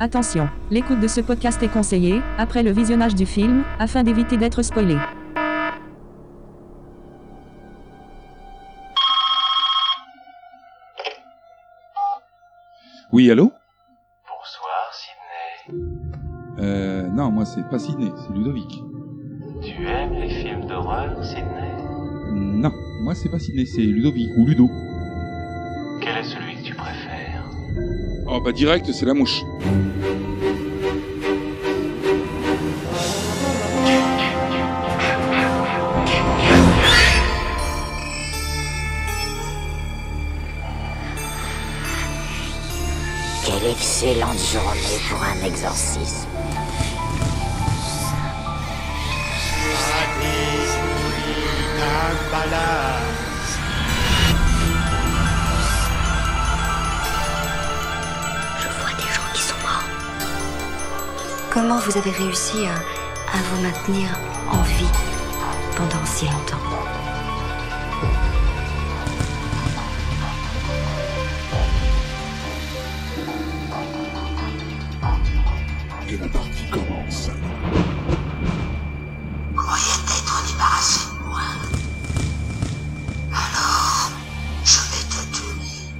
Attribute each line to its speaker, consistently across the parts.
Speaker 1: Attention, l'écoute de ce podcast est conseillée, après le visionnage du film, afin d'éviter d'être spoilé.
Speaker 2: Oui, allô
Speaker 3: Bonsoir Sydney.
Speaker 2: euh, Non, moi c'est pas Sidney, c'est Ludovic.
Speaker 3: Tu aimes les films d'horreur, Sydney
Speaker 2: Non, moi c'est pas Sidney, c'est Ludovic ou Ludo.
Speaker 3: Quel est celui que tu préfères
Speaker 2: Oh bah direct, c'est la mouche.
Speaker 4: Quelle excellente journée pour un exorcisme. Je vois des gens qui sont morts.
Speaker 5: Comment vous avez réussi à, à vous maintenir en vie pendant si longtemps
Speaker 6: Et la partie commence.
Speaker 4: croyais t'être débarrassé de moi. Alors, je vais te tuer.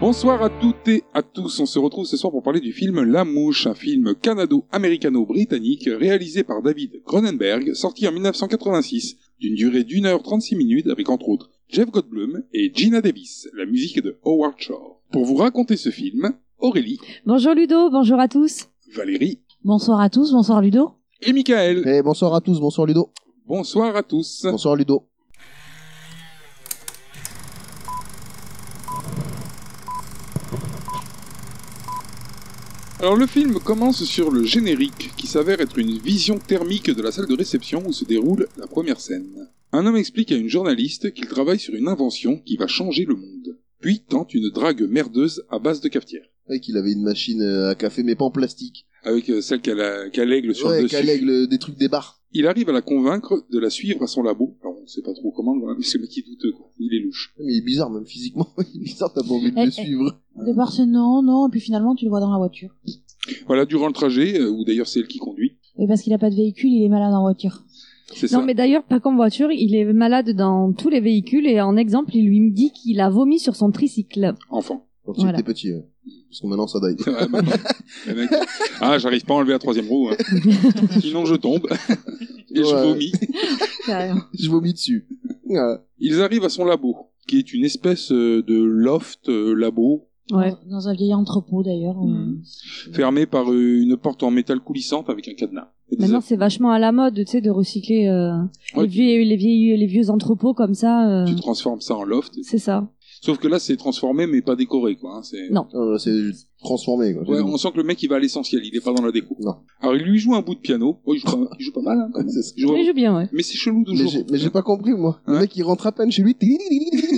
Speaker 2: Bonsoir à toutes et à tous, on se retrouve ce soir pour parler du film La Mouche, un film canado-américano-britannique réalisé par David Cronenberg, sorti en 1986, d'une durée d'une heure 36 minutes avec entre autres Jeff Goldblum et Gina Davis, la musique est de Howard Shore. Pour vous raconter ce film, Aurélie,
Speaker 7: Bonjour Ludo, bonjour à tous.
Speaker 2: Valérie
Speaker 7: Bonsoir à tous, bonsoir Ludo.
Speaker 2: et Michael.
Speaker 6: Et Eh, bonsoir à tous, bonsoir Ludo.
Speaker 2: Bonsoir à tous.
Speaker 6: Bonsoir Ludo.
Speaker 2: Alors le film commence sur le générique qui s'avère être une vision thermique de la salle de réception où se déroule la première scène. Un homme explique à une journaliste qu'il travaille sur une invention qui va changer le monde, puis tente une drague merdeuse à base de cafetière,
Speaker 6: Et qu'il avait une machine euh, à café mais pas en plastique.
Speaker 2: avec euh, celle qu'elle a- qu'elle aigle sur le
Speaker 6: Ouais,
Speaker 2: dessus.
Speaker 6: qu'elle aigle des trucs des bars.
Speaker 2: Il arrive à la convaincre de la suivre à son labo. Alors on sait pas trop comment, hein, mais ce mec est douteux, quoi. il est louche.
Speaker 6: Mais il est bizarre même physiquement, il est bizarre, t'as pas envie de
Speaker 8: Eh,
Speaker 6: le
Speaker 8: eh.
Speaker 6: suivre.
Speaker 8: Au départ, c'est non, non, et puis finalement, tu le vois dans la voiture.
Speaker 2: Voilà, durant le trajet, euh, où d'ailleurs c'est elle qui conduit,
Speaker 8: Oui, parce qu'il a pas de véhicule, il est malade en voiture.
Speaker 2: c'est ça.
Speaker 7: Non mais d'ailleurs, pas qu'en voiture, il est malade dans tous les véhicules et en exemple, il lui dit qu'il a vomi sur son tricycle.
Speaker 2: Enfant.
Speaker 6: Quand il
Speaker 7: Voilà.
Speaker 6: était petit, ouais. parce que maintenant ça daille.
Speaker 2: Ouais, bah, le mec, ah, j'arrive pas à enlever la troisième roue, hein. sinon je tombe et je
Speaker 6: Ouais.
Speaker 2: vomis.
Speaker 6: Je vomis dessus. Ouais.
Speaker 2: Ils arrivent à son labo, qui est une espèce euh, de loft euh, labo
Speaker 7: Ouais.
Speaker 8: Dans, dans un vieil entrepôt d'ailleurs.
Speaker 7: euh.
Speaker 2: Mhm. fermé par euh, une porte en métal coulissante avec un cadenas. Et des
Speaker 7: Maintenant, c'est vachement à la mode, tu sais, de recycler euh,
Speaker 2: Ouais.
Speaker 7: les, vieux, les, vieux, les vieux entrepôts comme ça. euh,
Speaker 2: a- Tu transformes ça en loft.
Speaker 7: c'est ça.
Speaker 2: Sauf que là, c'est transformé mais pas décoré quoi. hein, c'est-
Speaker 7: Non.
Speaker 6: Euh, c'est transformé quoi.
Speaker 2: Ouais, on sent que le mec il va à l'essentiel, il est pas dans la déco.
Speaker 6: Non.
Speaker 2: Alors il lui joue un bout de piano. Oh, il, joue pas, il joue pas mal. Hein, quand même.
Speaker 6: C'est ça.
Speaker 2: Il joue-
Speaker 7: Il joue bien, ouais.
Speaker 2: Mais c'est chelou
Speaker 6: Mais
Speaker 2: toujours. Hein
Speaker 6: j'ai- mais j'ai pas compris moi.
Speaker 2: Ouais.
Speaker 6: Le mec il rentre à peine chez lui.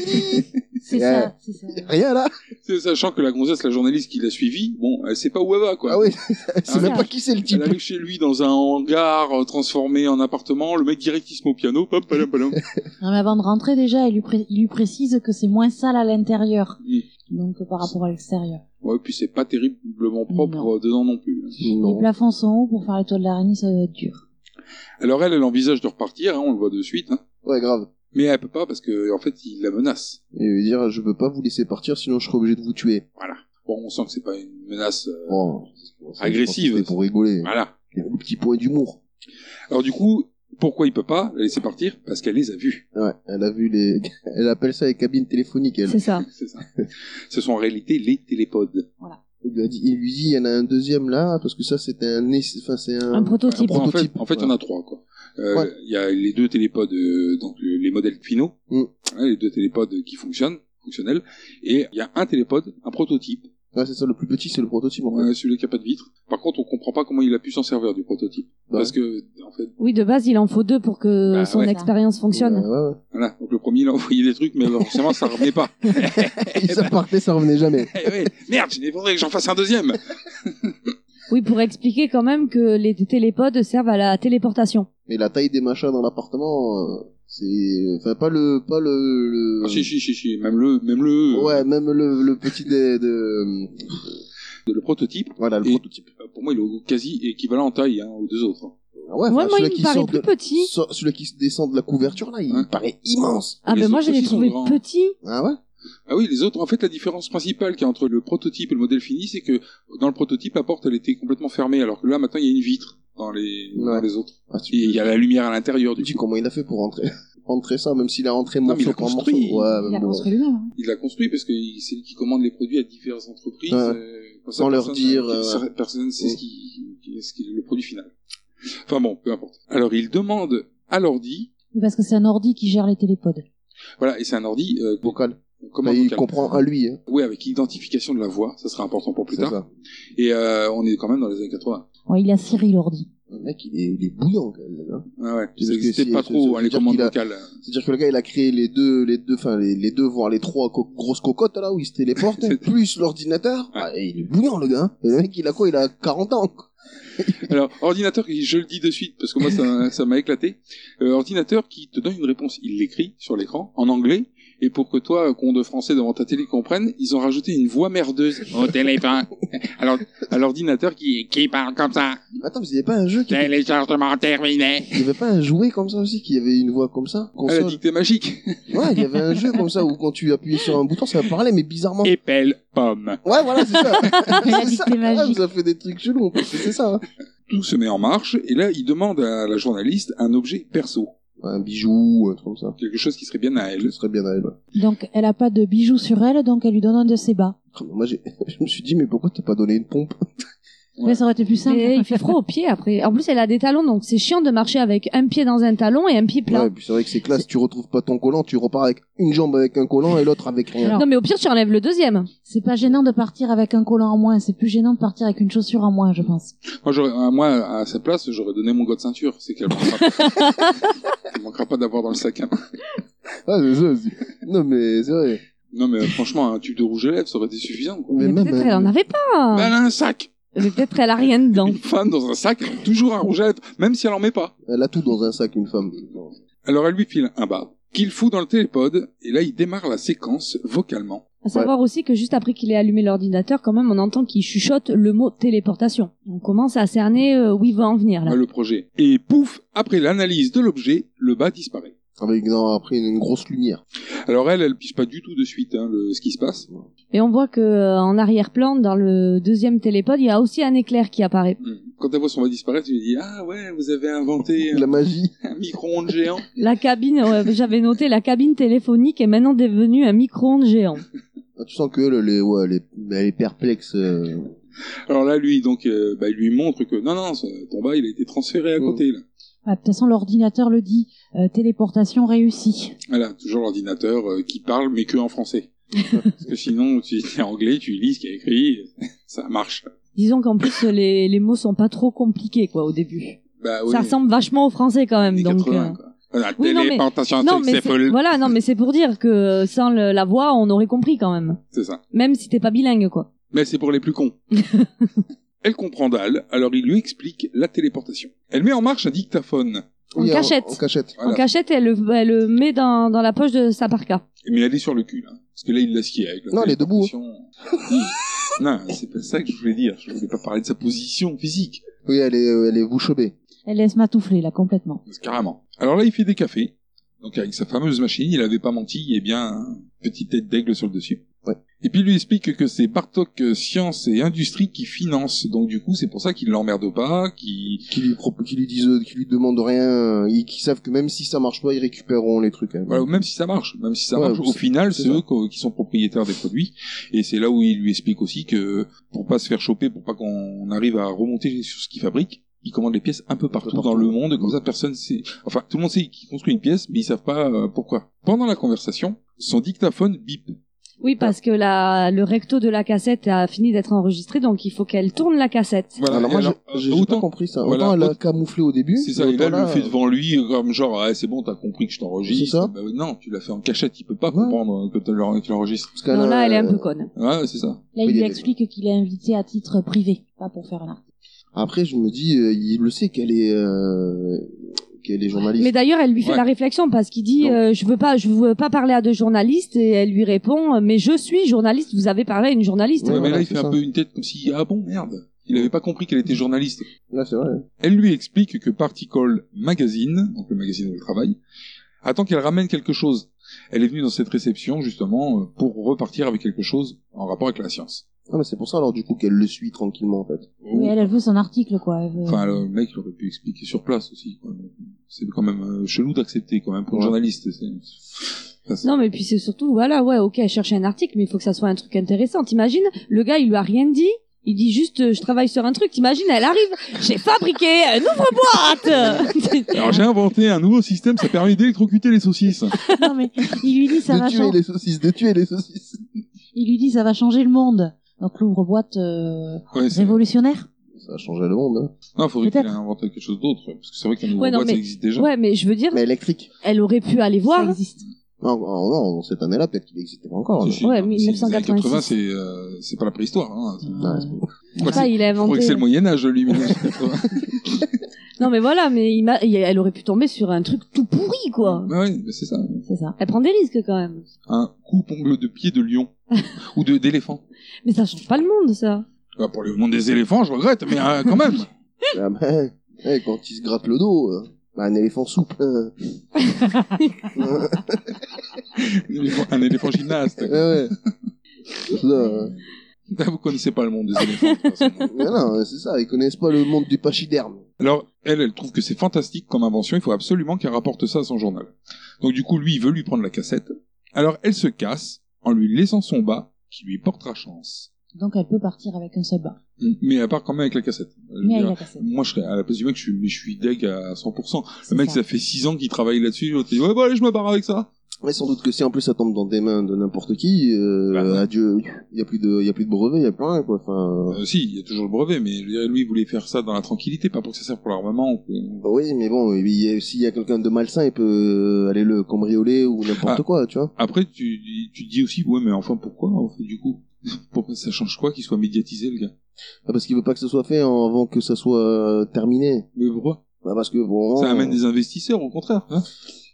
Speaker 8: C'est
Speaker 6: ça, Ouais.
Speaker 8: ça, c'est ça.
Speaker 6: Rien là
Speaker 2: C'est- Sachant que la gonzesse, la journaliste qui l'a suivi, bon, elle sait pas où elle va quoi.
Speaker 6: Ah ouais,
Speaker 2: Ah,
Speaker 6: c'est même
Speaker 2: ouais.
Speaker 6: pas qui c'est le type.
Speaker 2: Elle arrive chez lui dans un hangar euh, transformé en appartement, le mec direct il se met au piano, pop, palam, palam.
Speaker 8: Non, mais avant de rentrer déjà, il lui, pré- il lui précise que c'est moins sale à l'intérieur,
Speaker 2: Mm.
Speaker 8: donc euh, par rapport à l'extérieur.
Speaker 2: Ouais, puis c'est pas terriblement propre
Speaker 8: Non.
Speaker 2: euh, dedans non plus.
Speaker 8: Les plafonds sont hauts pour faire les toiles d'araignée, ça doit être dur.
Speaker 2: Alors elle, elle envisage de repartir, hein, on le voit de suite, hein.
Speaker 6: Ouais, grave.
Speaker 2: mais elle peut pas parce que en fait il la menace.
Speaker 6: Et lui dire je peux pas vous laisser partir sinon je serai obligé de vous tuer.
Speaker 2: Voilà. Bon, on sent que c'est pas une menace. euh,
Speaker 6: Bon, c'est-
Speaker 2: Agressive.
Speaker 6: je pense que c'était pour rigoler.
Speaker 2: Voilà.
Speaker 6: Le petit point d'humour.
Speaker 2: Alors du coup, pourquoi il peut pas la laisser partir Parce qu'elle les a vus.
Speaker 6: Ouais, elle a vu les. Elle appelle ça les cabines téléphoniques. Elle.
Speaker 7: C'est ça.
Speaker 2: C'est ça. Ce sont en réalité les télépodes.
Speaker 6: Il lui, a dit, il lui dit, il y en a un deuxième là, parce que ça c'était un. ess- Enfin, c'est un.
Speaker 7: Un prototype.
Speaker 2: en fait,
Speaker 6: prototype,
Speaker 2: en fait, il y en a trois quoi. Euh,
Speaker 6: Ouais.
Speaker 2: Il y a les deux télépodes, euh, donc le- les modèles finaux,
Speaker 6: Mm.
Speaker 2: hein, les deux télépodes qui fonctionnent, fonctionnels, et il y a un télépode, un prototype,
Speaker 6: Ouais, c'est ça, le plus petit c'est le prototype en fait.
Speaker 2: euh, celui qui a pas de vitre. Par contre, on comprend pas comment il a pu s'en servir du prototype,
Speaker 6: Ouais.
Speaker 2: parce que en fait,
Speaker 7: Oui, de base, il en faut deux pour que
Speaker 2: Bah,
Speaker 7: son
Speaker 2: ouais.
Speaker 7: expérience fonctionne.
Speaker 6: Ouais, ouais, ouais.
Speaker 2: Voilà, donc le premier il a envoyé des trucs, mais forcément ça revenait pas.
Speaker 6: Et ça partait, ça revenait jamais.
Speaker 2: Eh ouais, merde, il faudrait que j'en fasse un deuxième.
Speaker 7: Oui, pour expliquer quand même que les télépodes servent à la téléportation.
Speaker 6: Mais la taille des machins dans l'appartement, euh, c'est, enfin pas le, pas le, le-
Speaker 2: Ah, si, si, si, si, même le, même le,
Speaker 6: ouais, même le, le petit des- de,
Speaker 2: le prototype.
Speaker 6: voilà le
Speaker 2: Et-
Speaker 6: prototype.
Speaker 2: euh, Pour moi, il est quasi équivalent en taille hein, aux deux autres.
Speaker 6: Ah ouais,
Speaker 7: Ouais,
Speaker 6: enfin,
Speaker 7: moi,
Speaker 6: celui
Speaker 7: il me
Speaker 6: qui
Speaker 7: paraît
Speaker 6: sort
Speaker 7: plus
Speaker 6: de-
Speaker 7: petit.
Speaker 6: so- celui qui descend de la couverture là, il
Speaker 2: Hein
Speaker 6: paraît immense.
Speaker 7: Ah,
Speaker 2: Les
Speaker 7: ben moi,
Speaker 2: autres
Speaker 7: je l'ai
Speaker 2: aussi sont
Speaker 7: trouvé
Speaker 2: grands.
Speaker 7: petit.
Speaker 6: Ah ouais.
Speaker 2: Ah oui, les autres, en fait, la différence principale qu'il y a entre le prototype et le modèle fini, c'est que dans le prototype, la porte, elle était complètement fermée, alors que là, maintenant, il y a une vitre dans les,
Speaker 6: Ouais.
Speaker 2: dans les autres.
Speaker 6: Ah, tu-
Speaker 2: Et il y a la lumière à l'intérieur,
Speaker 6: Tu
Speaker 2: du
Speaker 6: dis
Speaker 2: coup.
Speaker 6: comment il a fait pour rentrer, rentrer ça, même s'il a rentré
Speaker 2: Non,
Speaker 6: morceau
Speaker 2: mais il a
Speaker 6: par morceau.
Speaker 2: construit.
Speaker 6: Ouais,
Speaker 8: Il
Speaker 6: mais
Speaker 8: a
Speaker 6: bon.
Speaker 8: construit lui-même. hein.
Speaker 2: Il l'a construit parce que il- c'est lui qui commande les produits à diverses entreprises.
Speaker 6: Ouais.
Speaker 2: euh, comme ça,
Speaker 6: Sans leur
Speaker 2: personne-
Speaker 6: dire, euh,
Speaker 2: ça- Personne ne sait
Speaker 6: ouais.
Speaker 2: ce qui, qui- ce qui est le produit final. Enfin bon, peu importe. Alors, il demande à l'ordi,
Speaker 8: Oui, Parce que c'est un ordi qui gère les télépodes.
Speaker 2: voilà, et c'est un ordi, euh,
Speaker 6: Vocal.
Speaker 2: comment
Speaker 6: Bah, il
Speaker 2: vocal.
Speaker 6: comprend à lui. Hein.
Speaker 2: Oui, avec identification de la voix, ça sera important pour plus
Speaker 6: C'est
Speaker 2: tard.
Speaker 6: ça.
Speaker 2: Et euh, on est quand même dans les années 80.
Speaker 8: Ouais, il a Siri l'ordi.
Speaker 6: Le mec, il est, il est bouillant quand même. hein.
Speaker 2: Ah ouais,
Speaker 6: Parce
Speaker 2: ça
Speaker 6: que
Speaker 2: n'existait
Speaker 6: si-
Speaker 2: pas
Speaker 6: ça- ça
Speaker 2: trop,
Speaker 6: veut
Speaker 2: hein, les
Speaker 6: dire
Speaker 2: commandes
Speaker 6: qu'il a-
Speaker 2: vocales.
Speaker 6: C'est-à-dire que le gars, il a créé les deux, les deux, enfin les, les deux, voire les trois co- grosses cocottes là où il se téléporte,
Speaker 2: C'est-
Speaker 6: plus l'ordinateur. Ah, et il est bouillant le gars. hein. Et le mec, il a quoi Il a 40 ans. quoi.
Speaker 2: Alors, ordinateur, je le dis de suite parce que moi ça ça m'a éclaté. Euh, ordinateur qui te donne une réponse, il l'écrit sur l'écran en anglais et pour que toi, con de français devant ta télé comprenne, ils ont rajouté une voix merdeuse au téléphone. Alors, à l'ordinateur qui qui parle comme ça.
Speaker 6: Attends, mais il n'y avait pas un jeu qui,
Speaker 2: Téléchargement terminé.
Speaker 6: il y avait pas un jouet comme ça aussi qui avait une voix comme ça.
Speaker 2: Ah, la
Speaker 6: Console.
Speaker 2: dictée magique.
Speaker 6: Ouais, il y avait un jeu comme ça où quand tu appuyais sur un bouton, ça parlait, mais bizarrement.
Speaker 2: Épelle pomme.
Speaker 6: Ouais, voilà, c'est ça.
Speaker 8: La
Speaker 6: C'est ça.
Speaker 8: dictée magique.
Speaker 6: Ouais, ça fait des trucs chelous. parce que C'est ça. hein.
Speaker 2: Tout se met en marche et là, il demande à la journaliste un objet perso,
Speaker 6: Un bijou, un truc comme ça.
Speaker 2: quelque chose qui serait bien à elle.
Speaker 6: Ce serait bien à elle. ouais.
Speaker 8: Donc, elle a pas de bijoux sur elle, donc elle lui donne un de ses bas.
Speaker 6: Ah, mais Moi, j'ai- je me suis dit, mais pourquoi t'as pas donné une pompe
Speaker 2: Ouais.
Speaker 8: Mais ça aurait été plus simple.
Speaker 7: Mais il fait froid aux pieds après. En plus, elle a des talons, donc c'est chiant de marcher avec un pied dans un talon et un pied plat.
Speaker 6: Ouais, et puis c'est vrai que c'est classe, tu retrouves pas ton collant, tu repars avec une jambe avec un collant et l'autre avec rien.
Speaker 8: Alors,
Speaker 7: Non, mais au pire, tu enlèves le deuxième.
Speaker 8: C'est pas gênant de partir avec un collant en moins, c'est plus gênant de partir avec une chaussure en moins, je pense.
Speaker 2: Moi, j'aurais, euh, moi, à sa place, j'aurais donné mon gars de ceinture. C'est qu'elle manquera pas. Elle manquera pas d'avoir dans le sac. hein.
Speaker 6: Ah, c'est ça aussi. Non, mais c'est vrai.
Speaker 2: Non, mais euh, franchement, un tube de rouge à lèvres, ça aurait été suffisant, quoi.
Speaker 6: Mais
Speaker 7: Mais
Speaker 6: même,
Speaker 7: peut-être elle en
Speaker 6: euh,
Speaker 7: avait
Speaker 2: Mais
Speaker 7: pas.
Speaker 2: Elle a un sac.
Speaker 7: Mais peut-être elle a rien dedans.
Speaker 2: Une femme dans un sac, toujours un rouge à lèvres, même si elle en met pas.
Speaker 6: elle a tout dans un sac, une femme.
Speaker 2: Alors, elle lui file un bas, qu'il fout dans le télépod, et là, il démarre la séquence vocalement.
Speaker 7: À savoir aussi que juste après qu'il ait allumé l'ordinateur, quand même, on entend qu'il chuchote le mot téléportation. On commence à cerner euh, où il va en venir, là.
Speaker 2: Le projet. Et pouf, après l'analyse de l'objet, le bas disparaît.
Speaker 6: Avec, dans- après, une grosse lumière.
Speaker 2: Alors, elle, elle pige pas du tout de suite, hein, le, ce qui se passe.
Speaker 7: Et on voit que euh, en arrière-plan, dans le deuxième télépod, il y a aussi un éclair qui apparaît.
Speaker 2: Quand elle voit son bas disparaître, elle lui dit, ah ouais, vous avez inventé
Speaker 6: La
Speaker 2: un,
Speaker 6: magie.
Speaker 2: un micro-ondes géant.
Speaker 7: La cabine, ouais, j'avais noté, la cabine téléphonique est maintenant devenue un micro-ondes géant.
Speaker 6: Ah, Tu sens que elle, elle est, ouais, elle est, elle est perplexe. euh.
Speaker 2: Alors là, lui, donc, euh, bah, il lui montre que non, non, ce- ton bas, il a été transféré à
Speaker 7: Oh.
Speaker 6: Mm.
Speaker 2: côté. Là.
Speaker 8: Ah, de toute façon, l'ordinateur le dit. euh, téléportation réussie.
Speaker 2: Voilà, toujours l'ordinateur euh, qui parle, mais que en français. Parce que sinon, tu es anglais, tu lis ce qu'il y a écrit, ça marche.
Speaker 7: Disons qu'en plus, les, les mots sont pas trop compliqués, quoi, au début.
Speaker 2: Bah,
Speaker 7: Ça ressemble vachement au français, quand même.
Speaker 2: années
Speaker 7: Donc,
Speaker 2: 80,
Speaker 7: euh,
Speaker 2: quoi. Voilà,
Speaker 7: oui, non, mais-
Speaker 2: téléportation,
Speaker 7: Non,
Speaker 2: c'est
Speaker 7: mais
Speaker 2: c'est
Speaker 7: c'est-
Speaker 2: folle.
Speaker 7: voilà, non, mais c'est pour dire que euh, sans le- la voix, on aurait compris quand même.
Speaker 2: C'est ça.
Speaker 7: Même si t'es pas bilingue, quoi.
Speaker 2: Mais c'est pour les plus cons. Elle comprend Dalle, alors il lui explique la téléportation. Elle met en marche un dictaphone.
Speaker 7: En
Speaker 6: Oui,
Speaker 7: cachette.
Speaker 6: En, cachette.
Speaker 2: Voilà.
Speaker 7: En cachette, elle, le- elle le met dans, dans la poche de sa parka.
Speaker 2: Mais elle est sur le cul, là. Parce que là, il l'a skié avec la
Speaker 6: Non, elle est debout. hein.
Speaker 2: téléportation. non, c'est pas ça que je voulais dire. Je voulais pas parler de sa position physique.
Speaker 6: Oui, elle est, euh, elle est bouchobée.
Speaker 8: Elle laisse matoufler, là, complètement.
Speaker 2: Parce que Carrément. Alors là, il fait des cafés. Donc avec sa fameuse machine, il avait pas menti, et bien, petite tête d'aigle sur le dessus.
Speaker 6: Ouais.
Speaker 2: Et puis il lui explique que c'est Bartok euh, Science et Industrie qui finance. Donc du coup, c'est pour ça qu'il l'emmerde pas, qui...
Speaker 6: Qui lui, prop- qui lui disent, qui lui demandent rien, et qui savent que même si ça marche pas, ils récupéreront les trucs. hein.
Speaker 2: Voilà, même si ça marche, même si ça
Speaker 6: Ouais,
Speaker 2: marche, au
Speaker 6: c'est-
Speaker 2: final,
Speaker 6: c'est
Speaker 2: c'est
Speaker 6: ça.
Speaker 2: eux qu'au- qui sont propriétaires des produits. Et c'est là où il lui explique aussi que pour pas se faire choper, pour pas qu'on arrive à remonter sur ce qu'ils fabriquent, ils commandent les pièces un peu partout,
Speaker 6: partout. Mm.
Speaker 2: dans le monde, comme ça personne sait. Enfin, tout le monde sait qu'ils construisent une pièce, mais ils savent pas euh, pourquoi. Pendant la conversation, son dictaphone bip.
Speaker 7: Oui, parce que la, le recto de la cassette a fini d'être enregistré, donc il faut qu'elle tourne la cassette.
Speaker 2: Voilà,
Speaker 6: Alors moi,
Speaker 2: et
Speaker 6: j'ai-
Speaker 2: alors,
Speaker 6: j'ai
Speaker 2: euh,
Speaker 6: j'ai
Speaker 2: autant-
Speaker 6: pas compris ça.
Speaker 2: voilà,
Speaker 6: autant elle a
Speaker 2: autant-
Speaker 6: camouflé au début.
Speaker 2: C'est ça,
Speaker 6: mais
Speaker 2: et là,
Speaker 6: autant
Speaker 2: elle le fait
Speaker 6: euh,
Speaker 2: devant lui, euh, comme genre, ah, c'est bon, t'as compris que je t'enregistre.
Speaker 6: C'est ça.
Speaker 2: Bah, non, tu l'as fait en cachette, il peut pas
Speaker 6: Ouais.
Speaker 2: comprendre euh, que tu l'en- que tu l'enregistres.
Speaker 6: parce
Speaker 7: Non,
Speaker 6: qu'elle
Speaker 7: là,
Speaker 6: a-
Speaker 7: elle est un peu conne.
Speaker 2: Ouais, c'est ça.
Speaker 8: Là,
Speaker 6: Oui,
Speaker 8: il
Speaker 6: il y
Speaker 8: lui
Speaker 6: a des-
Speaker 8: explique qu'il est invité à titre privé, pas pour faire un article.
Speaker 6: Après, je me dis, euh, il le sait qu'elle est, euh, qui est les journalistes.
Speaker 7: Mais d'ailleurs, elle lui fait
Speaker 2: Ouais.
Speaker 7: la réflexion parce qu'il dit
Speaker 6: Donc.
Speaker 7: euh, je veux pas, je veux pas parler à deux journalistes et elle lui répond euh, mais je suis journaliste. Vous avez parlé à une journaliste.
Speaker 6: Ouais,
Speaker 2: Ouais, mais
Speaker 6: voilà,
Speaker 2: là, il
Speaker 6: c'est
Speaker 2: fait un
Speaker 6: ça.
Speaker 2: peu une tête comme si, ah bon, merde. Il avait pas compris qu'elle était journaliste.
Speaker 6: Là, c'est vrai.
Speaker 2: Elle lui explique que Particle Magazine, donc le magazine où elle travaille, attend qu'elle ramène quelque chose. Elle est venue dans cette réception, justement, euh, pour repartir avec quelque chose en rapport avec la science. Oh.
Speaker 6: Ah, mais c'est pour ça, alors, du coup, qu'elle le suit tranquillement, en fait.
Speaker 8: Oui, elle, elle veut son article, quoi. Elle veut-
Speaker 2: Enfin, le mec, il aurait pu expliquer sur place aussi. quoi. C'est quand même euh, chelou d'accepter, quand même, pour
Speaker 6: Ouais.
Speaker 2: le journaliste. c'est- Enfin, c'est-
Speaker 7: Non, mais puis c'est surtout, voilà, ouais, ok, elle cherche un article, mais il faut que ça soit un truc intéressant. T'imagines, le gars, il lui a rien dit. Il dit juste, euh, je travaille sur un truc. T'imagines, elle arrive, j'ai fabriqué un ouvre-boîte.
Speaker 2: Alors, j'ai inventé un nouveau système, ça permet d'électrocuter les saucisses.
Speaker 8: non, mais il lui dit ça va
Speaker 6: de tuer
Speaker 8: changer.
Speaker 6: les saucisses, de tuer les saucisses.
Speaker 8: Il lui dit ça va changer le monde. Donc l'ouvre-boîte euh,
Speaker 2: Ouais, c'est...
Speaker 8: révolutionnaire.
Speaker 6: Ça a changé le monde, hein.
Speaker 2: Non, faudrait qu'il
Speaker 8: Peut-être.
Speaker 2: invente quelque chose d'autre, parce que c'est vrai qu'un nouveau
Speaker 7: Ouais, non,
Speaker 2: boîte, ça
Speaker 7: mais-
Speaker 2: existe déjà.
Speaker 7: ouais, mais je veux dire,
Speaker 6: Mais électrique.
Speaker 7: elle aurait pu aller
Speaker 8: Ça
Speaker 7: voir.
Speaker 8: existe.
Speaker 6: Non, non, non, cette année-là, peut-être qu'il n'existait pas encore.
Speaker 2: Si,
Speaker 6: hein.
Speaker 2: si,
Speaker 7: Ouais,
Speaker 2: non, mais c'est-
Speaker 7: 1986.
Speaker 2: les années 80, c'est, euh, c'est pas la préhistoire. Hein.
Speaker 6: Ouais, Ah, c'est bon.
Speaker 2: Ouais,
Speaker 7: Ça,
Speaker 2: c'est-
Speaker 7: il a
Speaker 2: Je crois que
Speaker 7: inventé.
Speaker 2: c'est le Moyen Âge, lui, 1980.
Speaker 7: Non, mais voilà, mais il m'a- il- elle aurait pu tomber sur un truc tout pourri, quoi.
Speaker 2: Mais ouais, mais c'est ça.
Speaker 8: C'est ça.
Speaker 7: Elle prend des risques quand même.
Speaker 2: Un coupe-ongle de pied de lion ou de d'éléphant.
Speaker 7: Mais ça change pas le monde, ça.
Speaker 2: Ah, pour le monde des éléphants, je regrette, mais euh, quand même.
Speaker 6: Ah, ben, eh, quand il se gratte le dos, euh, bah, un éléphant souple. euh.
Speaker 2: Un éléphant- Un éléphant gymnaste.
Speaker 6: Ouais, ouais. Ça, euh,
Speaker 2: Ah, Vous connaissez pas le monde des éléphants. de toute façon.
Speaker 6: mais non, c'est ça, ils connaissent pas le monde du pachyderme.
Speaker 2: Alors, elle, elle trouve que c'est fantastique comme invention, il faut absolument qu'elle rapporte ça à son journal. Donc du coup, lui, il veut lui prendre la cassette. Alors, elle se casse en lui laissant son bas qui lui portera chance.
Speaker 8: Donc elle peut partir avec un seul bas.
Speaker 2: Mais à part quand même avec la cassette. Je veux
Speaker 8: Mais elle
Speaker 2: dire,
Speaker 8: l'a cassé.
Speaker 2: Moi, je serais à la place du mec, je suis, mais je suis deg à 100%.
Speaker 8: C'est
Speaker 2: Le mec,
Speaker 8: ça.
Speaker 2: ça, fait 6 ans qu'il travaille là-dessus. L'autre, il dit, ouais, bah, allez, je me barre avec ça.
Speaker 6: Mais sans doute que si en plus ça tombe dans des mains de n'importe qui, euh,
Speaker 2: Bah, oui.
Speaker 6: adieu, il y a plus de, il y a plus de brevet, il y a plus rien quoi. Enfin,
Speaker 2: Euh, si, il y a toujours le brevet, mais je dirais, lui, il voulait faire ça dans la tranquillité, pas pour que ça serve pour l'armement. ou que-
Speaker 6: bah oui, mais bon, il y a- s'il y a quelqu'un de malsain, il peut euh, aller le cambrioler ou n'importe
Speaker 2: Ah.
Speaker 6: quoi, tu vois.
Speaker 2: Après, tu, tu te dis aussi, ouais, mais enfin, pourquoi, en fait, du coup Pourquoi ça change quoi qu'il soit médiatisé, le gars
Speaker 6: Ah, parce qu'il veut pas que ça soit fait en- avant que ça soit euh, terminé.
Speaker 2: Mais pourquoi
Speaker 6: Bah, parce que bon,
Speaker 8: Oh.
Speaker 2: Ça amène
Speaker 6: euh,
Speaker 2: des investisseurs, au contraire. Hein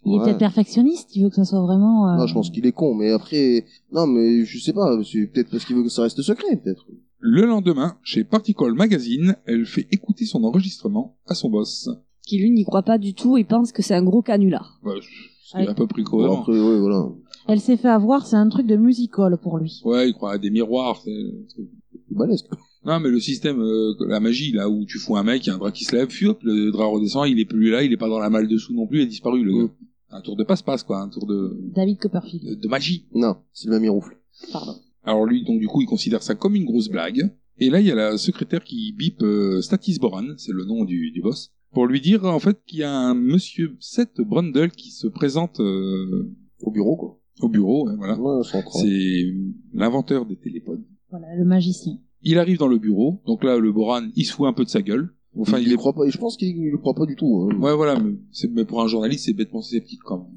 Speaker 8: Il est
Speaker 6: Ouais.
Speaker 8: peut-être perfectionniste, il veut que ça soit vraiment. euh,
Speaker 6: non, je pense qu'il est con, mais après, non, mais je sais pas, c'est peut-être parce qu'il veut que ça reste secret, peut-être.
Speaker 2: le lendemain, chez Particle Magazine, elle fait écouter son enregistrement à son boss.
Speaker 7: Qui lui n'y croit pas du tout et pense que c'est un gros canular.
Speaker 2: Bah, c'est
Speaker 8: Ouais.
Speaker 2: à peu près
Speaker 6: Bon,
Speaker 2: cohérent.
Speaker 6: après, ouais, voilà.
Speaker 8: Elle s'est fait avoir, c'est un truc de musical pour lui.
Speaker 2: Ouais, il croit à des miroirs. c'est-
Speaker 6: C'est balèze. quoi.
Speaker 2: Non, mais le système, euh, la magie, là, où tu fous un mec, il y a un drap qui se lève, puis hop, le drap redescend, il est plus là, il est pas dans la malle dessous non plus, il a disparu, le
Speaker 6: Mm.
Speaker 2: gars. Un tour de passe-passe, quoi, un tour de,
Speaker 8: David Copperfield.
Speaker 2: de, de magie.
Speaker 6: Non, Sylvain Miroufle.
Speaker 2: Alors lui, donc, du coup, il considère ça comme une grosse blague. Et là, il y a la secrétaire qui bip euh, Statis Boran, c'est le nom du, du boss, pour lui dire, en fait, qu'il y a un monsieur Seth Brundle qui se présente euh,
Speaker 6: Au bureau, quoi.
Speaker 2: au bureau, hein, voilà.
Speaker 6: Ouais, sans croire.
Speaker 2: C'est l'inventeur des télépodes.
Speaker 8: Voilà, le magicien.
Speaker 2: Il arrive dans le bureau, donc là, le Boran, il se fout un peu de sa gueule. Enfin,
Speaker 6: il,
Speaker 2: il est
Speaker 6: croit pas, et je pense qu'il le croit pas du tout. hein.
Speaker 2: Ouais, voilà, mais, c'est- mais pour un journaliste, c'est bêtement sceptique quand même.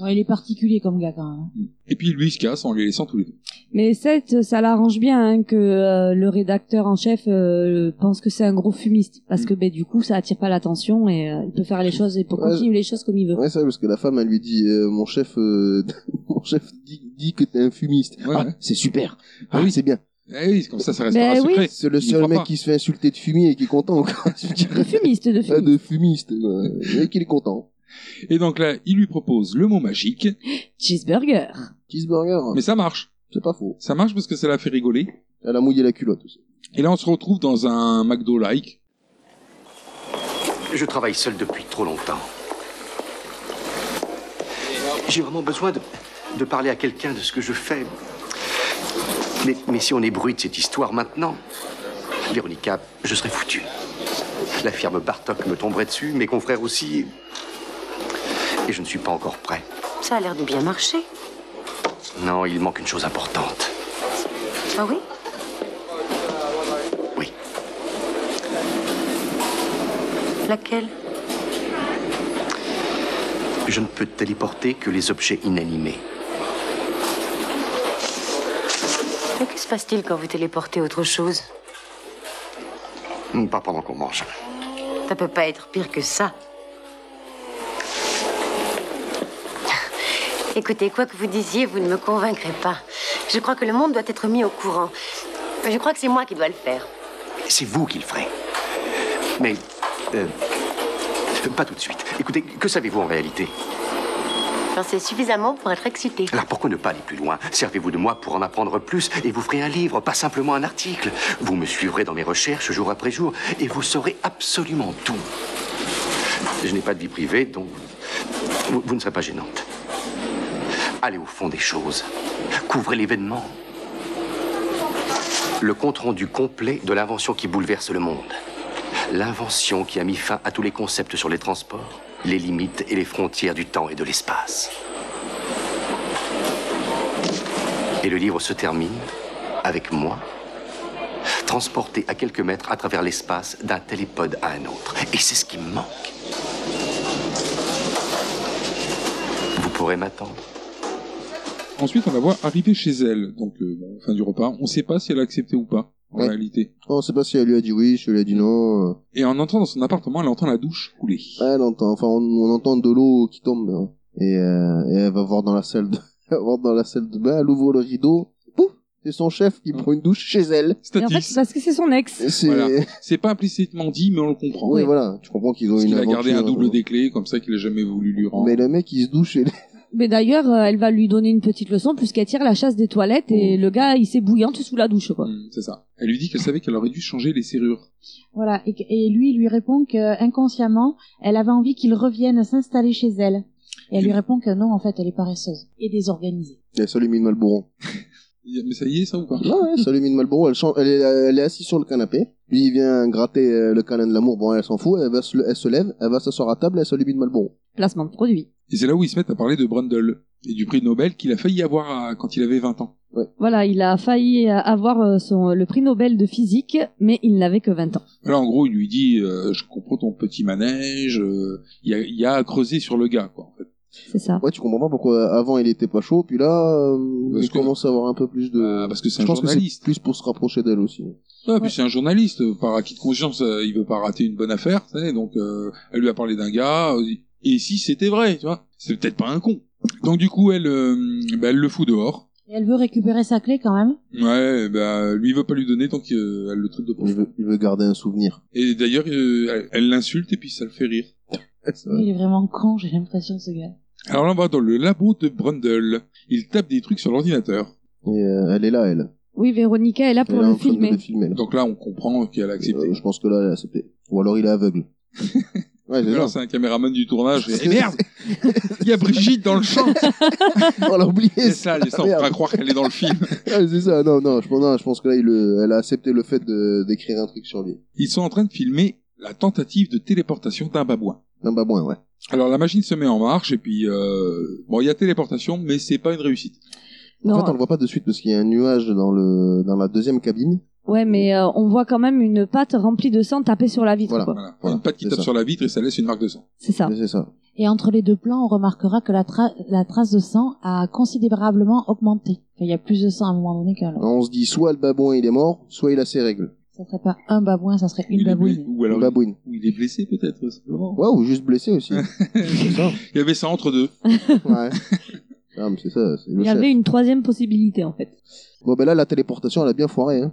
Speaker 8: Ouais, il est particulier comme gars quand même.
Speaker 2: Et puis lui, il se casse en les laissant tous les deux.
Speaker 7: Mais cette, ça l'arrange bien hein, que euh, le rédacteur en chef euh, pense que c'est un gros fumiste. Parce que ben, du coup, ça attire pas l'attention et euh, il peut faire les choses et peut
Speaker 6: Ouais.
Speaker 7: continuer les choses comme il veut.
Speaker 6: Ouais, c'est vrai, parce que la femme, elle lui dit, euh, mon chef, euh, mon chef dit, dit que t'es un fumiste.
Speaker 2: Ouais,
Speaker 6: ah,
Speaker 2: ouais.
Speaker 6: c'est super. Ah,
Speaker 2: Ah
Speaker 6: oui,
Speaker 2: oui.
Speaker 6: c'est bien.
Speaker 2: Eh oui, c'est comme ça, ça reste
Speaker 7: Ben
Speaker 2: un
Speaker 7: oui.
Speaker 2: secret.
Speaker 6: C'est le
Speaker 2: Il y
Speaker 6: seul
Speaker 2: croit
Speaker 6: mec
Speaker 2: pas.
Speaker 6: qui se fait insulter de fumier et qui est content, quoi. Je veux dire,
Speaker 7: De fumiste, de
Speaker 6: ah,
Speaker 7: fumiste.
Speaker 6: de fumiste, quoi. Et qu'il est content.
Speaker 2: Et donc là, il lui propose le mot magique,
Speaker 7: Cheeseburger.
Speaker 6: Cheeseburger,
Speaker 2: mais ça marche.
Speaker 6: c'est pas faux.
Speaker 2: Ça marche parce que ça l'a fait rigoler.
Speaker 6: Elle a mouillé la culotte aussi.
Speaker 2: Et là, on se retrouve dans un McDo-like.
Speaker 9: Je travaille seul depuis trop longtemps. J'ai vraiment besoin de, de parler à quelqu'un de ce que je fais. Mais, mais si on ébruite de cette histoire maintenant, Véronica, je serais foutu. La firme Bartok me tomberait dessus, mes confrères aussi. Et je ne suis pas encore prêt.
Speaker 4: Ça a l'air de bien marcher.
Speaker 9: Non, il manque une chose importante.
Speaker 4: Ah oui
Speaker 9: Oui.
Speaker 4: Laquelle
Speaker 9: Je ne peux téléporter que les objets inanimés.
Speaker 4: Mais que se passe-t-il quand vous téléportez autre chose
Speaker 9: Hmm, Pas pendant qu'on mange.
Speaker 4: Ça peut pas être pire que ça. Écoutez, quoi que vous disiez, vous ne me convaincrez pas. Je crois que le monde doit être mis au courant. Je crois que c'est moi qui dois le faire.
Speaker 9: C'est vous qui le ferez. Mais. euh, pas tout de suite. Écoutez, que savez-vous en réalité
Speaker 4: J'en sais suffisamment pour être excitée.
Speaker 9: Alors pourquoi ne pas aller plus loin Servez-vous de moi pour en apprendre plus et vous ferez un livre, pas simplement un article. Vous me suivrez dans mes recherches jour après jour et vous saurez absolument tout. Je n'ai pas de vie privée, donc vous, vous ne serez pas gênante. Allez au fond des choses. Couvrez l'événement. Le compte-rendu complet de l'invention qui bouleverse le monde. L'invention qui a mis fin à tous les concepts sur les transports, les limites et les frontières du temps et de l'espace. Et le livre se termine avec moi, transporté à quelques mètres à travers l'espace d'un télépode à un autre. Et c'est ce qui me manque. Vous pourrez m'attendre.
Speaker 2: Ensuite, on la voit arriver chez elle, donc euh, bon, fin du repas. On sait pas si elle a accepté ou pas, en
Speaker 6: Ouais.
Speaker 2: réalité.
Speaker 6: On sait Oh, pas si elle lui a dit oui, si elle lui a dit non. euh.
Speaker 2: Et en entrant dans son appartement, elle entend la douche couler.
Speaker 6: Elle entend, enfin, on, on entend de l'eau qui tombe. hein. Et, euh, et elle va voir dans la salle de, elle va voir dans la salle de bain, elle ouvre le rideau. Pouf! C'est son chef qui prend une douche chez elle.
Speaker 7: Et en fait,
Speaker 2: Statis.
Speaker 7: c'est parce que c'est son ex.
Speaker 6: Et C'est,
Speaker 2: Voilà. C'est pas implicitement dit, mais on le comprend.
Speaker 6: oui, voilà. Tu comprends qu'ils ont
Speaker 2: Parce
Speaker 6: une
Speaker 2: qu'il a gardé un
Speaker 6: aventure. euh,
Speaker 2: double hein. des clés, comme ça qu'il a jamais voulu lui rendre.
Speaker 6: Mais le mec, il se douche et
Speaker 7: Mais d'ailleurs, euh, elle va lui donner une petite leçon puisqu'elle tire la chasse des toilettes
Speaker 6: Oh.
Speaker 7: et le gars, il s'est bouillante sous la douche, quoi.
Speaker 2: Mm, C'est ça. Elle lui dit qu'elle savait qu'elle aurait dû changer les serrures.
Speaker 8: Voilà, et, que- et lui il lui répond que inconsciemment, elle avait envie qu'il revienne s'installer chez elle. Et elle lui répond que non, en fait, elle est paresseuse et désorganisée.
Speaker 6: et elle s'allume une Malboro.
Speaker 2: Il- Mais ça y est, ça ou pas
Speaker 6: Ouais, ouais, elle s'allume une Malboro. Elle, chan- elle, est, elle est assise sur le canapé. Lui, il vient gratter euh, le câlin de l'amour. Bon, elle s'en fout. Elle, va se, elle se lève. Elle va s'asseoir à table. Elle s'allume une Malboro.
Speaker 7: Placement de produit.
Speaker 2: Et c'est là où ils se mettent à parler de Brundle et du prix Nobel qu'il a failli avoir à- quand il avait 20 ans.
Speaker 7: Voilà, il a failli euh, avoir euh, son, le prix Nobel de physique, mais il n'avait que 20 ans.
Speaker 2: Là, en gros, il lui dit euh, Je comprends ton petit manège, euh, il y, a, il y a à creuser sur le gars, quoi. En fait.
Speaker 7: C'est ça.
Speaker 6: Ouais, tu comprends pas pourquoi avant il était pas chaud, puis là, euh,
Speaker 2: Parce
Speaker 6: il
Speaker 2: que-
Speaker 6: commence à avoir un peu plus de.
Speaker 2: Bah, parce que c'est
Speaker 6: Euh, je
Speaker 2: un
Speaker 6: pense que c'est
Speaker 2: journaliste.
Speaker 6: plus pour se rapprocher d'elle aussi.
Speaker 2: Ouais, puis c'est un journaliste, euh, par acquis de conscience, euh, il veut pas rater une bonne affaire, tu sais, donc euh, elle lui a parlé d'un gars, euh, et si c'était vrai, tu vois, c'est peut-être pas un con. Donc du coup, elle, euh, bah, elle le fout dehors.
Speaker 8: Et elle veut récupérer sa clé quand même.
Speaker 2: Ouais, bah, lui il veut pas lui donner tant qu'elle le traite de pauvre.
Speaker 6: Il veut, il veut garder un souvenir.
Speaker 2: Et d'ailleurs, euh, elle- elle l'insulte et puis ça le fait rire.
Speaker 8: Lui, Il est vraiment con, j'ai l'impression, ce gars.
Speaker 2: Alors là, on va dans le labo de Brundle. Il tape des trucs sur l'ordinateur.
Speaker 6: Et euh, elle est là, elle.
Speaker 7: Oui, Véronica est là
Speaker 6: Elle
Speaker 7: pour
Speaker 6: est là
Speaker 7: le
Speaker 6: en train de
Speaker 7: filmer.
Speaker 6: le filmer, là.
Speaker 2: Donc là, on comprend qu'elle a accepté.
Speaker 6: Euh, je pense que là, elle a accepté. Ou alors il est aveugle. ouais, c'est
Speaker 2: Alors
Speaker 6: ça.
Speaker 2: c'est un caméraman du tournage. Et merde, il y a Brigitte dans le champ.
Speaker 6: On l'a oublié.
Speaker 2: C'est ça, les gens, on
Speaker 6: Ah, Merde.
Speaker 2: va croire qu'elle est dans le film.
Speaker 6: Ouais, c'est ça. Non, non, je pense, non, je pense que là, il, le- elle a accepté le fait de- d'écrire un truc sur lui.
Speaker 2: Ils sont en train de filmer la tentative de téléportation d'un babouin.
Speaker 6: Non, bah moins, ouais.
Speaker 2: Alors la machine se met en marche et puis euh, bon, il y a téléportation, mais c'est pas une réussite.
Speaker 7: Non,
Speaker 6: En fait, on le voit pas de suite parce qu'il y a un nuage dans le dans la deuxième cabine.
Speaker 7: ouais, mais euh, on voit quand même une pâte remplie de sang tapée sur la vitre,
Speaker 6: Voilà.
Speaker 7: quoi.
Speaker 2: Voilà,
Speaker 6: Voilà,
Speaker 2: une patte qui
Speaker 6: c'est
Speaker 2: tape
Speaker 6: ça.
Speaker 2: sur la vitre et ça laisse une marque de sang.
Speaker 7: C'est ça.
Speaker 6: Mais C'est ça.
Speaker 8: Et entre les deux plans, on remarquera que la, tra- la trace de sang a considérablement augmenté. Enfin, il y a plus de sang à un moment donné qu'à l'autre.
Speaker 6: On se dit soit le babouin il est mort, soit il a ses règles.
Speaker 8: Ça serait pas un babouin, ça serait
Speaker 2: Ou il
Speaker 8: une
Speaker 2: est
Speaker 8: babouine.
Speaker 2: blessé- Ou alors
Speaker 6: Une babouine.
Speaker 2: ou il est blessé peut-être. simplement.
Speaker 6: Ouais, ou juste blessé aussi. c'est ça.
Speaker 2: Il y avait ça entre deux.
Speaker 6: Ouais. Ah, mais c'est ça, c'est le
Speaker 7: Il y
Speaker 6: chef.
Speaker 7: avait une troisième possibilité, en fait.
Speaker 6: Bon, ben là, la téléportation, elle a bien foiré, hein.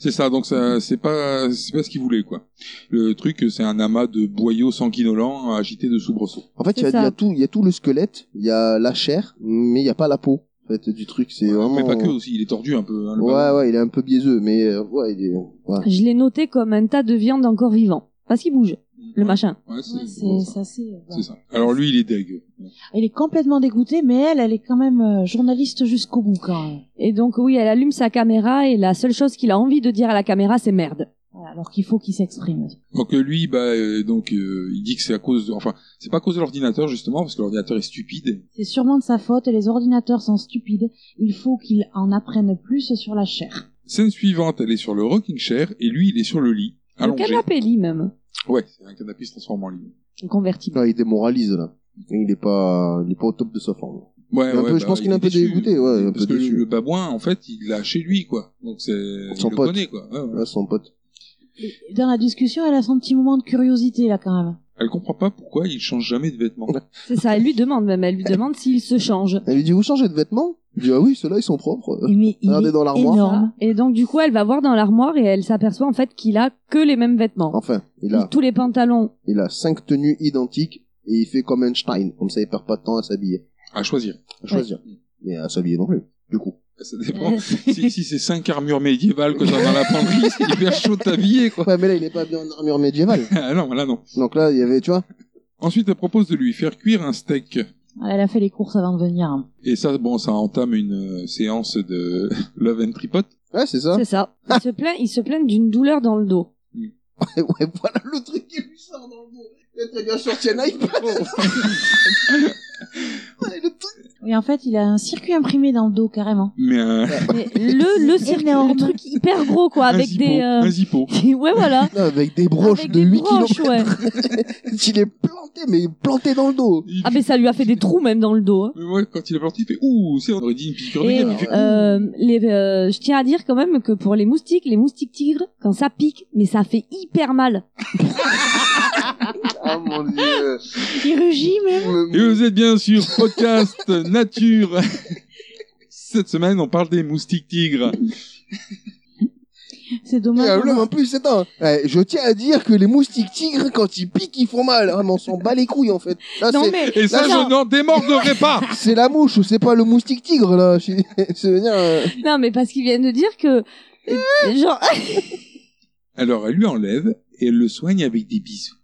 Speaker 2: C'est ça, donc ça, c'est pas, c'est pas ce qu'il voulait, quoi. Le truc, c'est un amas de boyaux sanguinolents agités de soubresauts.
Speaker 6: En fait, il y, a,
Speaker 7: C'est ça.
Speaker 6: il y a tout, il y a tout le squelette, il y a la chair, mais il y a pas la peau, en fait, du truc, c'est vraiment...
Speaker 2: Mais pas que aussi, il est tordu un peu. hein, le
Speaker 6: Ouais,
Speaker 2: ballon.
Speaker 6: ouais, il est un peu biaiseux, mais, euh, ouais, il est, ouais.
Speaker 7: Je l'ai noté comme un tas de viande encore vivant. Parce qu'il bouge, le
Speaker 2: Ouais,
Speaker 7: machin.
Speaker 2: ouais, c'est,
Speaker 8: Ouais, c'est ça, c'est.
Speaker 2: c'est ça. Alors lui, il est deg.
Speaker 8: Elle est complètement dégoûtée, mais elle, elle est quand même euh, journaliste jusqu'au bout, quand même.
Speaker 7: Et donc, oui, elle allume sa caméra et la seule chose qu'il a envie de dire à la caméra, c'est merde.
Speaker 8: Voilà, alors qu'il faut qu'il s'exprime.
Speaker 2: Donc euh, lui, bah, euh, donc euh, il dit que c'est à cause, de- enfin, c'est pas à cause de l'ordinateur justement, parce que l'ordinateur est stupide.
Speaker 8: C'est sûrement de sa faute, les ordinateurs sont stupides, il faut qu'il en apprenne plus sur la chair.
Speaker 2: Scène suivante, elle est sur le rocking chair et lui, il est sur le lit,
Speaker 7: Le
Speaker 2: allongé.
Speaker 7: canapé lit, même.
Speaker 2: Ouais, c'est un canapé qui se transforme en lit.
Speaker 7: Convertible.
Speaker 6: Là, il démoralise, là. Il est pas, il est pas au top de sa forme.
Speaker 2: Ouais,
Speaker 6: Il est un
Speaker 2: ouais, bah,
Speaker 6: peu- je pense qu'il est un peu
Speaker 2: déçu.
Speaker 6: dégoûté, ouais, il est un
Speaker 2: parce
Speaker 6: peu
Speaker 2: que
Speaker 6: déçu.
Speaker 2: le babouin, en fait, il l'a chez lui, quoi. Donc c'est,
Speaker 6: Son
Speaker 2: il
Speaker 6: pote.
Speaker 2: le connaît, quoi. Ouais, ouais.
Speaker 6: Là, son pote.
Speaker 8: Dans la discussion, elle a son petit moment de curiosité, là, quand même.
Speaker 2: Elle comprend pas pourquoi il change jamais de vêtements.
Speaker 7: C'est ça, elle lui demande même, elle lui demande s'il se change.
Speaker 6: Elle lui dit, vous changez de vêtements Il dit, ah oui, ceux-là, ils sont propres.
Speaker 8: Mais il
Speaker 6: Euh, Regardez
Speaker 8: est
Speaker 6: dans l'armoire.
Speaker 8: énorme.
Speaker 7: Et donc du coup, elle va voir dans l'armoire et elle s'aperçoit en fait qu'il a que les mêmes vêtements.
Speaker 6: Enfin, il a,
Speaker 7: Tous les pantalons.
Speaker 6: il a cinq tenues identiques et il fait comme Einstein. Comme ça, il perd pas de temps à s'habiller,
Speaker 2: À choisir.
Speaker 6: à choisir. Et à s'habiller non plus, du coup.
Speaker 2: Ça dépend. si si c'est cinq armures médiévales que t'as dans la penderie, c'est hyper chaud de t'habiller, quoi.
Speaker 6: Ouais, mais là, il est pas bien en armure médiévale.
Speaker 2: Ah non, là, non.
Speaker 6: Donc là, il y avait, tu vois,
Speaker 2: Ensuite, elle propose de lui faire cuire un steak.
Speaker 8: Elle a fait les courses avant de venir. hein.
Speaker 2: Et ça, bon, ça entame une euh, séance de love and tripote.
Speaker 6: ouais, c'est ça.
Speaker 7: C'est ça. Il se plaint, il se plaint d'une douleur dans le dos.
Speaker 6: Ouais, ouais, voilà le truc qui lui sort dans le dos. Le truc a sorti un iPad. Ouais, le truc.
Speaker 8: Et en fait, il a un circuit imprimé dans le dos, carrément.
Speaker 2: Mais euh,
Speaker 7: Mais le le circuit, le
Speaker 8: Énorme.
Speaker 7: truc hyper gros quoi,
Speaker 2: un,
Speaker 7: avec
Speaker 2: zippo,
Speaker 7: des
Speaker 2: un
Speaker 7: euh,
Speaker 2: zippo.
Speaker 7: ouais voilà.
Speaker 6: Non, avec des broches
Speaker 7: Avec
Speaker 6: de
Speaker 7: des
Speaker 6: 8
Speaker 7: broches,
Speaker 6: km. il est planté, mais planté dans le dos.
Speaker 2: Il-
Speaker 7: Ah mais ça lui a fait des trous même dans le dos. hein.
Speaker 2: Mais moi, quand il est parti, il fait Ouh, c'est on aurait dit une piqûre de
Speaker 7: Et
Speaker 2: guêpe. Il fait,
Speaker 7: euh, les, euh, je tiens à dire quand même que pour les moustiques, les moustiques tigres, quand ça pique, mais ça fait hyper mal.
Speaker 6: Ah mon dieu.
Speaker 8: Il rugit, même.
Speaker 2: Et vous êtes bien sûr podcast nature. Cette semaine, on parle des moustiques tigres.
Speaker 8: C'est
Speaker 6: Et
Speaker 8: dommage.
Speaker 6: le en plus, c'est un. Ouais, je tiens à dire que les moustiques tigres, quand ils piquent, ils font mal. Ah, mais on s'en bat les couilles, en fait. Là,
Speaker 7: Non
Speaker 6: c'est-
Speaker 7: mais
Speaker 2: Et ça,
Speaker 6: Là,
Speaker 2: je
Speaker 7: non.
Speaker 2: n'en démordrai pas.
Speaker 6: c'est la mouche, c'est pas le moustique tigre, là. Je- C'est venir, euh,
Speaker 7: non mais parce qu'ils viennent de dire que euh, genre
Speaker 2: Alors, elle lui enlève et elle le soigne avec des bisous.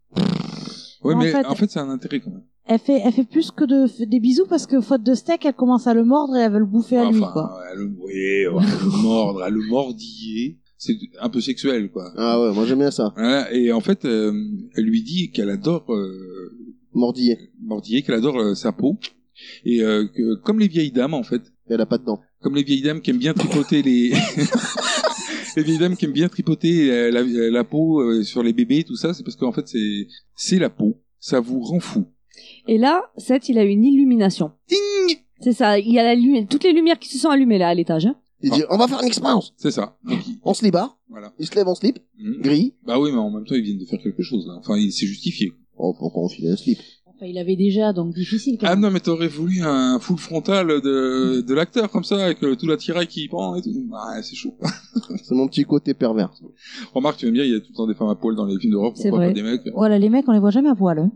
Speaker 2: Ouais,
Speaker 8: En
Speaker 2: mais
Speaker 8: fait-
Speaker 2: en fait, ça a un intérêt quand même.
Speaker 8: Elle fait, elle fait plus que de, f- des bisous parce que faute de steak, elle commence à le mordre et elle veut le bouffer à lui, quoi.
Speaker 2: à le, oui, ouais, à le mordre, à le mordiller. C'est un peu sexuel, quoi.
Speaker 6: Ah ouais, moi j'aime bien ça.
Speaker 2: Voilà, et en fait, euh, elle lui dit qu'elle adore euh,
Speaker 6: Mordiller.
Speaker 2: Mordiller, qu'elle adore euh, sa peau. Et euh, que, comme les vieilles dames, en fait,
Speaker 6: Elle a pas de dents.
Speaker 2: comme les vieilles dames qui aiment bien tripoter les... les vieilles dames qui aiment bien tripoter euh, la, la peau euh, sur les bébés, tout ça, c'est parce qu'en fait, c'est c'est la peau. Ça vous rend fou.
Speaker 7: et là, Seth, il a une illumination.
Speaker 2: Ding
Speaker 7: C'est ça, il y a la lumi- toutes les lumières qui se sont allumées là à l'étage. hein.
Speaker 6: Il dit, on va faire une expérience.
Speaker 2: C'est ça. Donc, il-
Speaker 6: On se libère.
Speaker 2: Voilà.
Speaker 6: Il se lève en slip.
Speaker 2: Mm.
Speaker 6: Gris.
Speaker 2: Bah oui, mais en même temps, ils viennent de faire quelque chose. Là. Enfin, il- c'est justifié.
Speaker 6: Oh, pourquoi on file un slip?
Speaker 8: Enfin, il avait déjà, donc difficile, quand
Speaker 2: Ah
Speaker 8: même.
Speaker 2: non, mais t'aurais voulu un full frontal de, de l'acteur, comme ça, avec euh, tout l'attirail qui prend et tout. Ah, c'est chaud.
Speaker 6: C'est mon petit côté pervers.
Speaker 2: Remarque, tu vas me dire, il y a tout le temps des femmes à poil dans les films d'horreur,
Speaker 7: C'est
Speaker 2: pourquoi
Speaker 7: vrai.
Speaker 2: pas des mecs euh.
Speaker 8: Voilà, les mecs, on les voit jamais à poil. hein.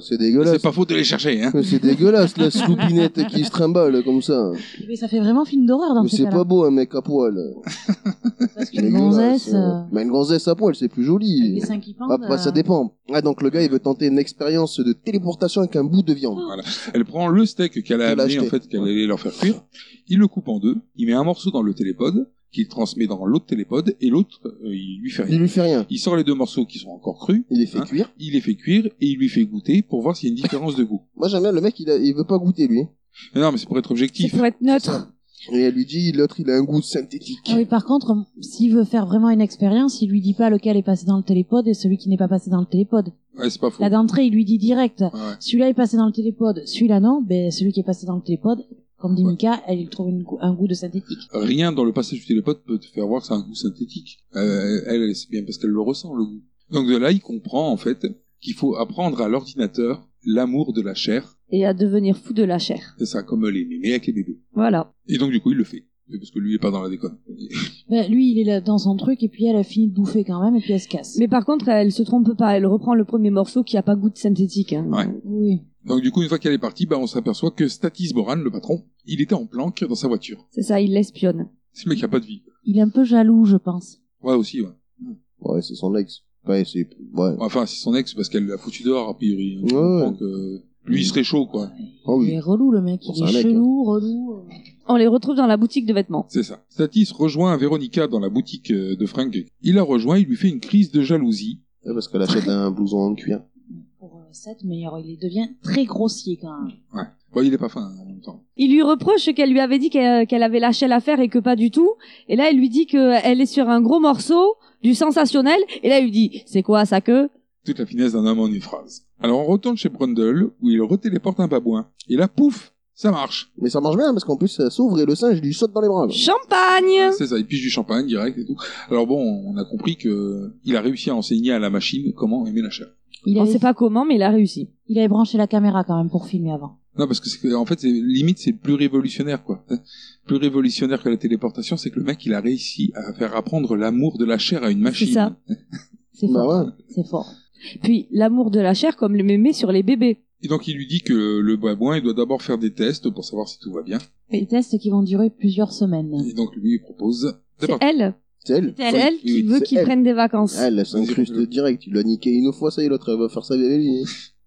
Speaker 6: C'est
Speaker 2: C'est
Speaker 6: dégueulasse.
Speaker 2: pas faute de les chercher, hein.
Speaker 6: C'est dégueulasse, la sloupinette qui se trimballe comme ça.
Speaker 8: Mais ça fait vraiment film d'horreur dans
Speaker 6: Mais
Speaker 8: ces
Speaker 6: c'est
Speaker 8: cas-là.
Speaker 6: pas beau, un mec à poil.
Speaker 8: Parce
Speaker 6: C'est
Speaker 8: qu'une
Speaker 6: dégueulasse,
Speaker 8: gonzesse,
Speaker 6: euh.
Speaker 8: euh,
Speaker 6: Mais une gonzesse à poil, c'est plus
Speaker 8: avec
Speaker 6: joli.
Speaker 8: les seins qui pendent.
Speaker 6: Après, ça
Speaker 8: euh,
Speaker 6: dépend. Ah, donc le gars, il veut tenter une expérience de téléportation avec un bout de viande.
Speaker 2: Voilà. Elle prend le steak qu'elle a
Speaker 6: Qu'elle a
Speaker 2: amené, en
Speaker 6: acheté.
Speaker 2: fait, qu'elle allait leur faire cuire. Il le coupe en deux. Il met un morceau dans le télépode, qu'il transmet dans l'autre télépode, et l'autre, euh, il lui fait
Speaker 6: Il
Speaker 2: rien.
Speaker 6: lui fait rien.
Speaker 2: Il sort les deux morceaux qui sont encore crus,
Speaker 6: Il les fait
Speaker 2: Hein
Speaker 6: cuire.
Speaker 2: il les fait cuire, et il lui fait goûter pour voir s'il y a une différence de goût.
Speaker 6: Moi, j'aime bien le mec, il, a- il veut pas goûter, lui.
Speaker 2: Mais non, mais c'est pour être
Speaker 7: C'est
Speaker 2: objectif.
Speaker 7: pour être neutre.
Speaker 6: Et elle lui dit, l'autre, il a un goût synthétique.
Speaker 8: Ah oui, par contre, s'il veut faire vraiment une expérience, il lui dit pas lequel est passé dans le télépode et celui qui n'est pas passé dans le télépode.
Speaker 2: Ouais, c'est pas faux.
Speaker 8: Là d'entrée, il lui dit direct,
Speaker 2: Ouais.
Speaker 8: celui-là est passé dans le télépode, celui-là non, ben celui qui est passé dans le télépode, comme dit
Speaker 2: Ouais.
Speaker 8: Mika, elle il trouve une go- un goût de synthétique.
Speaker 2: rien dans le passage du télépode peut te faire voir que c'est un goût synthétique. Euh, elle, c'est bien parce qu'elle le ressent, le goût. Donc de là, il comprend, en fait, qu'il faut apprendre à l'ordinateur l'amour de la chair.
Speaker 7: Et à devenir fou de la chair.
Speaker 2: C'est ça, comme les mémés avec les bébés.
Speaker 7: Voilà.
Speaker 2: Et donc, du coup, il le fait. Parce que lui, il est pas dans la déconne.
Speaker 8: Ben, lui, il est là dans son truc et puis elle a fini de bouffer quand même et puis elle se casse.
Speaker 7: Mais par contre, elle se trompe pas. Elle reprend le premier morceau qui a pas goût de synthétique. hein.
Speaker 2: Ouais.
Speaker 8: Oui.
Speaker 2: Donc, du coup, une fois qu'elle est partie, bah, on s'aperçoit que Statis Boran, le patron, il était en planque dans sa voiture.
Speaker 7: C'est ça, il l'espionne.
Speaker 2: C'est le mec qui a pas de vie.
Speaker 8: Il est un peu jaloux, je pense.
Speaker 2: Ouais, aussi, ouais.
Speaker 6: Ouais, c'est son ex. Ouais, c'est, ouais.
Speaker 2: Enfin, c'est son ex parce qu'elle l'a foutu dehors, a priori. hein. Tu
Speaker 6: Ouais,
Speaker 2: comprends
Speaker 6: ouais.
Speaker 2: que lui, il serait chaud, quoi.
Speaker 6: Ah
Speaker 8: Il
Speaker 6: oui.
Speaker 8: est relou le mec,
Speaker 6: Bon,
Speaker 8: il est,
Speaker 6: c'est un mec,
Speaker 8: chelou, relou. euh.
Speaker 7: On les retrouve dans la boutique de vêtements.
Speaker 2: C'est ça. Statis rejoint Véronica dans la boutique euh, de Frank. Il la rejoint, il lui fait une crise de jalousie.
Speaker 6: Ouais, parce qu'elle achète un blouson en cuir.
Speaker 8: Pour euh, Seth, mais alors, il devient très grossier quand même.
Speaker 2: Ouais. Bon, il est pas fin hein, en même temps.
Speaker 7: Il lui reproche qu'elle lui avait dit qu'elle euh, qu'elle avait lâché l'affaire et que pas du tout. Et là, elle lui dit qu'elle est sur un gros morceau du sensationnel. Et là, il lui dit, c'est quoi ça que
Speaker 2: Toute la finesse d'un homme en une phrase. Alors on retourne chez Brundle, où il retéléporte un babouin. Et là, pouf Ça marche.
Speaker 6: Mais ça marche bien parce qu'en plus ça s'ouvre et le singe lui saute dans les bras. quoi.
Speaker 7: Champagne
Speaker 2: Ah, C'est ça, il piche du champagne direct et tout. Alors bon, on a compris que il a réussi à enseigner à la machine comment aimer la chair.
Speaker 8: Il
Speaker 7: On
Speaker 8: avait,
Speaker 7: sait pas comment, mais il a réussi.
Speaker 8: il avait branché la caméra quand même pour filmer avant.
Speaker 2: Non, parce que c'est que- en fait, c'est- limite, c'est plus révolutionnaire, quoi. Plus révolutionnaire que la téléportation, c'est que le mec, il a réussi à faire apprendre l'amour de la chair à une machine.
Speaker 7: ça.
Speaker 8: C'est
Speaker 6: Bah
Speaker 8: fort.
Speaker 6: ouais.
Speaker 8: C'est fort.
Speaker 7: Puis l'amour de la chair comme le mémé sur les bébés.
Speaker 2: Et donc, il lui dit que le babouin, il doit d'abord faire des tests pour savoir si tout va bien.
Speaker 8: Des tests qui vont durer plusieurs semaines.
Speaker 2: Et donc, lui, il propose de
Speaker 7: C'est
Speaker 2: partir.
Speaker 7: elle,
Speaker 6: C'est elle.
Speaker 7: c'est elle,
Speaker 2: Oui,
Speaker 7: elle
Speaker 2: oui,
Speaker 7: qui
Speaker 2: oui,
Speaker 7: veut
Speaker 6: c'est
Speaker 7: qu'il
Speaker 6: elle.
Speaker 7: prenne des vacances.
Speaker 6: Elle, elle s'incruste
Speaker 2: Vas-y.
Speaker 6: direct. Il l'a niqué une fois, ça y est, l'autre, elle va faire ça avec lui.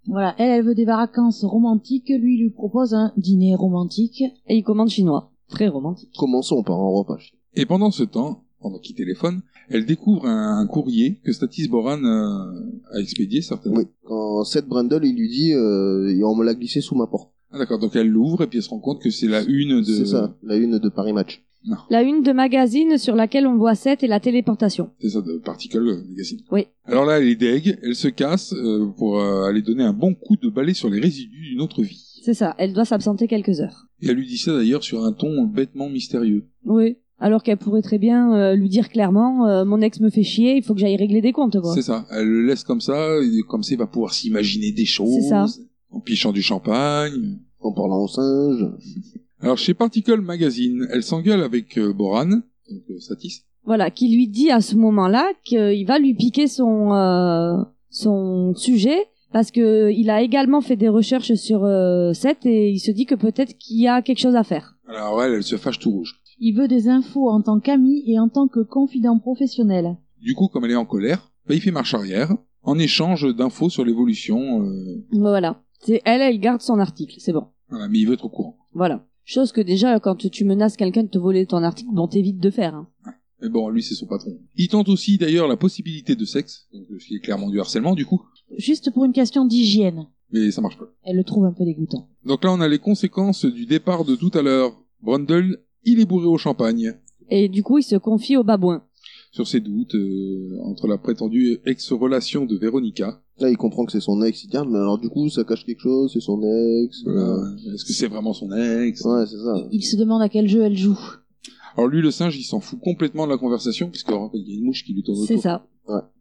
Speaker 8: Voilà, elle, elle veut des vacances romantiques. Lui, il lui propose un dîner romantique.
Speaker 7: Et il commande chinois. Très romantique.
Speaker 6: Commençons par un repas.
Speaker 2: Et pendant ce temps, pendant qu'il téléphone, elle découvre un, un courrier que Statis Boran euh, a expédié, certainement.
Speaker 6: Oui. Quand Seth Brundle, il lui dit, euh, Et on me l'a glissé sous ma porte.
Speaker 2: Ah, d'accord, donc elle l'ouvre et puis elle se rend compte que c'est la une de...
Speaker 6: C'est ça, la une de Paris Match.
Speaker 7: La une de magazine sur laquelle on voit Seth et la téléportation.
Speaker 2: C'est ça, de Particle Magazine.
Speaker 7: Oui.
Speaker 2: Alors là, elle est deg, elle se casse euh, pour euh, aller donner un bon coup de balai sur les résidus d'une autre vie.
Speaker 7: C'est ça, elle doit s'absenter quelques heures.
Speaker 2: Et elle lui dit ça d'ailleurs sur un ton bêtement mystérieux.
Speaker 7: Oui. Alors qu'elle pourrait très bien euh, lui dire clairement euh, mon ex me fait chier, il faut que j'aille régler des comptes quoi.
Speaker 2: C'est ça, elle le laisse comme ça, et comme ça il va pouvoir s'imaginer des choses.
Speaker 7: ça.
Speaker 2: En pichant du champagne.
Speaker 6: En parlant au singe.
Speaker 2: Alors chez Particle Magazine, elle s'engueule avec euh, Boran, donc euh, Satis,
Speaker 7: Voilà, qui lui dit à ce moment-là qu'il va lui piquer son euh, son sujet parce que il a également fait des recherches sur euh, Seth et il se dit que peut-être qu'il y a quelque chose à faire.
Speaker 2: Alors elle, elle se fâche tout rouge.
Speaker 8: Il veut des infos en tant qu'ami et en tant que confident professionnel.
Speaker 2: Du coup, comme elle est en colère, bah, il fait marche arrière en échange d'infos sur l'évolution. euh,
Speaker 7: Voilà. C'est elle, elle garde son article, c'est bon.
Speaker 2: voilà, mais il veut être au courant.
Speaker 7: Voilà. Chose que déjà quand tu menaces quelqu'un de te voler ton article, bon t'évites de faire. hein.
Speaker 2: Mais bon, lui, c'est son patron. Il tente aussi d'ailleurs la possibilité de sexe, donc ce qui est clairement du harcèlement du coup,
Speaker 8: Juste pour une question d'hygiène.
Speaker 2: mais ça marche pas.
Speaker 8: Elle le trouve un peu dégoûtant.
Speaker 2: Donc là, on a les conséquences du départ de tout à l'heure. Brundle, il est bourré au champagne
Speaker 7: Et du coup, il se confie au babouin.
Speaker 2: sur ses doutes euh, entre la prétendue ex-relation de Véronica.
Speaker 6: Là, il comprend que c'est son ex. Il dit, ah, mais alors du coup, ça cache quelque chose, c'est son ex. euh,
Speaker 2: Voilà. Euh, Est-ce que c'est vraiment son ex
Speaker 6: Ouais, c'est ça.
Speaker 8: Il se demande à quel jeu elle joue.
Speaker 2: Alors lui, le singe, il s'en fout complètement de la conversation, puisque alors, il y a une mouche qui lui tourne autour.
Speaker 7: C'est ça.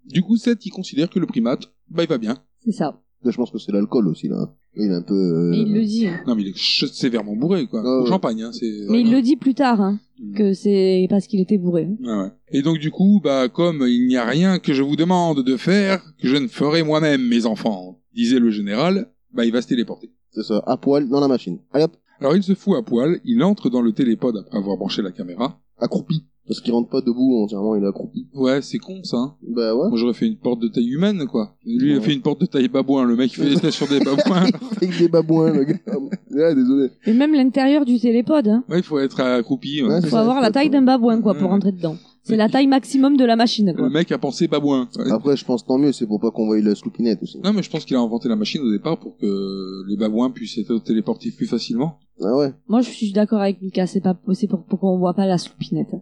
Speaker 2: Du coup, Seth, il considère que le primate, bah, il va bien.
Speaker 7: C'est ça.
Speaker 6: Là, je pense que c'est l'alcool aussi, là. Il est un peu... euh,
Speaker 7: Et il le dit.
Speaker 2: Non, mais il est ch- sévèrement bourré, quoi.
Speaker 6: Ah
Speaker 2: Au
Speaker 6: ouais.
Speaker 2: champagne, hein, c'est...
Speaker 7: Mais il le dit plus tard, hein,
Speaker 2: Mm.
Speaker 7: que c'est parce qu'il était bourré.
Speaker 2: Ouais, Ah ouais. Et donc, du coup, bah, comme il n'y a rien que je vous demande de faire, que je ne ferai moi-même, mes enfants, disait le général, bah, il va se téléporter.
Speaker 6: C'est ça, à poil, dans la machine. Allez hop,
Speaker 2: Alors, il se fout à poil, il entre dans le télépod après avoir branché la caméra.
Speaker 6: accroupi. Parce qu'il rentre pas debout entièrement, il est accroupi.
Speaker 2: Ouais, c'est con, ça, hein.
Speaker 6: Bah ouais.
Speaker 2: Moi, j'aurais fait une porte de taille humaine, quoi. Lui, il a
Speaker 6: Ouais.
Speaker 2: fait une porte de taille babouin, le mec, il fait des tests sur des babouins.
Speaker 6: Avec des babouins, le gars. Ouais, désolé.
Speaker 7: Et même l'intérieur du télépode, hein.
Speaker 2: Ouais, il faut être accroupi. ouais.
Speaker 6: Ouais, c'est
Speaker 7: Faut
Speaker 6: ça,
Speaker 7: avoir la
Speaker 6: faut-
Speaker 7: taille d'un babouin, quoi, pour
Speaker 2: Mm.
Speaker 7: rentrer dedans. C'est
Speaker 2: Et
Speaker 7: la
Speaker 2: puis-
Speaker 7: taille maximum de la machine,
Speaker 2: Le
Speaker 7: quoi.
Speaker 2: mec a pensé babouin. Ouais.
Speaker 6: Après, je pense tant mieux, c'est pour pas qu'on voie la sloupinette aussi.
Speaker 2: Non, mais je pense qu'il a inventé la machine au départ pour que les babouins puissent être téléportés plus facilement.
Speaker 6: Ah ouais.
Speaker 7: Moi, je suis d'accord avec Mika, c'est pas possible pour, pour qu'on voit pas la soupinette.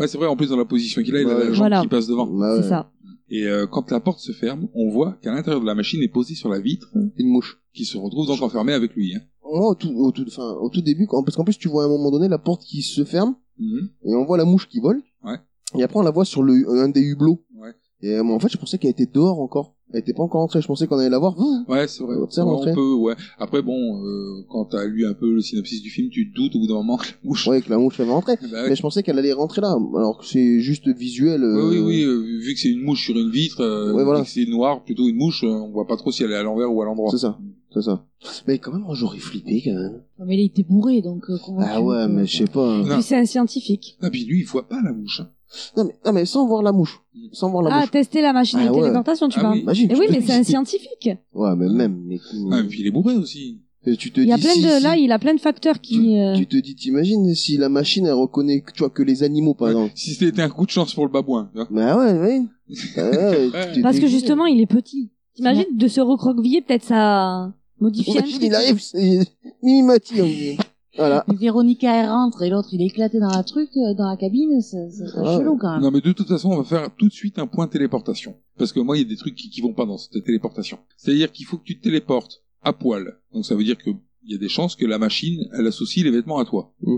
Speaker 2: Ouais, c'est vrai, en plus, dans la position qu'il a, il a la
Speaker 6: Ouais.
Speaker 2: jambe
Speaker 7: Voilà.
Speaker 2: qui passe devant.
Speaker 6: Bah ouais.
Speaker 7: C'est ça.
Speaker 2: Et euh, quand la porte se ferme, on voit qu'à l'intérieur de la machine est posée sur la vitre,
Speaker 6: Une mouche.
Speaker 2: qui se retrouve donc enfermée avec lui. Hein.
Speaker 6: Moi, au tout, au tout, enfin, au tout début, quand- parce qu'en plus, tu vois à un moment donné la porte qui se ferme,
Speaker 2: Mhm.
Speaker 6: et on voit la mouche qui vole.
Speaker 2: Ouais.
Speaker 6: Et après, on la voit sur le, un des hublots.
Speaker 2: Ouais.
Speaker 6: Et euh, moi, en fait, je pensais qu'elle était dehors encore. Elle était pas encore entrée, je pensais qu'on allait la voir.
Speaker 2: Ouais, c'est vrai.
Speaker 6: On observe
Speaker 2: on
Speaker 6: l'entrée.
Speaker 2: peut, ouais. Après, bon, euh, quand t'as lu un peu le synopsis du film, tu te doutes au bout d'un moment que la mouche...
Speaker 6: Ouais, que la mouche, elle va rentrer.
Speaker 2: Bah ouais.
Speaker 6: Mais je pensais qu'elle allait rentrer là, alors que c'est juste visuel. euh,
Speaker 2: Oui, oui, oui, euh, vu que c'est une mouche sur une vitre, euh,
Speaker 6: Ouais, voilà.
Speaker 2: vu que c'est noir, plutôt une mouche, euh, on voit pas trop si elle est à l'envers ou à l'endroit.
Speaker 6: C'est ça, c'est ça. Mais quand même, j'aurais flippé quand même.
Speaker 8: Non, Mais il était bourré, donc. euh, comment
Speaker 6: Ah
Speaker 8: tu
Speaker 6: ouais,
Speaker 8: peux-
Speaker 6: mais je sais pas. hein.
Speaker 2: Non.
Speaker 7: Puis c'est un scientifique.
Speaker 2: Ah, puis lui, il voit pas la mouche. hein.
Speaker 6: Non mais, non, mais sans voir la mouche. Sans voir la
Speaker 7: Ah,
Speaker 6: mouche.
Speaker 7: tester la machine
Speaker 6: Ah
Speaker 7: de
Speaker 6: ouais.
Speaker 7: téléportation, tu
Speaker 2: Ah
Speaker 7: parles.
Speaker 2: oui.
Speaker 6: Imagine.
Speaker 7: Et
Speaker 6: tu
Speaker 7: oui,
Speaker 6: te
Speaker 7: mais
Speaker 6: dis,
Speaker 7: c'est un
Speaker 6: si-
Speaker 7: scientifique.
Speaker 6: Ouais, mais même. Mais...
Speaker 2: Ah, et puis il est bourré aussi.
Speaker 6: Et tu te
Speaker 7: Il y a
Speaker 6: dis,
Speaker 7: plein
Speaker 6: si-
Speaker 7: de,
Speaker 6: si-
Speaker 7: là, il a plein de facteurs qui, euh,
Speaker 6: Tu te dis, t'imagines si la machine elle reconnaît que, tu vois, que les animaux par exemple.
Speaker 2: Si c'était un coup de chance pour le babouin. tu vois.
Speaker 6: Mais ah ouais, oui. Ah ouais, tu- tu-
Speaker 7: parce
Speaker 6: tu-
Speaker 7: que justement, il est petit. T'imagines de se recroqueviller, peut-être ça modifie un
Speaker 6: Imagine,
Speaker 7: truc.
Speaker 6: il arrive, c'est Mimimati. on dit. Voilà.
Speaker 8: Mais Véronica, elle rentre et l'autre, il est éclaté dans la truc, euh, dans la cabine, c'est c'est
Speaker 6: Ah,
Speaker 8: chelou quand même.
Speaker 2: Non, mais de toute façon, on va faire tout de suite un point téléportation. Parce que moi, il y a des trucs qui, qui vont pas dans cette téléportation. C'est-à-dire qu'il faut que tu te téléportes à poil. Donc ça veut dire que il y a des chances que la machine, elle associe les vêtements à toi.
Speaker 6: Mmh.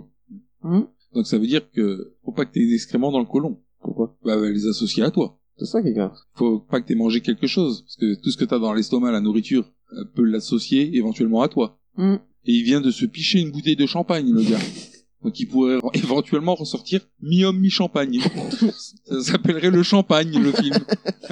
Speaker 7: Mmh.
Speaker 2: Donc ça veut dire que faut pas que t'aies des excréments dans le côlon.
Speaker 6: Pourquoi
Speaker 2: Bah, elle va les associe à toi.
Speaker 6: C'est ça qui est grave.
Speaker 2: Faut pas que t'aies mangé quelque chose, parce que tout ce que t'as dans l'estomac, la nourriture, elle peut l'associer éventuellement à toi.
Speaker 7: Mm.
Speaker 2: Et il vient de se picher une bouteille de champagne, le gars. Donc il pourrait éventuellement ressortir mi-homme, mi-champagne. ça s'appellerait le champagne, le film.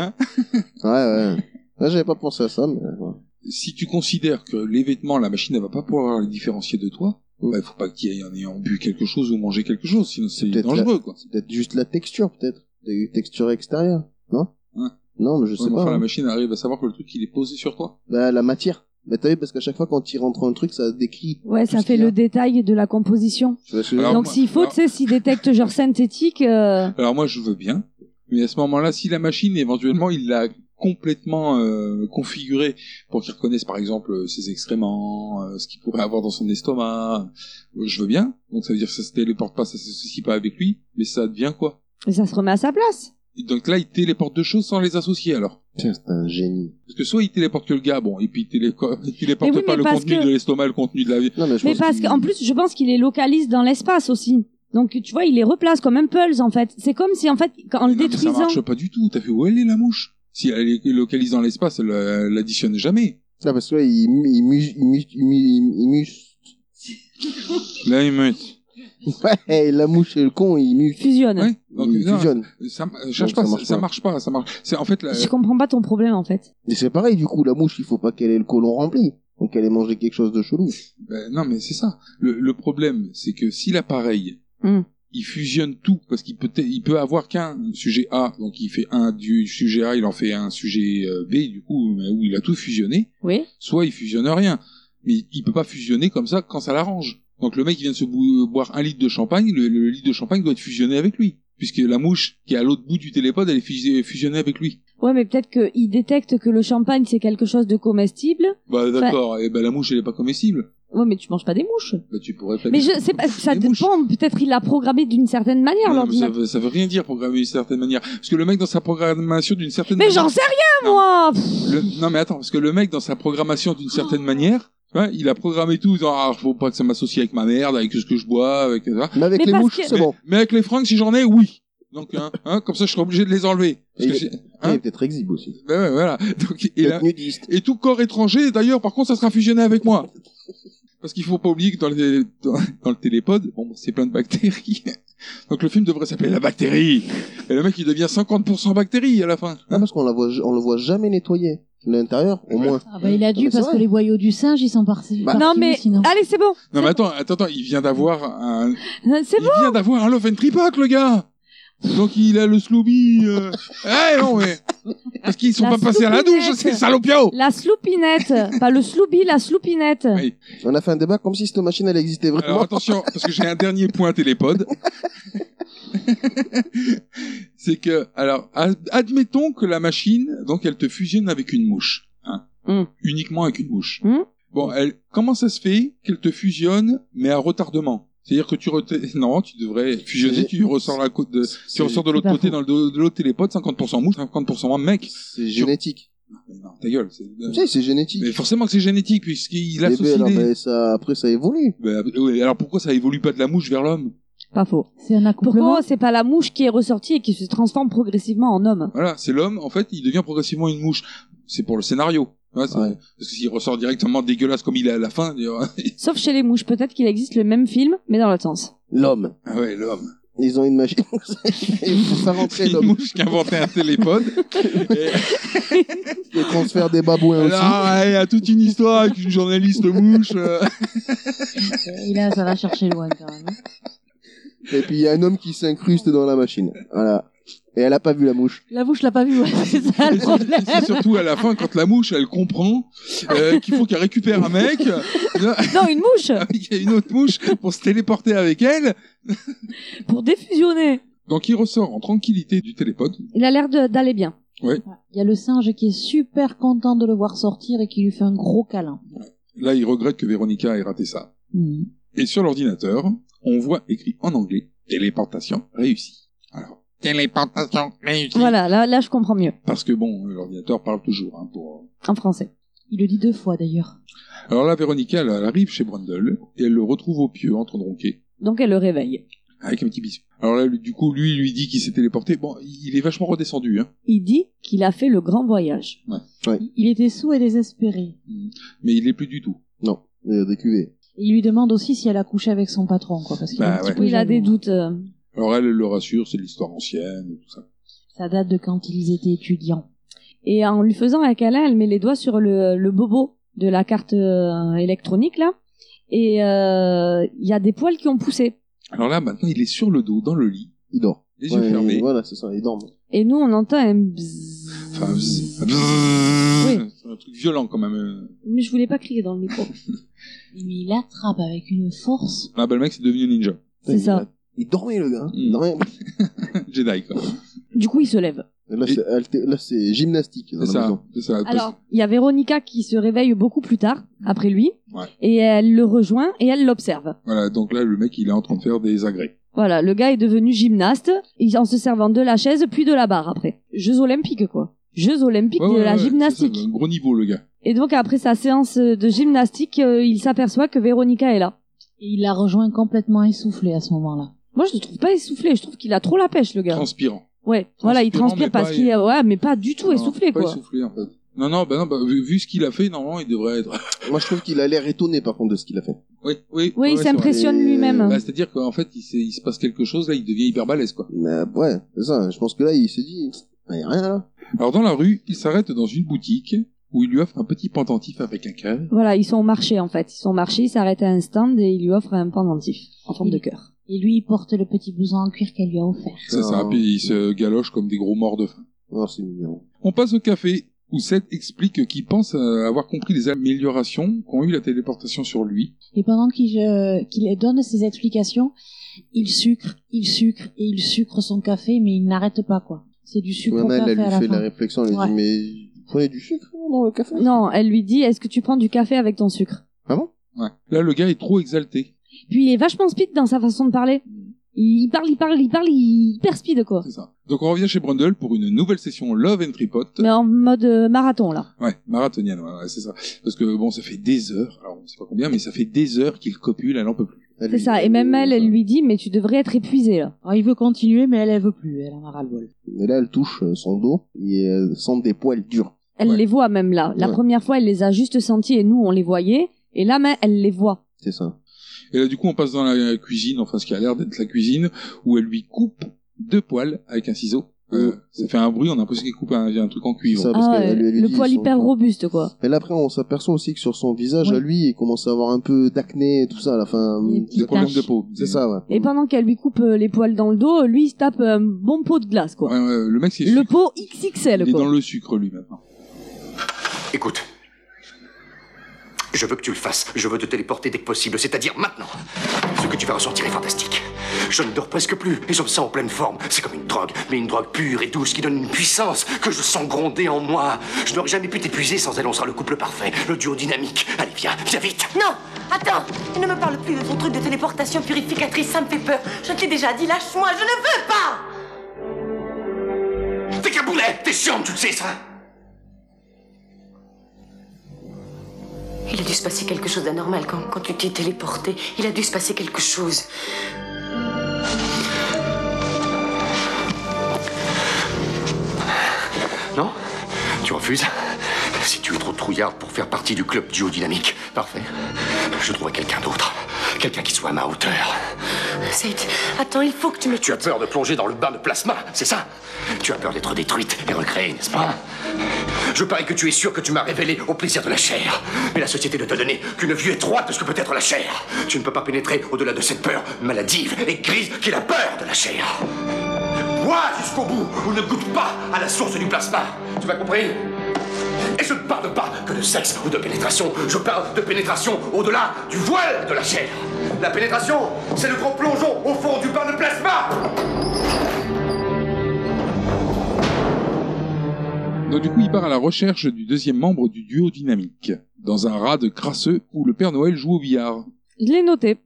Speaker 6: Ouais, ouais. Là, j'avais pas pensé à ça, mais... ouais.
Speaker 2: si tu considères que les vêtements, la machine, elle va pas pouvoir les différencier de toi,
Speaker 6: Mm.
Speaker 2: bah, il faut pas qu'il y ait en ayant bu quelque chose ou mangé quelque chose, sinon c'est
Speaker 6: peut-être
Speaker 2: dangereux, quoi.
Speaker 6: C'est peut-être juste la texture, peut-être. Des textures extérieures, non
Speaker 2: Ouais.
Speaker 6: Non, mais je
Speaker 2: Ouais,
Speaker 6: sais
Speaker 2: mais
Speaker 6: pas.
Speaker 2: enfin, la
Speaker 6: hein.
Speaker 2: machine arrive à savoir que le truc, il est posé sur toi.
Speaker 6: Bah, la matière. Bah, t'as vu, parce qu'à chaque fois, quand il rentre dans le truc, ça décrit.
Speaker 7: Ouais,
Speaker 6: tout
Speaker 7: ça
Speaker 6: ce qu'il
Speaker 7: fait
Speaker 6: y a.
Speaker 7: le détail de la composition.
Speaker 6: Tu vois ce que je veux
Speaker 2: Alors,
Speaker 7: Donc
Speaker 2: moi-
Speaker 7: s'il faut,
Speaker 2: alors-
Speaker 7: tu sais, s'il détecte genre synthétique, euh,
Speaker 2: Alors moi, je veux bien, mais à ce moment-là, si la machine, éventuellement, il l'a complètement euh, configurée pour qu'il reconnaisse, par exemple, euh, ses excréments, euh, ce qu'il pourrait avoir dans son estomac, euh, je veux bien. Donc ça veut dire que ça se téléporte pas, ça s'associe pas avec lui, mais ça devient quoi
Speaker 7: et ça se remet à sa place.
Speaker 2: Et Donc là, il téléporte deux choses sans les associer, alors.
Speaker 6: Putain, c'est un génie.
Speaker 2: Parce que soit il téléporte que le gars, bon, et puis il, téléco- il téléporte
Speaker 7: Mais oui,
Speaker 2: pas
Speaker 7: mais
Speaker 2: le
Speaker 7: parce
Speaker 2: contenu
Speaker 7: que-
Speaker 2: de l'estomac, le contenu de la vie.
Speaker 6: Non, mais je
Speaker 7: Mais
Speaker 6: pense
Speaker 7: parce
Speaker 6: qu'il-
Speaker 7: qu'en plus, je pense qu'il les localise dans l'espace aussi. Donc tu vois, il les replace comme un pulse en fait. C'est comme si en fait, en le
Speaker 2: Non, mais ça
Speaker 7: détruisant,
Speaker 2: marche pas du tout. T'as fait où elle est la mouche Si elle est localisée dans l'espace, elle euh, l'additionne jamais.
Speaker 6: Non, parce que là, il, mu- il, mu- il, mu- il, mu- il, il muse.
Speaker 2: Là, il me...
Speaker 6: Ouais, la mouche et le con, il muse.
Speaker 7: fusionne.
Speaker 2: Ouais. Donc,
Speaker 6: il
Speaker 2: non,
Speaker 6: fusionne.
Speaker 2: ça, euh, cherche
Speaker 6: Non,
Speaker 2: pas,
Speaker 6: ça
Speaker 2: ça
Speaker 6: marche
Speaker 2: marche, ça
Speaker 6: pas.
Speaker 2: marche pas, ça marche. C'est en fait la-
Speaker 7: Je comprends pas ton problème en fait.
Speaker 6: Mais c'est pareil, du coup, la mouche, il faut pas qu'elle ait le côlon rempli. Donc elle ait mangé quelque chose de chelou.
Speaker 2: ben, non mais c'est ça. Le, le problème, c'est que si l'appareil,
Speaker 7: Hmm.
Speaker 2: il fusionne tout parce qu'il peut, il peut avoir qu'un sujet A, donc il fait un du sujet A, il en fait un sujet euh, B du coup mais où il a tout fusionné.
Speaker 7: Oui.
Speaker 2: Soit il fusionne rien, mais il peut pas fusionner comme ça quand ça l'arrange. Donc le mec il vient de se bou- boire un litre de champagne, le, le litre de champagne doit être fusionné avec lui, puisque la mouche qui est à l'autre bout du télépode, elle est fusée- fusionnée avec lui.
Speaker 7: Ouais, mais peut-être qu'il détecte que le champagne c'est quelque chose de comestible.
Speaker 2: Bah d'accord, et ben la mouche elle est pas comestible.
Speaker 7: Ouais, mais tu manges pas des mouches.
Speaker 2: Bah tu pourrais pas
Speaker 7: Mais je sais pas, ça
Speaker 2: Des mouches.
Speaker 7: dépend. Peut-être il l'a programmé d'une certaine manière
Speaker 2: Non, mais ça,
Speaker 7: l'ordinateur.
Speaker 2: veut, ça veut rien dire programmer d'une certaine manière. Parce que le mec dans sa programmation d'une certaine
Speaker 7: Mais
Speaker 2: manière.
Speaker 7: j'en sais rien
Speaker 2: Non.
Speaker 7: moi. Pff,
Speaker 2: le- Non mais attends, parce que le mec dans sa programmation d'une certaine manière, hein, il a programmé tout dans ah, faut pas que ça m'associe avec ma merde, avec ce que je bois, avec ça.
Speaker 6: Mais avec
Speaker 7: Mais
Speaker 6: les
Speaker 7: parce
Speaker 6: mouches,
Speaker 7: que-
Speaker 6: c'est
Speaker 2: Mais,
Speaker 6: bon.
Speaker 2: mais avec les francs, si j'en ai, oui. Donc hein, hein, comme ça je serai obligé de les enlever. Parce
Speaker 6: Et
Speaker 2: que
Speaker 6: il-
Speaker 2: c'est-
Speaker 6: Ah, Il
Speaker 2: hein,
Speaker 6: est peut-être exhibe aussi.
Speaker 2: ben ouais, voilà. Donc il a-
Speaker 6: Peut-être nudiste.
Speaker 2: et tout corps étranger d'ailleurs, par contre ça sera fusionné avec moi. Parce qu'il faut pas oublier que dans le, dans, dans le télépode, bon, c'est plein de bactéries. Donc le film devrait s'appeler La bactérie. Et le mec, il devient 50% bactérie à la fin.
Speaker 6: Ah, parce qu'on la voit, on le voit jamais nettoyer. L'intérieur, au
Speaker 2: Ouais.
Speaker 6: moins.
Speaker 8: Ah bah, il a
Speaker 6: mais
Speaker 8: dû
Speaker 6: c'est
Speaker 8: parce
Speaker 6: vrai.
Speaker 8: que les boyaux du singe ils sont partis.
Speaker 6: Bah,
Speaker 8: partis
Speaker 7: non mais
Speaker 8: sinon.
Speaker 7: allez c'est bon. Euh,
Speaker 2: Non mais attends, attends, attends, il vient d'avoir un...
Speaker 7: C'est
Speaker 2: Il vient d'avoir un Love and Tripoc, le gars Donc il a le Slooby... Euh... Eh non mais... Parce qu'ils sont
Speaker 7: La
Speaker 2: pas passés à la douche,
Speaker 7: sloupinette.
Speaker 2: ces salopios
Speaker 7: La sloupinette, pas le sloubi, la sloupinette.
Speaker 2: Oui.
Speaker 6: On a fait un débat comme si cette machine, elle existait
Speaker 2: Alors
Speaker 6: vraiment.
Speaker 2: attention, parce que j'ai un dernier point télépode. c'est que, alors, ad- admettons que la machine, donc elle te fusionne avec une mouche. Hein,
Speaker 7: Mm.
Speaker 6: Hmm.
Speaker 2: Uniquement avec une mouche.
Speaker 7: Mm.
Speaker 2: Bon, elle, comment ça se fait qu'elle te fusionne, mais à retardement C'est-à-dire que tu rete- non, tu devrais fusionner,
Speaker 6: C'est-
Speaker 2: tu ressors la côte de, tu
Speaker 6: C'est-
Speaker 2: ressors de l'autre
Speaker 8: pas
Speaker 2: côté
Speaker 8: faux.
Speaker 2: dans le de l'autre télépode, 50% mouche, 50% moins mec.
Speaker 6: C'est génétique.
Speaker 2: Mais non, ta gueule. c'est-
Speaker 6: Tu sais, c'est génétique.
Speaker 2: Euh, Mais forcément que c'est génétique puisqu'il
Speaker 6: Eh ben,
Speaker 2: associe
Speaker 6: alors,
Speaker 2: des.
Speaker 6: ben, ça, après, ça évolue.
Speaker 2: Ben, ouais, alors pourquoi ça évolue pas de la mouche vers l'homme
Speaker 7: Pas faux.
Speaker 8: C'est un accouplement.
Speaker 7: Pourquoi c'est pas la mouche qui est ressortie et qui se transforme progressivement en homme
Speaker 2: Voilà, c'est l'homme, en fait, il devient progressivement une mouche. C'est pour le scénario. Ouais, c'est-
Speaker 6: Ouais.
Speaker 2: Parce que s'il ressort directement dégueulasse comme il est à la fin, il y aura-
Speaker 7: Sauf chez les mouches, peut-être qu'il existe le même film, mais dans l'autre sens.
Speaker 6: L'homme.
Speaker 2: ah ouais, l'homme.
Speaker 6: Ils ont une machine. Ils font ça rentrer,
Speaker 2: Une
Speaker 6: l'homme.
Speaker 2: mouche qui a inventé un télépode. Et
Speaker 6: Ils transfèrent des babouins aussi.
Speaker 2: là, ouais, il y a toute une histoire avec une journaliste mouche. euh.
Speaker 8: Et là ça va chercher loin quand même. hein.
Speaker 6: Et puis, il y a un homme qui s'incruste dans la machine. Voilà. Et elle a pas vu la mouche.
Speaker 8: La bouche l'a pas vue. ouais, c'est ça
Speaker 2: Et
Speaker 8: le
Speaker 2: c'est-
Speaker 8: problème.
Speaker 2: et c'est surtout à la fin, quand la mouche, elle comprend euh, qu'il faut qu'elle récupère un mec. Là,
Speaker 7: Non, une mouche
Speaker 2: Il y a une autre mouche pour se téléporter avec elle.
Speaker 7: Pour défusionner.
Speaker 2: Donc il ressort en tranquillité du télépode.
Speaker 7: Il a l'air de- d'aller bien.
Speaker 8: Il y a le singe qui est super content de le voir sortir et qui lui fait un gros câlin.
Speaker 2: Là, il regrette que Véronica ait raté ça.
Speaker 8: Mhm.
Speaker 2: Et sur l'ordinateur, on voit écrit en anglais téléportation réussie. Alors, téléportation réussie.
Speaker 7: Voilà, là, là je comprends mieux.
Speaker 2: Parce que bon, l'ordinateur parle toujours hein, pour
Speaker 7: En français.
Speaker 8: Il le dit deux fois d'ailleurs.
Speaker 2: Alors là, Véronica, elle, elle arrive chez Brundle et elle le retrouve au pieu en train de ronquer.
Speaker 7: Donc elle le réveille.
Speaker 2: Avec un petit bisou. Alors là, lui- du coup, lui, il lui dit qu'il s'est téléporté. Bon, il est vachement redescendu, hein.
Speaker 7: Il dit qu'il a fait le grand voyage.
Speaker 8: Il était sous et désespéré.
Speaker 2: Mais il l'est plus du tout.
Speaker 6: Non, euh, des cuvées.
Speaker 8: Il lui demande aussi si elle a couché avec son patron, quoi, parce qu'il est
Speaker 2: Bah
Speaker 8: un petit
Speaker 2: ouais.
Speaker 8: peu
Speaker 7: Oui, il a
Speaker 8: jaloux.
Speaker 7: des doutes. euh.
Speaker 2: Alors elle, elle le rassure, c'est de l'histoire ancienne, tout ça.
Speaker 8: Ça date de quand ils étaient étudiants.
Speaker 7: Et en lui faisant un câlin, elle met les doigts sur le, le bobo de la carte euh, électronique, là. Et euh, il y a des poils qui ont poussé.
Speaker 2: Alors là, maintenant, il est sur le dos, dans le lit,
Speaker 6: Il dort.
Speaker 2: les yeux fermés.
Speaker 6: Voilà, c'est ça, il dort.
Speaker 7: Et nous, on entend un bzzz.
Speaker 2: Enfin, bzz, bzz,
Speaker 7: Oui.
Speaker 2: c'est un truc violent quand même. euh.
Speaker 7: Mais je voulais pas crier dans le micro.
Speaker 8: Mais il attrape avec une force.
Speaker 2: Ah bah le mec, c'est devenu ninja.
Speaker 7: C'est ça.
Speaker 6: Il dormait, le gars. Il
Speaker 2: Mm.
Speaker 6: dormait.
Speaker 2: Jedi, quoi.
Speaker 7: Du coup, il se lève.
Speaker 6: Là, c'est alté- là, c'est gymnastique. dans
Speaker 2: C'est
Speaker 6: la
Speaker 2: ça,
Speaker 6: maison.
Speaker 2: c'est ça.
Speaker 7: Alors, il y a Véronica qui se réveille beaucoup plus tard, après lui.
Speaker 2: Ouais.
Speaker 7: Et elle le rejoint et elle l'observe.
Speaker 2: Voilà, donc là, le mec, il est en train de faire des agrès.
Speaker 7: Voilà, le gars est devenu gymnaste il- en se servant de la chaise puis de la barre après. Jeux olympiques, quoi. Jeux olympiques
Speaker 2: Ouais,
Speaker 7: de
Speaker 2: ouais,
Speaker 7: la
Speaker 2: ouais,
Speaker 7: gymnastique.
Speaker 2: c'est ça, un gros niveau, le gars.
Speaker 7: Et donc après sa séance de gymnastique, euh, il s'aperçoit que Véronica est là.
Speaker 8: Et il la rejoint complètement essoufflée à ce moment-là.
Speaker 7: Moi, je le trouve pas essoufflé. Je trouve qu'il a trop la pêche, le gars.
Speaker 2: Transpirant.
Speaker 7: ouais, voilà, il
Speaker 2: transpirant,
Speaker 7: transpire
Speaker 2: mais
Speaker 7: parce
Speaker 2: pas-
Speaker 7: qu'il, ouais, mais pas du tout
Speaker 2: Non,
Speaker 7: essoufflé,
Speaker 2: pas
Speaker 7: quoi.
Speaker 2: essoufflé, en fait. Non, non, bah non, bah, vu, vu ce qu'il a fait, normalement, il devrait être...
Speaker 6: Moi, je trouve qu'il a l'air étonné, par contre, de ce qu'il a fait.
Speaker 2: Oui, oui.
Speaker 7: Oui, il
Speaker 2: c'est vrai.
Speaker 7: s'impressionne
Speaker 6: Et-
Speaker 7: lui-même.
Speaker 2: Bah, C'est-à-dire qu'en fait, il, s'est- il se passe quelque chose, là, il devient hyper balèze, quoi.
Speaker 6: Mais ouais, c'est ça. Je pense que là, il s'est dit, il y a rien, là.
Speaker 2: Alors, dans la rue, il s'arrête dans une boutique où il lui offre un petit pendentif avec un cœur.
Speaker 7: Voilà, ils sont au marché, en fait. Ils sont au marché, ils s'arrêtent à un stand et il lui offre un pendentif en forme de cœur.
Speaker 8: Et lui, il porte le petit blouson en cuir qu'elle lui a offert.
Speaker 2: C'est ça,
Speaker 6: Ah.
Speaker 2: puis il se galoche comme des gros morts de faim.
Speaker 6: Oh, c'est mignon.
Speaker 2: On passe au café, où Seth explique qu'il pense euh, avoir compris les améliorations qu'ont eu la téléportation sur lui.
Speaker 8: Et pendant qu'il euh, qu'il donne ses explications, il sucre, il sucre, et il sucre son café, mais il n'arrête pas, quoi. C'est du sucre au
Speaker 6: Johanna,
Speaker 8: café
Speaker 6: elle, elle
Speaker 8: à
Speaker 6: lui
Speaker 8: la
Speaker 6: fait
Speaker 8: fin.
Speaker 6: la réflexion, elle lui
Speaker 8: Ouais.
Speaker 6: dit, mais vous prenez du sucre hein, dans le café? Ah
Speaker 7: Non, elle lui dit Est-ce que tu prends du café avec ton sucre
Speaker 2: Ouais. Là, le gars est trop exalté.
Speaker 7: Puis il est vachement speed dans sa façon de parler. Il parle, il parle, il parle, il est hyper speed quoi.
Speaker 2: C'est ça. Donc, on revient chez Brundle pour une nouvelle session Love and Tripod.
Speaker 7: Mais en mode euh, marathon là.
Speaker 2: Ouais, marathonienne, ouais, ouais, c'est ça. Parce que bon, ça fait des heures, alors on sait pas combien, mais ça fait des heures qu'il copule, elle en peut plus.
Speaker 6: Elle
Speaker 7: C'est
Speaker 6: lui-
Speaker 7: ça. Et même elle, elle lui dit Mais tu devrais être épuisé là.
Speaker 8: Alors, il veut continuer, mais elle, elle veut plus. Elle en a ras-le-bol.
Speaker 6: Et là, elle touche euh, son dos et elle sent des poils durs.
Speaker 7: Elle
Speaker 2: Ouais.
Speaker 7: les voit même là. La
Speaker 6: Ouais.
Speaker 7: première fois, elle les a juste sentis et nous on les voyait. Et là, mais elle les voit.
Speaker 6: C'est ça.
Speaker 2: Et là, du coup, on passe dans la cuisine, enfin, ce qui a l'air d'être la cuisine, où elle lui coupe deux poils avec un ciseau. Euh,
Speaker 6: Ouais.
Speaker 2: Ça fait un bruit, on a l'impression qu'il coupe un, un truc en
Speaker 6: C'est
Speaker 2: cuivre.
Speaker 6: ça,
Speaker 7: Ah,
Speaker 6: qu'elle-
Speaker 7: ouais,
Speaker 6: elle lui- elle lui
Speaker 7: le
Speaker 6: dit,
Speaker 7: poil
Speaker 6: son-
Speaker 7: hyper robuste quoi.
Speaker 6: Mais là, après, on s'aperçoit aussi que sur son visage,
Speaker 8: Ouais.
Speaker 6: à lui, il commence à avoir un peu d'acné et tout ça, à la fin.
Speaker 8: Des
Speaker 6: hum,
Speaker 8: petites
Speaker 2: Des problèmes
Speaker 8: taches.
Speaker 2: de peau.
Speaker 6: C'est ça, ouais.
Speaker 7: Et pendant qu'elle lui coupe euh, les poils dans le dos, lui il se tape un bon pot de glace
Speaker 2: Ouais,
Speaker 7: quoi.
Speaker 2: ouais, le mec, c'est
Speaker 7: Le
Speaker 2: sucre.
Speaker 7: pot
Speaker 2: Il
Speaker 7: XXL
Speaker 2: est dans
Speaker 7: quoi.
Speaker 2: le sucre, lui, maintenant.
Speaker 9: Écoute. Je veux que tu le fasses. Je veux te téléporter dès que possible, c'est-à-dire maintenant. Ce que tu vas ressentir est fantastique. Je ne dors presque plus et je me sens en pleine forme. C'est comme une drogue, mais une drogue pure et douce qui donne une puissance que je sens gronder en moi. Je n'aurais jamais pu t'épuiser sans elle, on sera le couple parfait, le duo dynamique. Allez, viens, viens vite.
Speaker 4: Non Attends Ne me parle plus de ton truc de téléportation purificatrice, ça me fait peur. Je te l'ai déjà dit, lâche-moi, je ne veux pas
Speaker 9: T'es qu'un boulet, t'es chiante, tu le sais ça.
Speaker 4: Il a dû se passer quelque chose d'anormal quand, quand tu t'es téléporté. Il a dû se passer quelque chose.
Speaker 9: Non Tu refuses Si tu es trop trouillarde pour faire partie du club duo dynamique, parfait. Je trouverai quelqu'un d'autre, quelqu'un qui soit à ma hauteur.
Speaker 4: Seth, attends, il faut que tu me
Speaker 9: Tu as peur de plonger dans le bain de plasma, c'est ça Tu as peur d'être détruite et recréée, n'est-ce pas Je parie que tu es sûr que tu m'as révélé au plaisir de la chair. Mais la société ne t'a donné qu'une vue étroite de ce que peut être la chair. Tu ne peux pas pénétrer au-delà de cette peur maladive et grise qui est la peur de la chair. Bois jusqu'au bout ou ne goûte pas à la source du plasma. Tu m'as compris et je ne parle pas que de sexe ou de pénétration, je parle de pénétration au-delà du voile de la chair. La pénétration, c'est le grand plongeon au fond du bain de plasma
Speaker 2: Donc du coup, il part à la recherche du deuxième membre du duo dynamique, dans un rade crasseux où le Père Noël joue au billard.
Speaker 7: Je l'ai noté.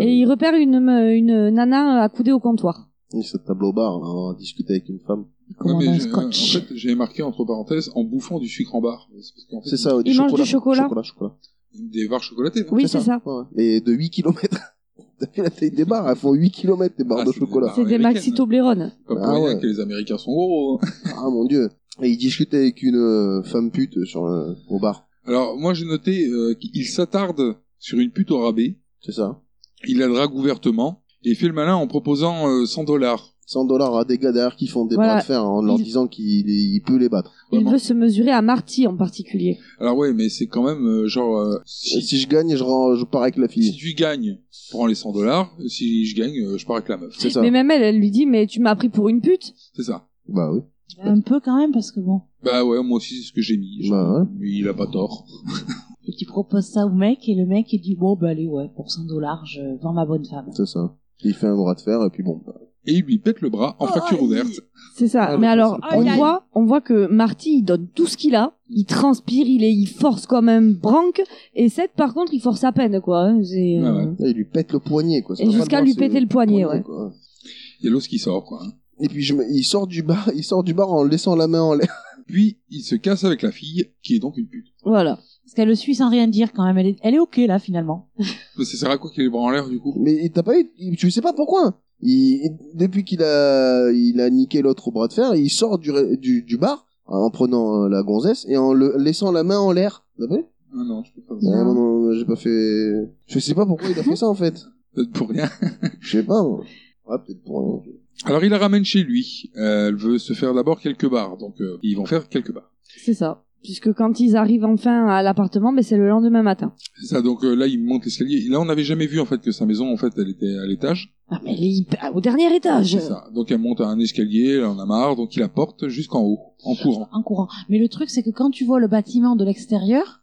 Speaker 7: Et il repère une, me- une nana accoudée au comptoir.
Speaker 6: Et ce tableau bar, là, on discuter avec une femme.
Speaker 2: Non, mais
Speaker 8: commandant
Speaker 2: j'ai- euh,
Speaker 8: Scotch.
Speaker 2: En fait, j'ai marqué entre parenthèses en bouffant du sucre en barre. C'est parce qu'en fait,
Speaker 6: C'est ça, ouais,
Speaker 7: Il mange du chocolat.
Speaker 6: Chocolat, chocolat.
Speaker 2: Des barres chocolatées. non
Speaker 7: Oui, c'est ça.
Speaker 6: Ouais, ouais. Et de 8 km. T'as vu la taille des barres Elles font 8 km, les barres
Speaker 2: Ah, c'est
Speaker 6: de
Speaker 2: des
Speaker 6: chocolat.
Speaker 2: barres.
Speaker 7: C'est des
Speaker 2: américaine.
Speaker 7: maxi Toblerone.
Speaker 2: Pas pour
Speaker 6: Ah
Speaker 2: rien
Speaker 6: ouais.
Speaker 2: que les Américains sont gros. hein.
Speaker 6: Ah mon dieu. Et il discute avec une euh, femme pute sur le- au bar.
Speaker 2: Alors, moi, j'ai noté euh, qu'il s'attarde sur une pute au rabais.
Speaker 6: C'est ça.
Speaker 2: Il la drague ouvertement et fait le malin en proposant euh, 100 dollars.
Speaker 6: 100 dollars à des gars derrière qui font des
Speaker 7: Voilà.
Speaker 6: bras de fer en leur
Speaker 7: Il-
Speaker 6: disant qu'il il peut les battre.
Speaker 7: Il
Speaker 2: Vraiment.
Speaker 7: veut se mesurer à Marty en particulier.
Speaker 2: Alors ouais, mais c'est quand même euh, genre euh, si,
Speaker 6: Et si je gagne, je, rends, je pars avec la
Speaker 2: si
Speaker 6: fille.
Speaker 2: tu gagnes, prends les 100 dollars. Si je gagne, euh, je pars avec la meuf.
Speaker 6: C'est ça.
Speaker 7: Mais même elle, elle lui dit, mais tu m'as pris pour une pute.
Speaker 2: C'est ça.
Speaker 6: Bah oui.
Speaker 8: Un peu quand même, parce que bon,
Speaker 2: Bah ouais, moi aussi c'est ce que j'ai mis.
Speaker 6: Bah ouais.
Speaker 2: Mais il a pas tort.
Speaker 8: et tu proposes ça au mec, et le mec, il dit, bon, bah allez, ouais, pour 100 dollars, je vends ma bonne femme.
Speaker 6: C'est ça. Il fait un bras de fer et puis bon. bah,
Speaker 2: Et il lui pète le bras en fracture ouverte.
Speaker 7: C'est ça.
Speaker 6: Ah,
Speaker 7: mais
Speaker 6: le
Speaker 7: alors,
Speaker 6: principe.
Speaker 7: on
Speaker 6: Aïe, aïe.
Speaker 7: voit, on voit que Marty, il donne tout ce qu'il a. Il transpire, il est, il force comme un branque. Et Seth, par contre, il force à peine, quoi. hein. C'est,
Speaker 2: Ah
Speaker 7: euh,
Speaker 2: ouais.
Speaker 6: Là, il lui pète le poignet quoi. C'est
Speaker 7: Et
Speaker 6: pas
Speaker 7: jusqu'à
Speaker 6: le bras,
Speaker 7: lui
Speaker 6: c'est
Speaker 7: péter le poignet, ouais.
Speaker 6: quoi.
Speaker 2: Il y a l'os qui sort quoi. hein.
Speaker 6: Et puis je me- il sort du bar, il sort du bar en laissant la main en l'air.
Speaker 2: Puis il se casse avec la fille qui est donc une pute.
Speaker 7: Voilà.
Speaker 8: Parce qu'elle le suit sans rien dire quand même, elle est, elle est ok là, finalement.
Speaker 2: Mais ça sert à quoi qu'il ait les bras en l'air du coup
Speaker 6: Mais t'as pas eu, il- tu sais pas pourquoi. Il, il- depuis qu'il a, il a niqué l'autre au bras de fer, il sort du, ré- du, du bar en prenant euh, la gonzesse et en le, laissant la main en l'air. T'as pas vu
Speaker 2: Ah non, je peux pas.
Speaker 6: Ah, non, non, j'ai pas fait. Je sais pas pourquoi il a fait ça en fait.
Speaker 2: Peut-être Pour rien.
Speaker 6: Je sais pas. moi. Ouais, peut-être pour rien.
Speaker 2: Alors il la ramène chez lui. Euh, elle veut se faire d'abord quelques barres, donc euh, ils vont faire quelques barres.
Speaker 7: C'est ça. Puisque quand ils arrivent enfin à l'appartement, ben c'est le lendemain matin.
Speaker 2: C'est ça. Donc euh, là il monte l'escalier. Là on n'avait jamais vu en fait que sa maison en fait elle était à l'étage.
Speaker 7: Ah, mais elle est hyper- au dernier étage.
Speaker 2: C'est ça. Donc elle monte à un escalier, elle en a marre, donc il la porte jusqu'en haut, en courant.
Speaker 8: en courant. Mais le truc, c'est que quand tu vois le bâtiment de l'extérieur,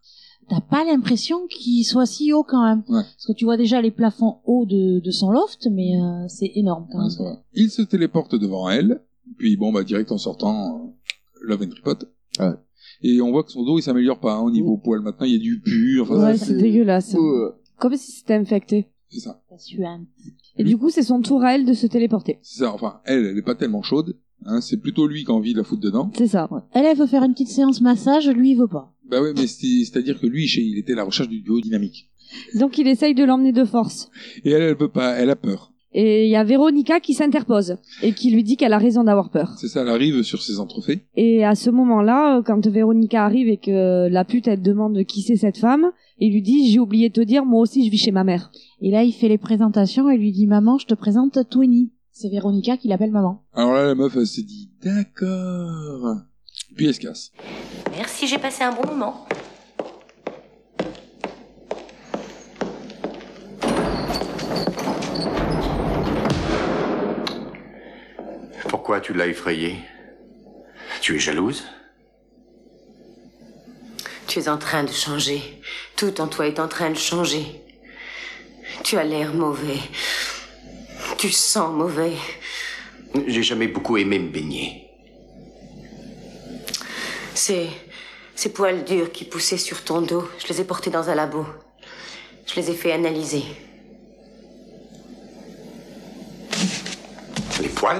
Speaker 8: t'as pas l'impression qu'il soit si haut quand même.
Speaker 2: Ouais.
Speaker 8: Parce que tu vois déjà les plafonds hauts de, de son loft, mais euh, c'est énorme quand
Speaker 2: Ouais,
Speaker 8: même.
Speaker 2: ça va. Il se téléporte devant elle, puis bon, bah direct en sortant, euh, love and tripote.
Speaker 6: Ouais.
Speaker 2: Et on voit que son dos il s'améliore pas hein, au niveau poil. Maintenant il y a du pu, enfin
Speaker 7: Ouais,
Speaker 6: Ouais,
Speaker 7: c'est
Speaker 6: c'est-
Speaker 7: dégueulasse.
Speaker 6: Ouais.
Speaker 7: Comme si c'était infecté.
Speaker 2: c'est ça.
Speaker 8: Ça suit un-
Speaker 7: Et du coup, c'est son tour à elle de se téléporter.
Speaker 2: C'est ça. Enfin, elle, elle est pas tellement chaude. Hein, c'est plutôt lui qui a envie de la foutre dedans.
Speaker 7: C'est ça.
Speaker 8: Elle, elle veut faire une petite séance massage, lui, il veut pas.
Speaker 2: Bah ouais, mais c'est- c'est-à-dire que lui, chez- il était à la recherche du duo dynamique.
Speaker 7: Donc, il essaye de l'emmener de force.
Speaker 2: Et elle, elle veut pas, elle a peur.
Speaker 7: Et il y a Véronica qui s'interpose et qui lui dit qu'elle a raison d'avoir peur.
Speaker 2: C'est ça, elle arrive sur ses entrefaits.
Speaker 7: Et à ce moment-là, euh, quand Véronica arrive et que la pute, elle demande qui c'est cette femme, il lui dit, j'ai oublié de te dire, moi aussi, je vis chez ma mère.
Speaker 8: Et là, il fait les présentations et lui dit Maman, je te présente Twinny. C'est Véronica qui l'appelle maman.
Speaker 2: Alors là, la meuf, elle s'est dit, d'accord. Puis elle se casse.
Speaker 4: Merci, j'ai passé un bon moment.
Speaker 9: Pourquoi tu l'as effrayée Tu es jalouse
Speaker 4: Tu es en train de changer. Tout en toi est en train de changer. Tu as l'air mauvais. Tu sens mauvais.
Speaker 9: J'ai jamais beaucoup aimé me baigner.
Speaker 4: C'est ces poils durs qui poussaient sur ton dos. Je les ai portés dans un labo. Je les ai fait analyser.
Speaker 9: Les poils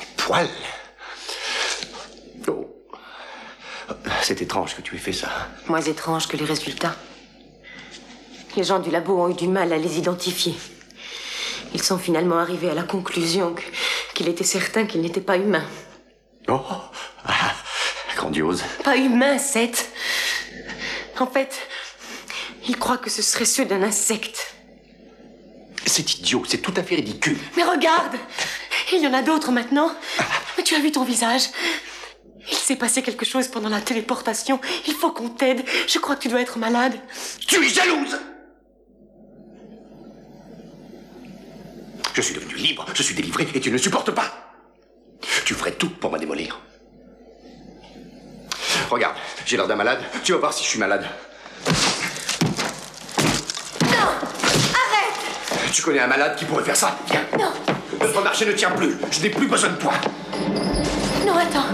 Speaker 9: Les poils Oh. C'est étrange que tu aies fait ça.
Speaker 4: Moins étrange que les résultats. Les gens du labo ont eu du mal à les identifier. Ils sont finalement arrivés à la conclusion que- qu'il était certain qu'ils n'étaient pas humains.
Speaker 9: Oh Ah, Grandiose.
Speaker 4: Pas humains, Seth. En fait, ils croient que ce serait ceux d'un insecte.
Speaker 9: C'est idiot, c'est tout à fait ridicule.
Speaker 4: Mais regarde Il y en a d'autres maintenant. Mais tu as vu ton visage Il s'est passé quelque chose pendant la téléportation. Il faut qu'on t'aide. Je crois que tu dois être malade.
Speaker 9: Tu es jalouse Je suis devenu libre, je suis délivré et tu ne supportes pas Tu ferais tout pour me démolir. Regarde, j'ai l'air d'un malade, tu vas voir si je suis malade. Non Arrête Tu connais un malade qui pourrait faire ça Viens Non Notre marché ne tient plus, je n'ai plus besoin de toi
Speaker 4: Non, attends.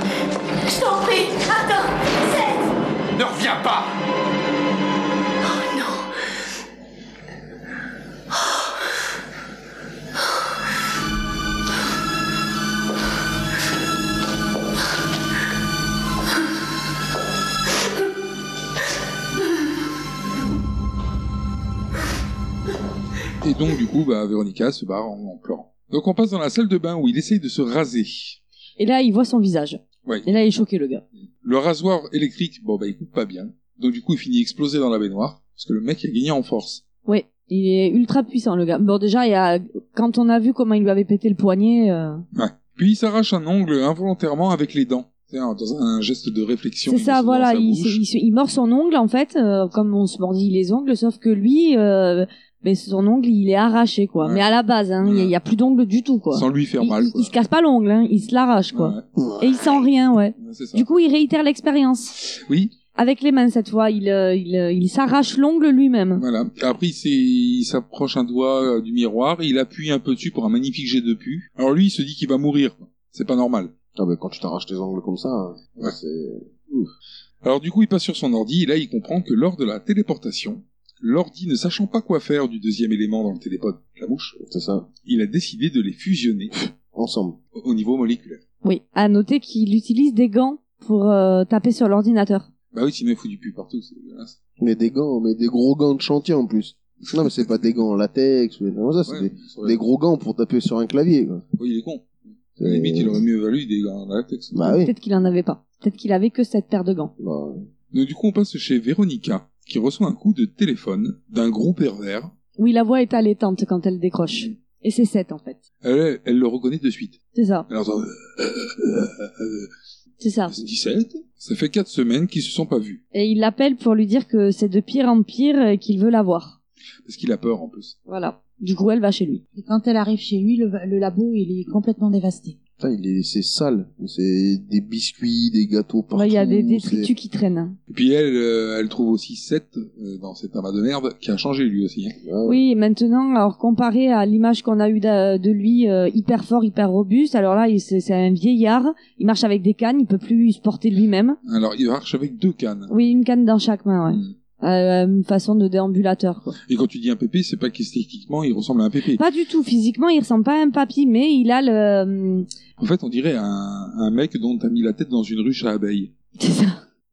Speaker 4: Je t'en prie. Attends. Seth
Speaker 9: Ne reviens pas
Speaker 4: Oh non
Speaker 2: Donc du coup, bah, Véronica se barre en, en pleurant. Donc on passe dans la salle de bain où il essaye de se raser.
Speaker 7: Et là, il voit son visage.
Speaker 2: Ouais.
Speaker 7: Et là, il est choqué, le gars.
Speaker 2: Le rasoir électrique, bon bah il coupe pas bien. Donc du coup, il finit explosé dans la baignoire parce que le mec a gagné en force.
Speaker 7: Ouais. Il est ultra puissant, le gars. Bon, déjà, il y a... quand on a vu comment il lui avait pété le poignet, euh,
Speaker 2: Puis il s'arrache un ongle involontairement avec les dents. C'est un- Dans un geste de réflexion.
Speaker 7: c'est
Speaker 2: il
Speaker 7: ça,
Speaker 2: se
Speaker 7: voilà.
Speaker 2: dans sa
Speaker 7: Il,
Speaker 2: bouche.
Speaker 7: se- il se- il mord son ongle, en fait, euh, comme on se mordit les ongles, sauf que lui, euh, ben, son ongle, il est arraché, quoi.
Speaker 2: Ouais.
Speaker 7: Mais à la base, hein, il y a- il y a plus d'ongle du tout, quoi.
Speaker 2: Sans lui faire
Speaker 7: il,
Speaker 2: mal.
Speaker 7: il-
Speaker 2: quoi.
Speaker 7: il se casse pas l'ongle, hein, il se l'arrache, quoi.
Speaker 2: Ouais,
Speaker 7: Et il sent rien, ouais.
Speaker 2: ouais, c'est ça.
Speaker 7: Du coup, il réitère l'expérience.
Speaker 2: Oui,
Speaker 7: Avec les mains, cette fois, il, euh, il, euh, il s'arrache l'ongle lui-même.
Speaker 2: voilà. Après, il s'est- il s'approche un doigt euh, du miroir, il appuie un peu dessus pour un magnifique jet de pu. Alors lui, il se dit qu'il va mourir. quoi. C'est pas normal.
Speaker 6: Ah bah, quand tu t'arraches tes ongles comme ça, hein,
Speaker 2: Ouais.
Speaker 6: c'est...
Speaker 2: Alors du coup, il passe sur son ordi et là, il comprend que lors de la téléportation, l'ordi ne sachant pas quoi faire du deuxième élément dans le télépode, la mouche,
Speaker 6: C'est ça.
Speaker 2: il a décidé de les fusionner
Speaker 6: Ensemble.
Speaker 2: au au niveau moléculaire.
Speaker 7: Oui. À noter qu'il utilise des gants pour euh, taper sur l'ordinateur.
Speaker 2: Bah oui, sinon il fout du pu partout, c'est dégueulasse.
Speaker 6: Mais des gants, mais des gros gants de chantier en plus. Non mais c'est pas des gants en latex ou des trucs comme ça, c'est
Speaker 2: Ouais,
Speaker 6: des,
Speaker 2: sur la-
Speaker 6: des gros gants pour taper sur un clavier. Quoi.
Speaker 2: Oh, il est con. À la
Speaker 6: Et-
Speaker 2: limite, il aurait mieux valu des gants en latex.
Speaker 6: Bah oui.
Speaker 7: Peut-être qu'il en avait pas. Peut-être qu'il avait que cette paire de gants.
Speaker 6: Bah,
Speaker 2: Donc du coup, on passe chez Véronica, qui reçoit un coup de téléphone d'un gros pervers.
Speaker 7: Oui, la voix est allaitante quand elle décroche. Et c'est 7, en fait.
Speaker 2: Elle, elle le reconnaît de suite.
Speaker 7: C'est ça.
Speaker 2: Elle entend... euh,
Speaker 7: C'est ça.
Speaker 2: 17 Ça fait quatre semaines qu'ils se sont pas vus.
Speaker 7: Et il l'appelle pour lui dire que c'est de pire en pire et qu'il veut la voir.
Speaker 2: Parce qu'il a peur en plus.
Speaker 7: Voilà. Du coup, elle va chez lui.
Speaker 8: Et quand elle arrive chez lui, le, le labo, il est complètement dévasté.
Speaker 6: putain, il est, c'est sale. C'est des biscuits, des gâteaux partout.
Speaker 7: Ouais, Il y a des
Speaker 6: c'est-
Speaker 7: détritus qui traînent. hein.
Speaker 2: Et puis elle, euh, elle trouve aussi Seth euh, dans cet amas de merde qui a changé lui aussi. hein.
Speaker 6: Ah,
Speaker 7: Oui, et maintenant, alors comparé à l'image qu'on a eue d'a- de lui, euh, hyper fort, hyper robuste, alors là, il- c'est c'est un vieillard, il marche avec des cannes, il peut plus se porter lui-même.
Speaker 2: Alors il marche avec deux cannes.
Speaker 7: Oui, une canne dans chaque main, ouais.
Speaker 2: Mm.
Speaker 7: Euh, une façon de déambulateur, quoi.
Speaker 2: Et quand tu dis un pépé, c'est pas qu'esthétiquement il ressemble à un pépé.
Speaker 7: Pas du tout, physiquement, il ressemble pas à un papy, mais il a le...
Speaker 2: En fait, on dirait un, un mec dont t'as mis la tête dans une ruche à abeilles.
Speaker 7: C'est ça.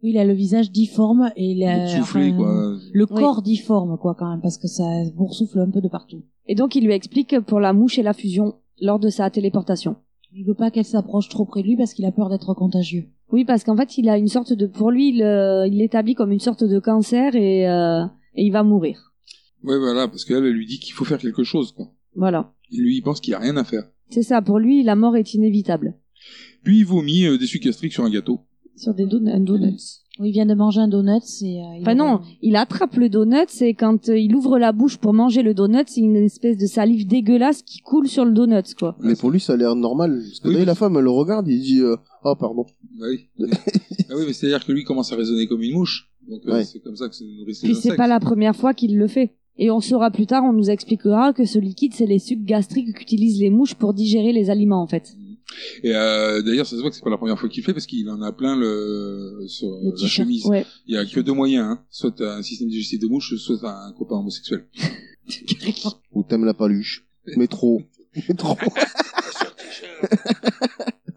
Speaker 8: Oui, il a le visage difforme et il a-
Speaker 7: Euh,
Speaker 2: Donc, soufflé
Speaker 8: enfin,
Speaker 2: quoi.
Speaker 8: Le
Speaker 7: Oui.
Speaker 8: corps difforme, quoi, quand même, parce que ça boursoufle un peu de partout.
Speaker 7: Et donc, il lui explique pour la mouche et la fusion lors de sa téléportation.
Speaker 8: Il veut pas qu'elle s'approche trop près de lui parce qu'il a peur d'être contagieux.
Speaker 7: Oui, parce qu'en fait, il a une sorte de... Pour lui, il euh, il l'établit comme une sorte de cancer et, euh, et il va mourir.
Speaker 2: Ouais voilà, parce qu'elle elle lui dit qu'il faut faire quelque chose quoi.
Speaker 7: Voilà.
Speaker 2: Et lui il pense qu'il y a rien à faire.
Speaker 7: C'est ça, pour lui, la mort est inévitable.
Speaker 2: Puis il vomit euh, des sucastriques sur un gâteau.
Speaker 7: Sur des donuts. Donut.
Speaker 8: Oui, il vient de manger un donut, c'est. euh, il
Speaker 7: Enfin
Speaker 8: a-
Speaker 7: non, il attrape le donut et quand euh, il ouvre la bouche pour manger le donut, c'est une espèce de salive dégueulasse qui coule sur le donut, quoi.
Speaker 6: Mais pour lui, ça a l'air normal. Parce que
Speaker 2: Oui,
Speaker 6: d'ailleurs,
Speaker 2: mais-
Speaker 6: la femme, elle le regarde, il dit, euh, ah, pardon.
Speaker 2: Bah oui. ah oui, mais c'est-à-dire que lui commence à raisonner comme une mouche. Donc euh,
Speaker 6: Ouais.
Speaker 2: c'est comme ça que se nourrissent les
Speaker 7: Puis
Speaker 2: insectes.
Speaker 7: c'est pas la première fois qu'il le fait. Et on saura plus tard, on nous expliquera que ce liquide, c'est les sucs gastriques qu'utilisent les mouches pour digérer les aliments, en fait.
Speaker 2: Et euh, d'ailleurs, ça se voit que c'est pas la première fois qu'il le fait parce qu'il en a plein le sur
Speaker 8: Le
Speaker 2: Euh, la
Speaker 8: t-shirt.
Speaker 2: chemise.
Speaker 7: Ouais.
Speaker 2: Il y a que deux moyens, hein. soit un système digestif de mouche, soit un copain homosexuel.
Speaker 6: Ou t'aimes la paluche. Mais trop. Mais trop.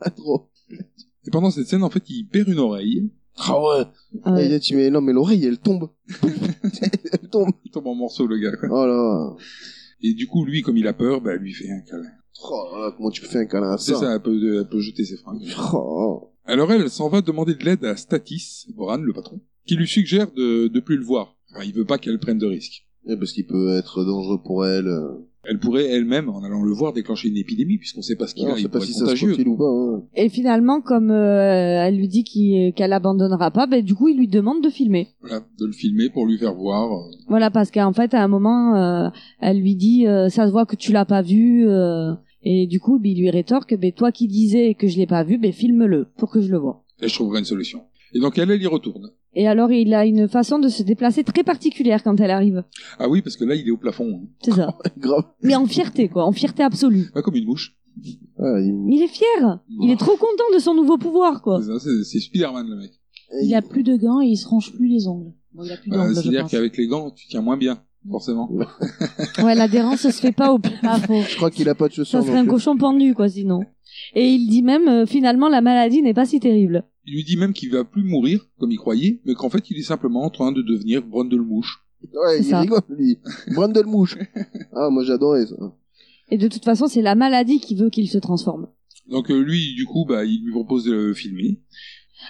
Speaker 6: Pas trop.
Speaker 2: Et pendant cette scène, en fait, il perd une oreille,
Speaker 6: Ah ouais.
Speaker 7: Euh,
Speaker 6: Et il dit, mais non, mais l'oreille, elle tombe. elle tombe.
Speaker 2: il tombe en morceaux le gars. Quoi.
Speaker 6: Oh là.
Speaker 2: Et du coup, lui, comme il a peur, bah, elle lui fait un câlin.
Speaker 6: Oh là, comment tu peux faire un câlin à
Speaker 2: C'est
Speaker 6: ça?
Speaker 2: ça, elle peut, elle peut jeter ses fringues.
Speaker 6: Oh.
Speaker 2: Alors elle s'en va demander de l'aide à Statis, Boran, le patron, qui lui suggère de de plus le voir. Enfin, il veut pas qu'elle prenne de risques.
Speaker 6: Eh, parce qu'il peut être dangereux pour elle. euh.
Speaker 2: Elle pourrait elle-même, en allant le voir, déclencher une épidémie, puisqu'on sait pas ce qu'il
Speaker 6: Alors,
Speaker 2: a,
Speaker 6: je
Speaker 2: Ah il
Speaker 6: sais pas
Speaker 2: pourrait
Speaker 6: si
Speaker 2: être
Speaker 6: ça se
Speaker 2: contagieux.
Speaker 6: profile ou pas. hein.
Speaker 7: Et finalement, comme euh, elle lui dit qu'il- qu'elle abandonnera pas, ben du coup, il lui demande de filmer.
Speaker 2: Voilà, de le filmer pour lui faire voir. euh,
Speaker 7: Voilà, parce qu'en fait, à un moment, euh, elle lui dit, euh, ça se voit que tu l'as pas vu. euh, et du coup, ben, il lui rétorque, ben toi qui disais que je l'ai pas vu, ben filme-le pour que je le vois.
Speaker 2: et je trouverai une solution. Et donc elle, elle y retourne.
Speaker 7: Et alors, il a une façon de se déplacer très particulière quand elle arrive.
Speaker 2: Ah oui, parce que là, il est au plafond, hein.
Speaker 7: C'est ça.
Speaker 6: Grave.
Speaker 7: Mais en fierté, quoi, en fierté absolue.
Speaker 2: pas comme une mouche.
Speaker 6: Ouais, il...
Speaker 7: Il est fier. Il est trop content de son nouveau pouvoir, quoi.
Speaker 2: C'est ça, C'est c'est Spider-Man, le mec.
Speaker 8: Il a plus de gants et il se ronge plus les ongles. Bon, il a plus
Speaker 2: Bah,
Speaker 8: d'ongles, je
Speaker 2: C'est-à-dire
Speaker 8: pense.
Speaker 2: qu'avec les gants, tu tiens moins bien, forcément.
Speaker 7: Euh, Ouais, l'adhérence se fait pas au plus.
Speaker 8: Ah, faux.
Speaker 6: Je crois qu'il a pas de chaussures.
Speaker 7: Ça serait
Speaker 6: non
Speaker 7: un
Speaker 6: plus.
Speaker 7: cochon pendu, quoi, sinon. Et il dit même, euh, finalement, la maladie n'est pas si terrible.
Speaker 2: Il lui dit même qu'il va plus mourir, comme il croyait, mais qu'en fait, il est simplement en train de devenir Brundle Mouche.
Speaker 6: Ouais,
Speaker 7: C'est
Speaker 6: il
Speaker 7: ça.
Speaker 6: rigole, lui. Brandelmouche. Ah, moi, j'adorais ça.
Speaker 7: Et de toute façon, c'est la maladie qui veut qu'il se transforme.
Speaker 2: Donc euh, lui, du coup, bah, il lui propose de le filmer.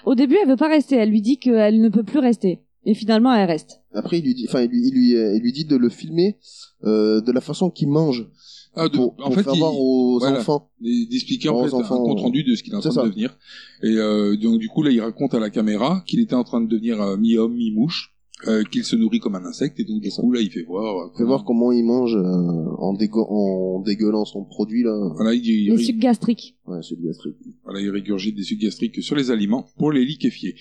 Speaker 7: Au début, elle veut pas rester. Elle lui dit qu'elle ne peut plus rester. Et finalement, elle reste.
Speaker 6: Après, il lui dit, enfin, il lui, il lui, euh, il lui dit de le filmer euh, de la façon qu'il mange
Speaker 2: Ah, de-
Speaker 6: pour,
Speaker 2: en
Speaker 6: pour
Speaker 2: fait,
Speaker 6: faire
Speaker 2: il-
Speaker 6: voir aux
Speaker 2: voilà.
Speaker 6: enfants.
Speaker 2: et d'expliquer en
Speaker 6: Aux
Speaker 2: fait
Speaker 6: enfants,
Speaker 2: un compte
Speaker 6: ouais.
Speaker 2: rendu de ce qu'il est en
Speaker 6: C'est
Speaker 2: train
Speaker 6: ça.
Speaker 2: de devenir. Et euh, donc du coup là, il raconte à la caméra qu'il était en train de devenir euh, mi-homme, mi-mouche, euh, qu'il se nourrit comme un insecte et donc du coup là, il fait voir. euh,
Speaker 6: Fait voir comment il mange euh, en, dégo- en dégueulant son produit là.
Speaker 2: Voilà, il, il-
Speaker 7: Les sucs gastriques.
Speaker 6: Ouais, c'est du gastrique.
Speaker 2: voilà, il régurgite des sucs gastriques sur les aliments pour les liquéfier.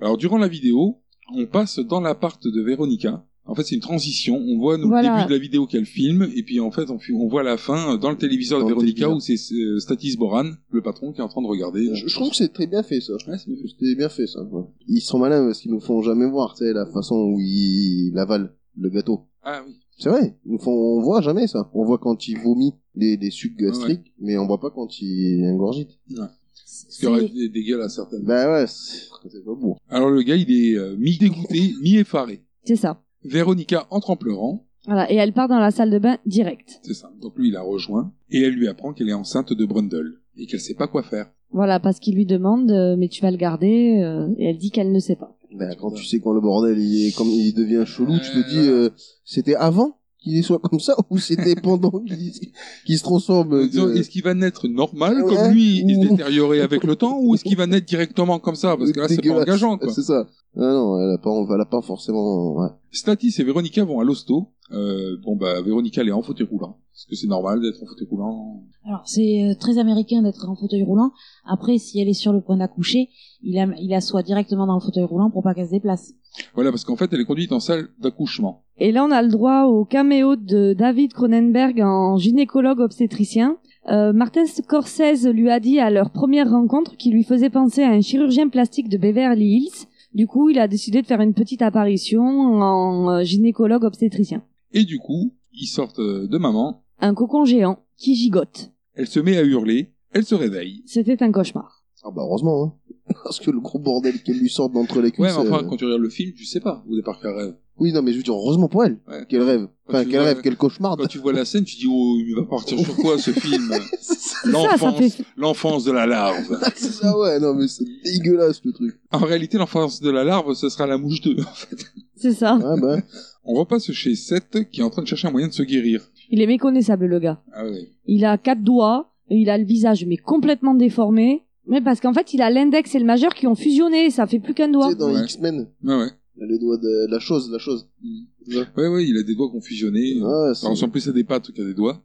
Speaker 2: Alors durant la vidéo, on passe dans l'appart de Véronica. En fait, c'est une transition. On voit nous,
Speaker 7: Voilà.
Speaker 2: le début de la vidéo qu'elle filme, et puis en fait, on, fi- on voit la fin euh, dans le téléviseur
Speaker 6: Dans
Speaker 2: de
Speaker 6: le
Speaker 2: Véronica
Speaker 6: téléviseur.
Speaker 2: où c'est euh, Statis Boran, le patron, qui est en train de regarder.
Speaker 6: Je, je trouve que c'est très bien fait ça.
Speaker 2: Ouais, c'est-
Speaker 6: C'était bien fait ça. ouais. Ils sont malins parce qu'ils nous font jamais voir, tu sais, la façon où ils avalent le gâteau.
Speaker 2: Ah oui.
Speaker 6: C'est vrai, ils nous font, on voit jamais ça. On voit quand ils vomit des, des sucs gastriques, mais on voit pas quand ils ingorgitent.
Speaker 2: Parce qu'il y aurait des dégueulasses certainement.
Speaker 6: Ben ouais, c'est c'est pas beau.
Speaker 2: Alors le gars, il est euh, mi-dégoûté, mi-effaré.
Speaker 7: C'est ça.
Speaker 2: Véronica entre en pleurant,
Speaker 7: Voilà. Et elle part dans la salle de bain direct.
Speaker 2: c'est ça. Donc lui, il la rejoint, et elle lui apprend qu'elle est enceinte de Brundle, et qu'elle sait pas quoi faire.
Speaker 7: Voilà, parce qu'il lui demande, euh, mais tu vas le garder euh, Et elle dit qu'elle ne sait pas.
Speaker 6: Ben quand tu sais quand le bordel il est comme il devient chelou, tu te dis euh, c'était avant qu'il soit comme ça ou c'était pendant qu'il qu'il se transforme. euh,
Speaker 2: Disons,
Speaker 6: de-
Speaker 2: Est-ce qu'il va naître normal
Speaker 6: Ouais.
Speaker 2: comme lui et se
Speaker 6: Ouh.
Speaker 2: détériorer avec le temps, ou est-ce qu'il va naître directement comme ça Parce que là, c'est pas
Speaker 6: dégueulasse.
Speaker 2: engageant. Quoi.
Speaker 6: C'est ça. Ah non, elle a pas, on va la pas forcément. Ouais.
Speaker 2: Statis et Véronica vont à l'hosto. Euh, bon bah Véronica elle est en fauteuil roulant. Est-ce que c'est normal d'être en fauteuil roulant
Speaker 8: Alors, c'est euh, très américain d'être en fauteuil roulant. Après, si elle est sur le point d'accoucher, il, am- il assoit directement dans le fauteuil roulant pour pas qu'elle se déplace.
Speaker 2: Voilà parce qu'en fait elle est conduite en salle d'accouchement.
Speaker 7: Et là, on a le droit au caméo de David Cronenberg en gynécologue obstétricien. Euh, Martin Scorsese lui a dit à leur première rencontre qu'il lui faisait penser à un chirurgien plastique de Beverly Hills. Du coup, il a décidé de faire une petite apparition en euh, gynécologue obstétricien.
Speaker 2: Et du coup ils sortent euh, de maman.
Speaker 7: Un cocon géant qui gigote.
Speaker 2: Elle se met à hurler. Elle se réveille.
Speaker 7: C'était un cauchemar.
Speaker 6: Ah bah heureusement, hein. parce que le gros bordel qu'elle lui sort d'entre les cuisses.
Speaker 2: Ouais, mais enfin,
Speaker 6: euh,
Speaker 2: quand tu regardes le film, tu sais pas au départ qu'elle rêve.
Speaker 6: Oui, non, mais je veux dire, heureusement pour elle.
Speaker 2: Ouais.
Speaker 6: Quel rêve.
Speaker 2: Quand
Speaker 6: Enfin,
Speaker 2: tu
Speaker 6: quel
Speaker 2: vois-
Speaker 6: rêve, quel cauchemar.
Speaker 2: Quand tu vois la scène, tu dis oh, il va partir sur quoi ce film
Speaker 7: C'est ça, ça
Speaker 2: L'enfance,
Speaker 7: fait-
Speaker 2: l'enfance de la larve.
Speaker 6: ah ouais, non, mais c'est dégueulasse le truc.
Speaker 2: En réalité, l'enfance de la larve, ce sera la mouche 2.
Speaker 7: C'est ça.
Speaker 6: Ah bah,
Speaker 2: On repasse chez Seth, qui est en train de chercher un moyen de se guérir.
Speaker 7: Il est méconnaissable, le gars.
Speaker 2: Ah ouais.
Speaker 7: Il a quatre doigts, et il a le visage mais complètement déformé. Mais parce qu'en fait, il a l'index et le majeur qui ont fusionné, ça fait plus qu'un
Speaker 6: tu
Speaker 7: doigt.
Speaker 6: sais, dans
Speaker 2: Ouais. Mm.
Speaker 6: X-Men,
Speaker 2: Ah ouais.
Speaker 6: les doigts de la chose, la chose.
Speaker 2: Ouais, ouais, il a des doigts confusionnés.
Speaker 6: Ah ouais,
Speaker 2: Ça
Speaker 6: c'est-
Speaker 2: ressemble plus à des pattes qu'à des doigts.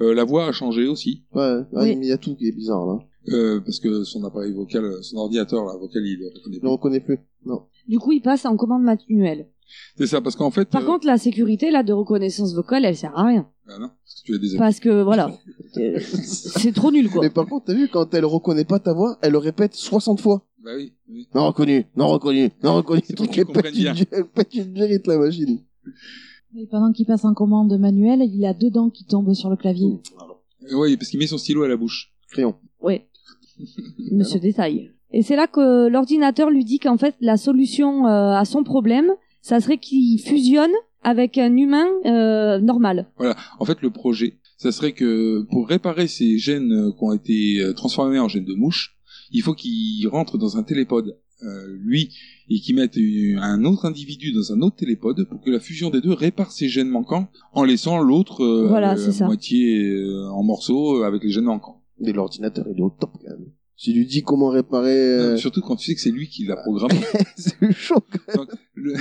Speaker 2: Euh, la voix a changé aussi,
Speaker 6: Ouais, ouais, ah,
Speaker 7: Oui.
Speaker 6: mais il y a tout qui est bizarre là.
Speaker 2: euh, parce que son appareil vocal, son ordinateur là, vocal, il le reconnaît
Speaker 6: Je le
Speaker 2: plus.
Speaker 6: reconnais plus. Non.
Speaker 7: Du coup, il passe en commande manuelle.
Speaker 2: C'est ça, parce qu'en fait,
Speaker 7: Par
Speaker 2: euh,
Speaker 7: contre, la sécurité là de reconnaissance vocale, elle sert à rien.
Speaker 2: ah non, parce que tu as des
Speaker 7: Parce que voilà, Euh, c'est trop nul quoi.
Speaker 6: Mais par contre, t'as vu, quand elle reconnaît pas ta voix, elle le répète 60 fois.
Speaker 2: Bah oui, oui.
Speaker 6: Non reconnu, non reconnu, non reconnu.
Speaker 2: C'est
Speaker 6: Tout
Speaker 2: pour que tu
Speaker 6: est
Speaker 2: comprennes bien.
Speaker 6: Elle pète une vérité, la machine.
Speaker 8: Et pendant qu'il passe en commande manuelle, il a deux dents qui tombent sur le clavier.
Speaker 2: Euh, ouais, parce qu'il met son stylo à la bouche.
Speaker 6: Crayon.
Speaker 7: Ouais. Monsieur détail. Et c'est là que l'ordinateur lui dit qu'en fait la solution euh, à son problème, ça serait qu'il fusionne avec un humain euh, normal.
Speaker 2: En fait, le projet, ça serait que pour réparer ces gènes euh, qui ont été euh, transformés en gènes de mouche, il faut qu'il rentre dans un télépode, euh, lui, et qu'il mette une- un autre individu dans un autre télépode pour que la fusion des deux répare ces gènes manquants en laissant l'autre euh,
Speaker 7: Voilà,
Speaker 2: euh,
Speaker 7: c'est ça.
Speaker 2: moitié euh, en morceaux euh, avec les gènes manquants.
Speaker 6: Mais l'ordinateur, il est au top quand même. S'il lui dit comment réparer,
Speaker 2: Euh,
Speaker 6: euh,
Speaker 2: Surtout quand tu sais que c'est lui qui l'a programmé.
Speaker 6: c'est chaud. quand même.
Speaker 2: Le-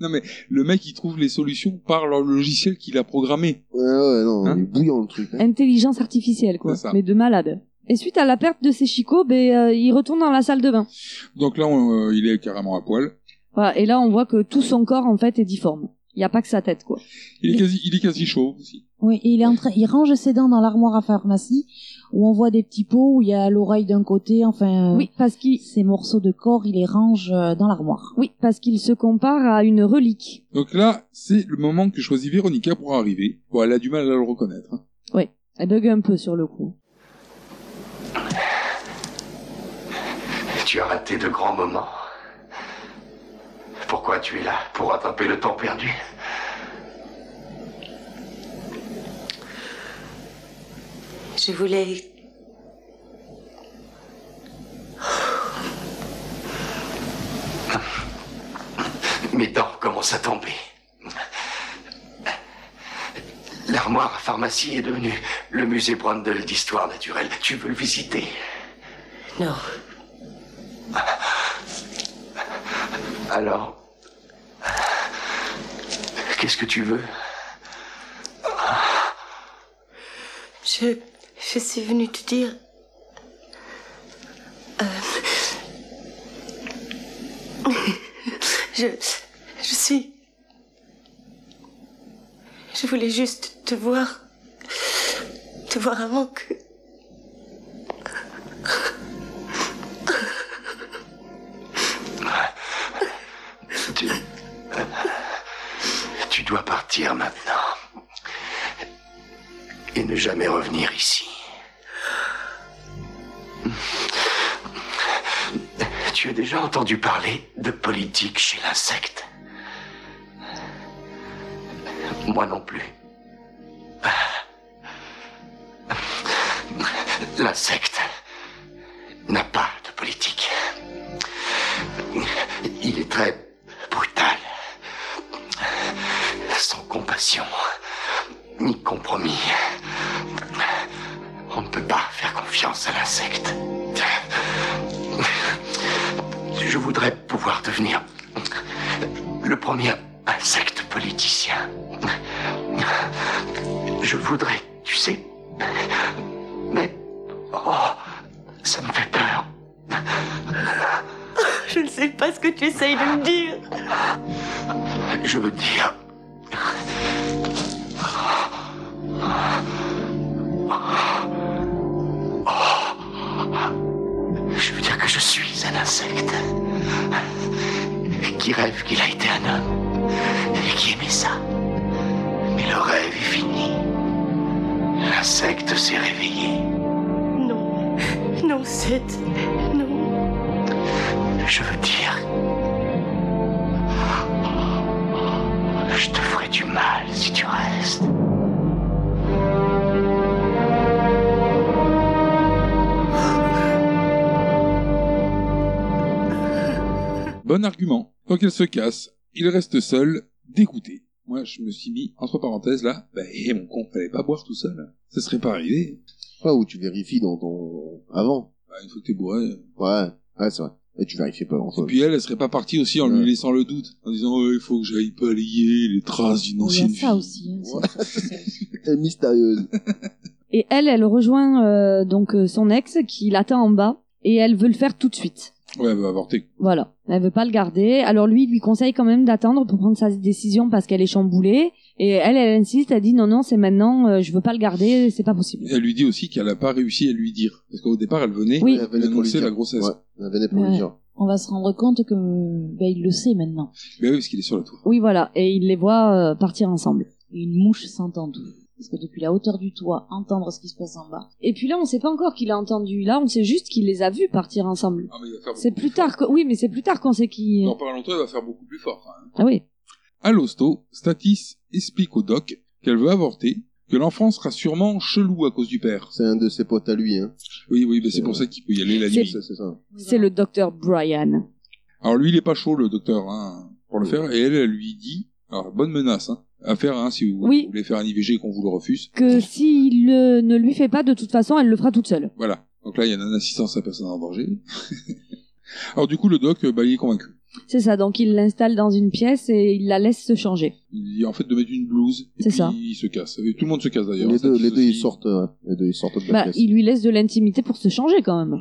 Speaker 2: Non mais le mec il trouve les solutions par le logiciel qu'il a programmé.
Speaker 6: Ouais, ouais, non,
Speaker 2: Hein
Speaker 6: il est bouillant le truc. hein.
Speaker 7: Intelligence artificielle quoi,
Speaker 2: C'est ça.
Speaker 7: mais de malade. Et suite à la perte de ses chicots, ben euh, il retourne dans la salle de bain.
Speaker 2: Donc là on- euh, il est carrément à poil.
Speaker 7: Voilà, et là on voit que tout son corps en fait est difforme. Il n'y a pas que sa tête quoi.
Speaker 2: Il est quasi, il est quasi chaud aussi.
Speaker 8: Oui, et il est en train, il range ses dents dans l'armoire à pharmacie où on voit des petits pots où il y a l'oreille d'un côté. Enfin, euh,
Speaker 7: Oui, parce qu'il
Speaker 8: ces morceaux de corps, il les range euh, dans l'armoire.
Speaker 7: Oui, parce qu'il se compare à une relique.
Speaker 2: Donc là, c'est le moment que choisit Véronica pour arriver. Bon, elle a du mal à le reconnaître. hein.
Speaker 7: Elle bug un peu sur le coup.
Speaker 9: Tu as raté de grands moments. Pourquoi tu es là Pour rattraper le temps perdu
Speaker 4: Je voulais.
Speaker 9: Mes dents commencent à tomber. L'armoire à pharmacie est devenue le musée Brandel d'histoire naturelle. Tu veux le visiter
Speaker 4: Non.
Speaker 9: Alors Qu'est-ce que tu veux
Speaker 4: Je. Je suis venue te dire. Euh, Je. Je suis. Je voulais juste te voir. Te voir avant que.
Speaker 9: Tu... tu dois partir maintenant. Et ne jamais revenir ici. Tu as déjà entendu parler de politique chez l'insecte Moi non plus. L'insecte n'a pas de politique. Il est très brutal. Sans compassion, ni compromis. On ne peut pas faire confiance à l'insecte. Je voudrais pouvoir devenir le premier insecte politicien. Je voudrais, tu sais. Mais... Oh, ça me fait peur.
Speaker 4: Je ne sais pas ce que tu essayes de me dire.
Speaker 9: Je veux dire. Je veux dire que je suis un insecte qui rêve qu'il a été un homme et qui aimait ça. Mais le rêve est fini. L'insecte s'est réveillé.
Speaker 4: Non. Non, c'est. Non.
Speaker 9: Je veux dire. Je te ferai du mal si tu restes.
Speaker 2: Bon argument. Donc elle se casse, il reste seul, dégoûté. Moi, je me suis mis, entre parenthèses, là, bah, hé, mon con, fallait pas boire tout seul. Ça serait pas arrivé.
Speaker 6: Là où tu vérifies dans ton... avant.
Speaker 2: Bah, une fois que t'es bourré. euh.
Speaker 6: Ouais, ouais, c'est vrai. Et tu vérifies pas
Speaker 2: Et
Speaker 6: grand-chose.
Speaker 2: puis elle, elle serait pas partie aussi en lui
Speaker 6: Ouais.
Speaker 2: laissant le doute, en disant, Ouais, il faut que j'aille balayer les traces d'une
Speaker 8: Il y a
Speaker 2: ancienne
Speaker 8: ça
Speaker 2: vie.
Speaker 8: aussi. hein, c'est-
Speaker 6: Elle est mystérieuse.
Speaker 7: Et elle, elle rejoint euh, donc euh, son ex qui l'attend en bas et elle veut le faire tout de suite.
Speaker 2: Ouais, elle va avorter.
Speaker 7: Voilà, elle veut pas le garder. Alors lui, il lui conseille quand même d'attendre pour prendre sa décision parce qu'elle est chamboulée. Et elle, elle insiste, elle dit non non, c'est maintenant, euh, je veux pas le garder, c'est pas possible.
Speaker 2: Elle lui dit aussi qu'elle a pas réussi à lui dire. Parce qu'au départ, elle venait,
Speaker 7: Oui.
Speaker 6: Elle
Speaker 2: elle
Speaker 6: venait pour lui
Speaker 2: annonçait
Speaker 6: dire.
Speaker 2: la grossesse.
Speaker 6: Ouais, elle venait pour lui
Speaker 8: Ouais.
Speaker 6: dire.
Speaker 8: On va se rendre compte que ben, il le sait maintenant.
Speaker 2: Mais Ben oui, parce qu'il est sur le toit.
Speaker 7: Oui voilà, et il les voit euh, partir ensemble.
Speaker 8: Et une mouche s'entend tout. Parce que depuis la hauteur du toit, entendre ce qui se passe en bas.
Speaker 7: Et puis là, on sait pas encore qu'il a entendu. Là, on sait juste qu'il les a vus partir ensemble.
Speaker 2: Ah, mais il va faire
Speaker 7: C'est plus tard que oui, mais c'est plus tard qu'on sait qui.
Speaker 2: Dans pas longtemps, il va faire beaucoup plus fort. hein.
Speaker 7: Ah oui.
Speaker 2: À l'hosto, Statis explique au doc qu'elle veut avorter, que l'enfant sera sûrement chelou à cause du père.
Speaker 6: C'est un de ses potes à lui, hein.
Speaker 2: Oui, oui, mais c'est
Speaker 6: C'est
Speaker 2: pour
Speaker 6: vrai.
Speaker 2: ça qu'il peut y aller la
Speaker 7: C'est-
Speaker 2: nuit.
Speaker 6: Ça, c'est ça.
Speaker 7: C'est le docteur Brian.
Speaker 2: Alors lui, il est pas chaud, le docteur, hein, pour le faire, et elle, elle lui dit, alors bonne menace, hein, à faire, hein, si vous
Speaker 7: Oui.
Speaker 2: voulez faire un IVG et qu'on vous le refuse.
Speaker 7: Que s'il euh, ne lui fait pas, de toute façon, elle le fera toute seule.
Speaker 2: Voilà. Donc là, il y en a un assistance à personne en danger. alors du coup, le doc, euh, bah, il est convaincu.
Speaker 7: C'est ça. Donc il l'installe dans une pièce et il la laisse se changer.
Speaker 2: Il dit en fait de mettre une blouse, et
Speaker 7: C'est
Speaker 2: puis
Speaker 7: ça.
Speaker 2: il se casse. Et tout le monde se casse d'ailleurs.
Speaker 6: Les deux,
Speaker 2: Statis
Speaker 6: les deux,
Speaker 2: aussi.
Speaker 6: ils sortent, euh, les deux, ils sortent de la
Speaker 7: Bah,
Speaker 6: pièce.
Speaker 7: il lui laisse de l'intimité pour se changer quand même.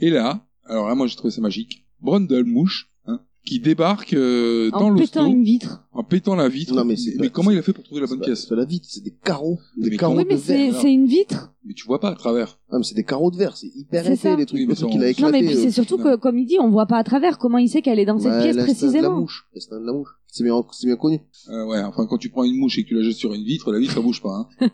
Speaker 2: Et là, alors là, moi j'ai trouvé ça magique, Brundle Mouche, hein, qui débarque euh, dans
Speaker 7: en pétant
Speaker 2: l'hosto
Speaker 7: une vitre.
Speaker 2: en pétant la vitre.
Speaker 6: Non, mais c'est pas-
Speaker 2: comment il a fait pour trouver la
Speaker 6: C'est
Speaker 2: bonne
Speaker 6: pas-
Speaker 2: pièce
Speaker 6: Bah, C'est la vitre, c'est des carreaux.
Speaker 2: Mais
Speaker 6: Des
Speaker 2: mais
Speaker 6: carreaux
Speaker 7: Oui, mais
Speaker 6: de
Speaker 7: c'est
Speaker 6: verre.
Speaker 7: c'est une vitre.
Speaker 2: Mais tu vois pas à travers.
Speaker 6: Ah, mais c'est des carreaux de verre, c'est hyper
Speaker 7: C'est
Speaker 6: épais,
Speaker 7: ça.
Speaker 6: les trucs.
Speaker 2: Oui, mais
Speaker 6: le truc, il a
Speaker 2: ça, on-
Speaker 6: éclaté.
Speaker 7: Non, mais puis
Speaker 2: euh,
Speaker 7: c'est surtout que, comme il dit, on voit pas à travers. Comment il sait qu'elle est dans cette
Speaker 6: Ouais,
Speaker 7: pièce
Speaker 6: l'instinct de la
Speaker 7: précisément
Speaker 6: mouche. L'instinct de la mouche. C'est bien, c'est bien connu.
Speaker 2: Euh, ouais, enfin quand tu prends une mouche et que tu la jettes sur une vitre, la vitre elle bouge pas. Hein.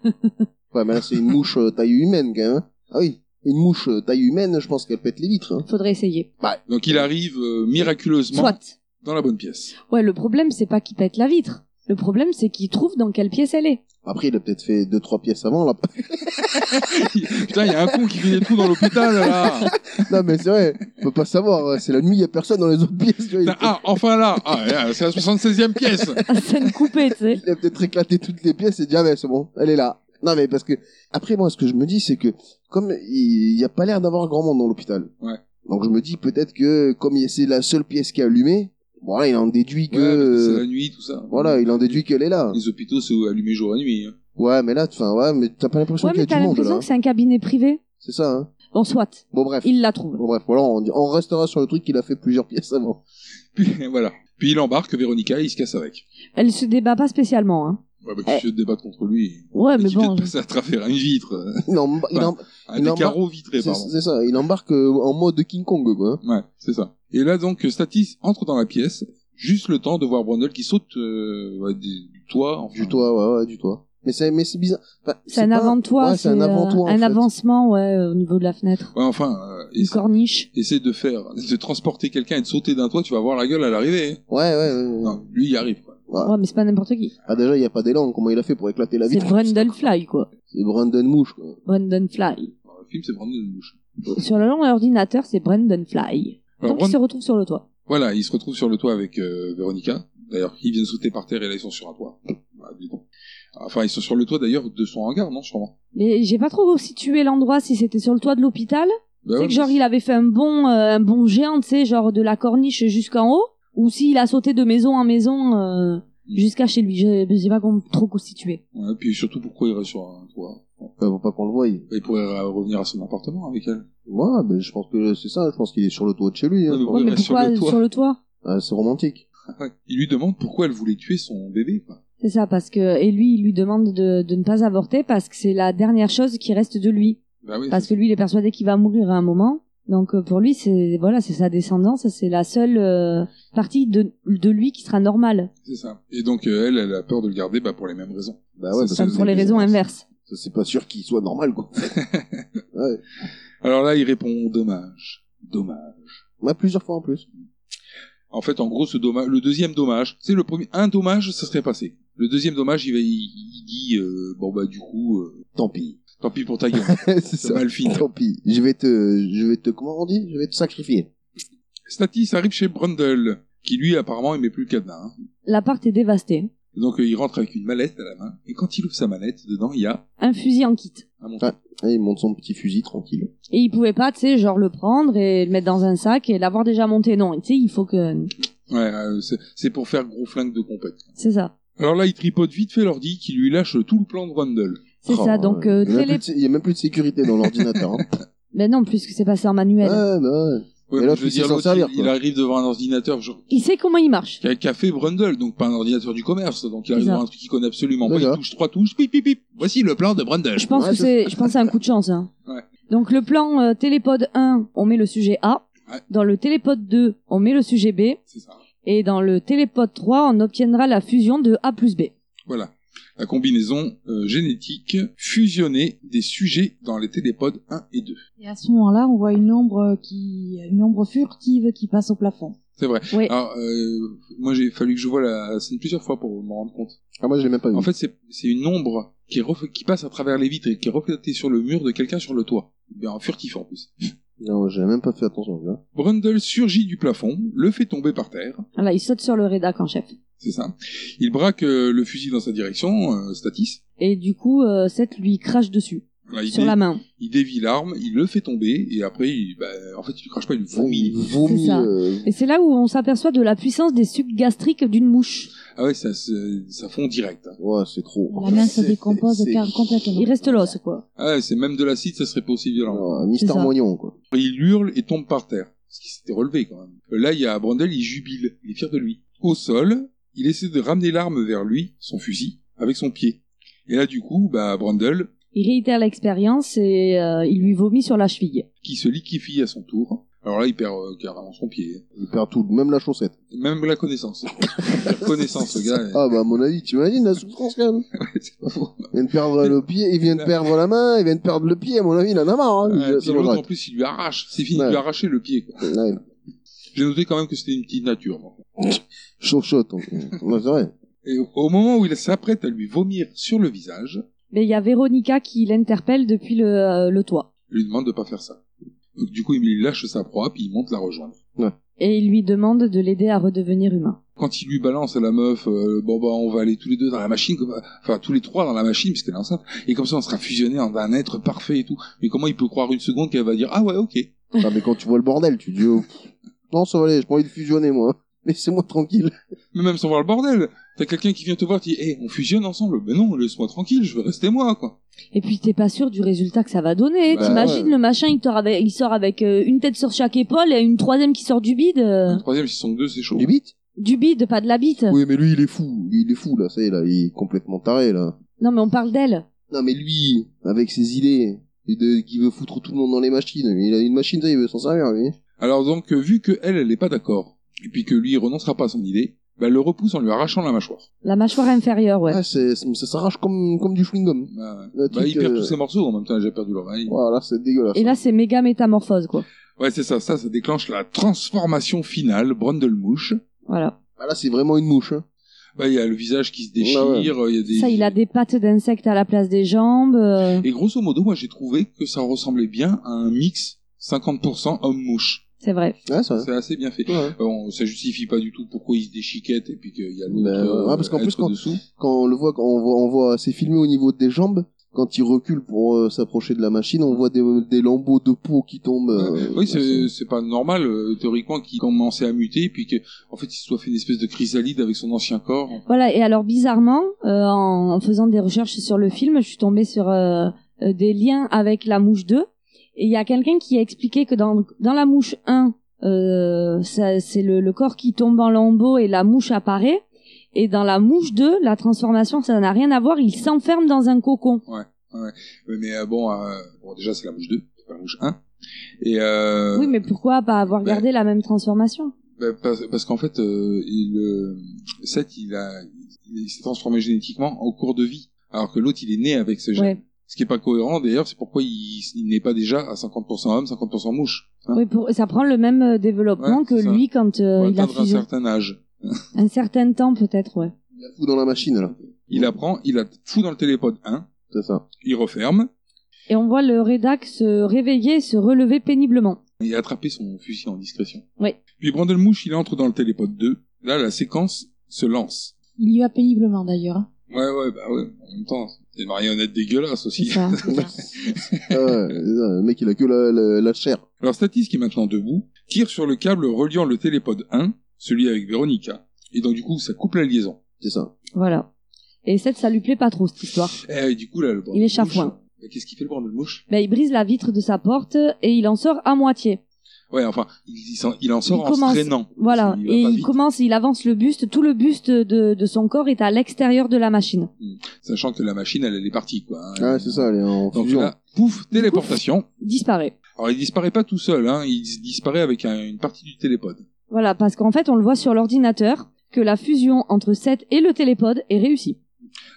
Speaker 6: Ouais, mais là, c'est une mouche euh, taille humaine, quand même. hein. Ah oui. Une mouche euh, taille humaine, je pense qu'elle pète les vitres. hein.
Speaker 7: Faudrait essayer.
Speaker 2: Donc il arrive euh, miraculeusement
Speaker 7: Soit.
Speaker 2: dans la bonne pièce.
Speaker 7: Ouais, le problème c'est pas qu'il pète la vitre. Le problème, c'est qu'il trouve dans quelle pièce elle est.
Speaker 6: Après, il a peut-être fait deux, trois pièces avant, là.
Speaker 2: Putain, il y a un con qui fait des trous dans l'hôpital, là.
Speaker 6: non, mais c'est vrai, on peut pas savoir. hein. C'est la nuit, il y a personne dans les autres pièces. tu vois. Il
Speaker 2: Putain, Ah,
Speaker 6: a
Speaker 2: enfin là. Ah, là, c'est la 76e pièce.
Speaker 7: Scène coupée, tu sais.
Speaker 2: ah.
Speaker 6: il a peut-être éclaté toutes les pièces et dit ah ben c'est bon, elle est là. Non mais parce que après moi ce que je me dis c'est que comme il n'y a pas l'air d'avoir grand monde dans l'hôpital.
Speaker 2: Ouais.
Speaker 6: Donc je me dis peut-être que comme il- c'est la seule pièce qui est allumée, voilà il en déduit
Speaker 2: Ouais, parce que
Speaker 6: que euh,
Speaker 2: c'est la nuit, tout ça.
Speaker 6: voilà il en déduit qu'elle est là.
Speaker 2: Les hôpitaux, c'est allumé jour et nuit. hein.
Speaker 6: Ouais mais là enfin ouais mais t'as pas l'impression
Speaker 7: Ouais,
Speaker 6: qu'il y
Speaker 7: mais
Speaker 6: a
Speaker 7: t'as
Speaker 6: du monde là.
Speaker 7: l'impression
Speaker 6: hein.
Speaker 7: que c'est un cabinet privé.
Speaker 6: C'est ça. Hein
Speaker 7: Bon, soit.
Speaker 6: bon bref.
Speaker 7: Il la trouve.
Speaker 6: Bon bref voilà on, on restera sur le truc qu'il a fait plusieurs pièces avant.
Speaker 2: Puis, voilà. Puis il embarque Véronica et il se casse avec.
Speaker 7: Elle se débat pas spécialement, hein.
Speaker 2: Ouais, bah, qui se débattre contre lui.
Speaker 7: Ouais,
Speaker 2: Et
Speaker 7: Ah, mais
Speaker 2: qui vient
Speaker 7: bon.
Speaker 2: de passer à travers une vitre. euh,
Speaker 6: Il en- il en-
Speaker 2: Un
Speaker 6: Il
Speaker 2: des
Speaker 6: embarque-
Speaker 2: carreaux vitrés,
Speaker 6: c'est
Speaker 2: pardon.
Speaker 6: c'est ça il embarque euh, en mode King Kong quoi.
Speaker 2: Ouais, c'est ça. Et là, donc, Statis entre dans la pièce, juste le temps de voir Brundle qui saute euh, ouais, du, du toit. Enfin,
Speaker 6: Du toit ouais ouais du toit. Mais c'est mais c'est bizarre. Enfin,
Speaker 7: C'est un
Speaker 6: pas-
Speaker 7: avant-toi.
Speaker 6: Ouais, c'est un
Speaker 7: euh,
Speaker 6: avant-toi. en
Speaker 7: un
Speaker 6: fait.
Speaker 7: avancement, ouais, euh, au niveau de la fenêtre.
Speaker 2: Ouais, enfin, euh,
Speaker 7: Une
Speaker 2: essa-
Speaker 7: corniche.
Speaker 2: essaie de faire, de transporter quelqu'un et de sauter d'un toit, tu vas voir la gueule à l'arrivée. hein.
Speaker 6: Ouais, ouais, ouais. ouais.
Speaker 2: Non, lui, il arrive, quoi.
Speaker 6: Ah.
Speaker 7: Ouais, mais c'est pas n'importe qui.
Speaker 6: Ah, déjà, il n'y a pas d'élan. Comment il a fait pour éclater la
Speaker 7: C'est
Speaker 6: vitre
Speaker 7: Brandon Fly, quoi.
Speaker 6: C'est Brandon Mouche, quoi.
Speaker 7: Brandon Fly.
Speaker 2: Alors, le film, c'est Brandon le Mouche.
Speaker 7: Sur le long ordinateur, c'est Brandon Fly.
Speaker 2: Alors,
Speaker 7: Donc,
Speaker 2: Brand-
Speaker 7: il se retrouve sur le toit.
Speaker 2: Voilà, il se retrouve sur le toit avec euh, Véronica. D'ailleurs, ils viennent sauter par terre et là, ils sont sur un toit. Bah, dis donc. Enfin, ils sont sur le toit, d'ailleurs, de son hangar, non, sûrement.
Speaker 7: Mais j'ai pas trop situé l'endroit si c'était sur le toit de l'hôpital.
Speaker 2: Bah,
Speaker 7: c'est
Speaker 2: ouais,
Speaker 7: que genre il avait fait un bon euh, un bon géant, tu sais, genre de la corniche jusqu'en haut, ou s'il a sauté de maison en maison euh, jusqu'à chez lui. J'ai j'ai pas com- trop constitué.
Speaker 2: ouais, puis surtout, pourquoi il reste sur un toit Bon.
Speaker 6: Enfin, faut pas qu'on le voie.
Speaker 2: Il pourrait euh, revenir à son appartement avec elle.
Speaker 6: Ouais, mais je pense que c'est ça. Je pense qu'il est sur le toit de chez lui. hein.
Speaker 2: Ouais, mais
Speaker 7: Ouais, mais
Speaker 2: reste sur
Speaker 7: pourquoi
Speaker 2: le toit.
Speaker 7: sur le toit
Speaker 6: Ah, c'est romantique.
Speaker 2: Ouais. Il lui demande pourquoi elle voulait tuer son bébé. Quoi.
Speaker 7: C'est ça, parce que et lui il lui demande de, de ne pas avorter parce que c'est la dernière chose qui reste de lui,
Speaker 2: Bah oui,
Speaker 7: parce que lui il est persuadé qu'il va mourir à un moment. Donc euh, pour lui c'est voilà c'est sa descendance, c'est la seule euh, partie de de lui qui sera normale,
Speaker 2: c'est ça. Et donc euh, elle, elle a peur de le garder bah, pour les mêmes raisons.
Speaker 6: Bah ouais,
Speaker 2: Ça,
Speaker 6: parce
Speaker 2: c'est-
Speaker 7: enfin,
Speaker 6: que
Speaker 7: pour les raisons inverses.
Speaker 6: ça, c'est pas sûr qu'il soit normal, quoi. ouais.
Speaker 2: Alors là, il répond dommage, dommage.
Speaker 6: Ouais, plusieurs fois en plus.
Speaker 2: En fait, en gros, ce dommage, le deuxième dommage, c'est le premier. Un dommage, ça serait passé. Le deuxième dommage, il, va, il, il dit euh, bon bah du coup, euh,
Speaker 6: Tant pis.
Speaker 2: tant pis pour ta gueule.
Speaker 6: c'est ça.
Speaker 2: mal fini.
Speaker 6: Tant pis. Je vais te, je vais te, comment on dit? Je vais te sacrifier.
Speaker 2: Statis arrive chez Brundle, qui lui apparemment aimait plus le cadenas. hein.
Speaker 7: L'appart est dévasté,
Speaker 2: Et Donc euh, il rentre avec une mallette à la main, et quand il ouvre sa mallette, dedans il y a
Speaker 7: un fusil en kit.
Speaker 2: un montant.
Speaker 6: Et il monte son petit fusil tranquille.
Speaker 7: Et il pouvait pas, tu sais, genre le prendre et le mettre dans un sac et l'avoir déjà monté. Non, tu sais, il faut que...
Speaker 2: Ouais, euh, c'est- c'est pour faire gros flingue de compète.
Speaker 7: C'est ça.
Speaker 2: Alors là, il tripote vite fait l'ordi qui lui lâche tout le plan de Brundle.
Speaker 7: C'est
Speaker 6: Oh,
Speaker 7: ça, donc...
Speaker 6: ouais.
Speaker 7: Euh,
Speaker 6: il, y a
Speaker 7: tu
Speaker 6: même plus
Speaker 7: sais, les-
Speaker 6: de- il y a même plus de sécurité dans l'ordinateur. hein.
Speaker 7: Mais non, puisque c'est passé en manuel.
Speaker 6: ouais, bah ouais. Et
Speaker 2: mais
Speaker 6: l'autre,
Speaker 2: je veux
Speaker 6: il sait
Speaker 2: dire,
Speaker 6: s'en
Speaker 2: l'autre,
Speaker 6: servir,
Speaker 2: il,
Speaker 6: quoi.
Speaker 2: il arrive devant un ordinateur genre,
Speaker 7: Il sait comment il marche.
Speaker 2: qui a qui a fait Brundle, donc pas un ordinateur du commerce, donc il arrive
Speaker 7: C'est ça.
Speaker 2: devant un truc qu'il connaît absolument pas,
Speaker 6: Déjà.
Speaker 2: il touche trois touches, pip pip pip, voici le plan de Brundle.
Speaker 7: Je pense
Speaker 6: Ouais,
Speaker 7: que
Speaker 6: je-
Speaker 7: c'est... Je pense à un coup de chance. Hein.
Speaker 2: Ouais.
Speaker 7: Donc le plan euh, télépode 1, on met le sujet A.
Speaker 2: Ouais.
Speaker 7: Dans le télépode 2, on met le sujet B.
Speaker 2: C'est ça.
Speaker 7: Et dans le télépode 3, on obtiendra la fusion de A plus B.
Speaker 2: Voilà. La combinaison euh, génétique fusionnée des sujets dans les télépodes 1 et 2.
Speaker 8: Et à ce moment-là, on voit une ombre qui, une ombre furtive qui passe au plafond.
Speaker 2: C'est vrai.
Speaker 7: Oui.
Speaker 2: Alors, euh, moi, j'ai fallu que je vois la scène plusieurs fois pour m'en rendre compte.
Speaker 6: Ah, moi, je l'ai même pas vu.
Speaker 2: En fait, c'est c'est une ombre qui, est ref- qui passe à travers les vitres et qui est reflétée sur le mur de quelqu'un sur le toit. Eh Bien, furtif en plus.
Speaker 6: Non, j'avais même pas fait attention, tu vois.
Speaker 2: Brundle surgit du plafond, le fait tomber par terre,
Speaker 7: Voilà, Ah, il saute sur le rédac en chef.
Speaker 2: c'est ça. Il braque euh, le fusil dans sa direction, euh, Statis.
Speaker 7: Et du coup, euh, Seth lui crache dessus,
Speaker 2: Voilà, il,
Speaker 7: sur
Speaker 2: dé-
Speaker 7: la main.
Speaker 2: il dévie l'arme, il le fait tomber, et après, il, bah, en fait, il ne crache pas, il le vomit.
Speaker 6: Vomi,
Speaker 7: C'est ça.
Speaker 6: euh,
Speaker 7: Et c'est là où on s'aperçoit de la puissance des sucs gastriques d'une mouche.
Speaker 2: Ah ouais, ça, se- ça fond direct. hein.
Speaker 6: Ouais, c'est trop.
Speaker 8: La main se
Speaker 6: C'est-
Speaker 8: décompose
Speaker 6: c'est-
Speaker 8: car- complètement.
Speaker 7: Il reste l'os, quoi.
Speaker 2: Ah ouais, c'est même de l'acide, ça serait pas aussi violent.
Speaker 6: Ouais, Ah, Mister
Speaker 7: C'est ça.
Speaker 6: Moignon, quoi.
Speaker 2: Il hurle et tombe par terre. Parce qu'il s'était relevé quand même. Euh, Là, il y a Brandel, il jubile. Il est fier de lui. Au sol, il essaie de ramener l'arme vers lui, son fusil, avec son pied. Et là, du coup, bah, Brandel,
Speaker 7: Il réitère l'expérience et euh, il lui vomit sur la cheville.
Speaker 2: qui se liquéfie à son tour. Alors là, il perd euh, carrément son pied. hein.
Speaker 6: Il perd tout, même la chaussette.
Speaker 2: Et Même la connaissance. la connaissance, le gars.
Speaker 6: Ah bah à mon avis, tu imagines la souffrance quand même.
Speaker 2: ouais, c'est pas faux.
Speaker 6: Il vient de perdre le pied, il vient de perdre la main, il vient de perdre le pied, à mon avis, il en a marre. Hein.
Speaker 2: Ouais,
Speaker 6: Il-
Speaker 2: puis
Speaker 6: c'est bon,
Speaker 2: l'autre, en
Speaker 6: j'arrête.
Speaker 2: plus, il lui arrache. C'est fini, il
Speaker 6: Ouais.
Speaker 2: lui a arraché le pied. quoi.
Speaker 6: Ouais,
Speaker 2: J'ai noté quand même que c'était une petite nature. moi.
Speaker 6: Chauchotte. on- Ouais, c'est vrai.
Speaker 2: Et au moment où il s'apprête à lui vomir sur le visage,
Speaker 7: Mais il y a Véronica qui l'interpelle depuis le, euh, le toit.
Speaker 2: il lui demande de pas faire ça. Donc, du coup, il lâche sa proie, puis il monte la rejoindre.
Speaker 7: Et il lui demande de l'aider à redevenir humain.
Speaker 2: Quand il lui balance à la meuf, euh, bon bah on va aller tous les deux dans la machine, comme- enfin tous les trois dans la machine puisqu'elle est enceinte, et comme ça on sera fusionnés en un être parfait et tout. Mais comment il peut croire une seconde qu'elle va dire ah ouais ok
Speaker 6: Enfin, mais quand tu vois le bordel, tu te dis, oh, pff, non, ça va aller, j'ai pas envie de fusionner, moi. Laissez-moi tranquille.
Speaker 2: Mais même sans voir le bordel, t'as quelqu'un qui vient te voir, tu dis Eh, on fusionne ensemble. Mais non, laisse-moi tranquille, je veux rester moi, quoi.
Speaker 7: Et puis t'es pas sûr du résultat que ça va donner.
Speaker 2: Bah
Speaker 7: T'imagines
Speaker 6: ouais.
Speaker 7: le machin, il, sort avec, il sort avec euh, une tête sur chaque épaule et une troisième qui sort du bide. euh,
Speaker 2: Le troisième, s'ils sont que deux, c'est chaud.
Speaker 6: Du bite
Speaker 7: Du bide, pas de la bite.
Speaker 6: Oui, mais lui, il est fou. Lui, il est fou, là, ça y est, là, il est complètement taré, là.
Speaker 7: Non mais on parle d'elle.
Speaker 6: Non, mais lui, avec ses idées, et de, qui veut foutre tout le monde dans les machines, lui, il a une machine, ça, il veut s'en servir, lui.
Speaker 2: Alors donc, euh, vu que elle, elle n'est pas d'accord, et puis que lui, il renoncera pas à son idée, bah, elle le repousse en lui arrachant la mâchoire.
Speaker 7: La mâchoire inférieure, ouais.
Speaker 6: Ah, c'est, c'est- ça s'arrache comme, comme du chewing-gum.
Speaker 2: Bah,
Speaker 6: Le
Speaker 2: bah,
Speaker 6: truc,
Speaker 2: il perd
Speaker 6: euh,
Speaker 2: tous ses morceaux en même temps, j'ai perdu l'oreille. Ouais,
Speaker 6: Voilà, c'est dégueulasse.
Speaker 7: Et là c'est méga métamorphose quoi.
Speaker 2: c'est ça, ça, ça déclenche la transformation finale, Brundlemouche.
Speaker 7: Voilà.
Speaker 6: Ah, là, c'est vraiment une mouche, hein.
Speaker 2: Bah, il y a le visage qui se déchire,
Speaker 6: Ouais, ouais.
Speaker 2: il y a des...
Speaker 7: Ça, il a des pattes d'insectes à la place des jambes. euh,
Speaker 2: Et grosso modo, moi, j'ai trouvé que ça ressemblait bien à un mix 50% homme-mouche.
Speaker 7: C'est vrai.
Speaker 6: Ouais, ça.
Speaker 2: C'est assez bien fait.
Speaker 6: Ouais.
Speaker 2: Euh, on- ça justifie pas du tout pourquoi il se déchiquette et puis qu'il y a l'autre
Speaker 6: Ben, ouais,
Speaker 2: euh,
Speaker 6: parce qu'en plus,
Speaker 2: être
Speaker 6: quand-
Speaker 2: dessous.
Speaker 6: Quand on le voit, quand on voit, on voit, c'est filmé au niveau des jambes. Quand il recule pour euh, s'approcher de la machine, on voit des, des lambeaux de peau qui tombent. euh,
Speaker 2: oui, c'est
Speaker 6: c'est-
Speaker 2: c'est pas normal euh, théoriquement qu'il commençait à muter puis que en fait il se soit fait une espèce de chrysalide avec son ancien corps.
Speaker 7: Voilà, et alors bizarrement, euh, en, en faisant des recherches sur le film, je suis tombée sur euh, euh, des liens avec La Mouche 2. Et il y a quelqu'un qui a expliqué que dans, dans La Mouche 1, euh, ça- c'est le, le corps qui tombe en lambeaux et la mouche apparaît. Et dans La Mouche 2, la transformation, ça n'a rien à voir, il s'enferme dans un cocon.
Speaker 2: Euh, Mais euh, bon, euh, bon déjà c'est la mouche 2, c'est pas la mouche 1. Et euh,
Speaker 7: Oui, mais pourquoi pas avoir
Speaker 2: ben-
Speaker 7: gardé la même transformation
Speaker 2: bah, parce, parce qu'en fait euh, il euh, Seth il a il s'est transformé génétiquement au cours de vie alors que l'autre il est né avec ce gène.
Speaker 7: Ouais.
Speaker 2: Ce qui est pas cohérent d'ailleurs, c'est pourquoi il, il n'est pas déjà à 50% homme, 50% mouche. hein.
Speaker 7: Oui, pour, ça prend le même euh, développement
Speaker 2: Ouais,
Speaker 7: que
Speaker 2: c'est ça.
Speaker 7: lui quand euh,
Speaker 2: Pour
Speaker 7: il a
Speaker 2: atteindre un
Speaker 7: fusion.
Speaker 2: certain âge.
Speaker 7: Un certain temps peut-être, ouais.
Speaker 6: Il la fout dans la machine, là.
Speaker 2: Il apprend, il la fout dans le télépod 1,
Speaker 6: C'est ça.
Speaker 2: il referme
Speaker 7: Et on voit le rédac se réveiller, et se relever péniblement.
Speaker 2: et attraper son fusil en discrétion.
Speaker 7: Oui.
Speaker 2: Puis Brandelmouche, il entre dans le télépod 2. Là, la séquence se lance.
Speaker 8: Il y va péniblement d'ailleurs. hein.
Speaker 2: Ouais, ouais, bah ouais, en même temps, c'est une marionnette dégueulasse
Speaker 7: C'est
Speaker 2: aussi.
Speaker 7: ça.
Speaker 6: Ah ouais, c'est ça, le mec, il a que la, la, la chair.
Speaker 2: Alors Statis, qui est maintenant debout, tire sur le câble reliant le télépod 1, celui avec Véronica. Et donc, du coup, ça coupe la liaison.
Speaker 6: C'est ça.
Speaker 7: voilà. Et Seth, ça lui plaît pas trop cette histoire.
Speaker 2: Et Eh du coup, là, le
Speaker 7: Il est
Speaker 2: Brandelmouche-
Speaker 7: chafouin.
Speaker 2: Mais Qu'est-ce qu'il fait, le Brandelmouche
Speaker 7: Ben, il brise la vitre de sa porte et il en sort à moitié.
Speaker 2: Ouais, enfin, il, il s'en- il en sort
Speaker 7: Il
Speaker 2: en
Speaker 7: commence-
Speaker 2: se traînant.
Speaker 7: Voilà.
Speaker 2: Parce qu'il va
Speaker 7: et
Speaker 2: pas
Speaker 7: il
Speaker 2: vite.
Speaker 7: commence, il avance le buste. Tout le buste de, de son corps est à l'extérieur de la machine.
Speaker 2: Sachant que la machine, elle, elle est partie, quoi. hein.
Speaker 6: Ah, c'est ça, elle est en
Speaker 2: Donc
Speaker 6: fusion.
Speaker 2: là, pouf, téléportation.
Speaker 7: Disparaît.
Speaker 2: Alors il disparaît pas tout seul, hein, il s- disparaît avec un- une partie du télépod.
Speaker 7: Voilà. Parce qu'en fait, on le voit sur l'ordinateur que la fusion entre Seth et le télépode est réussie.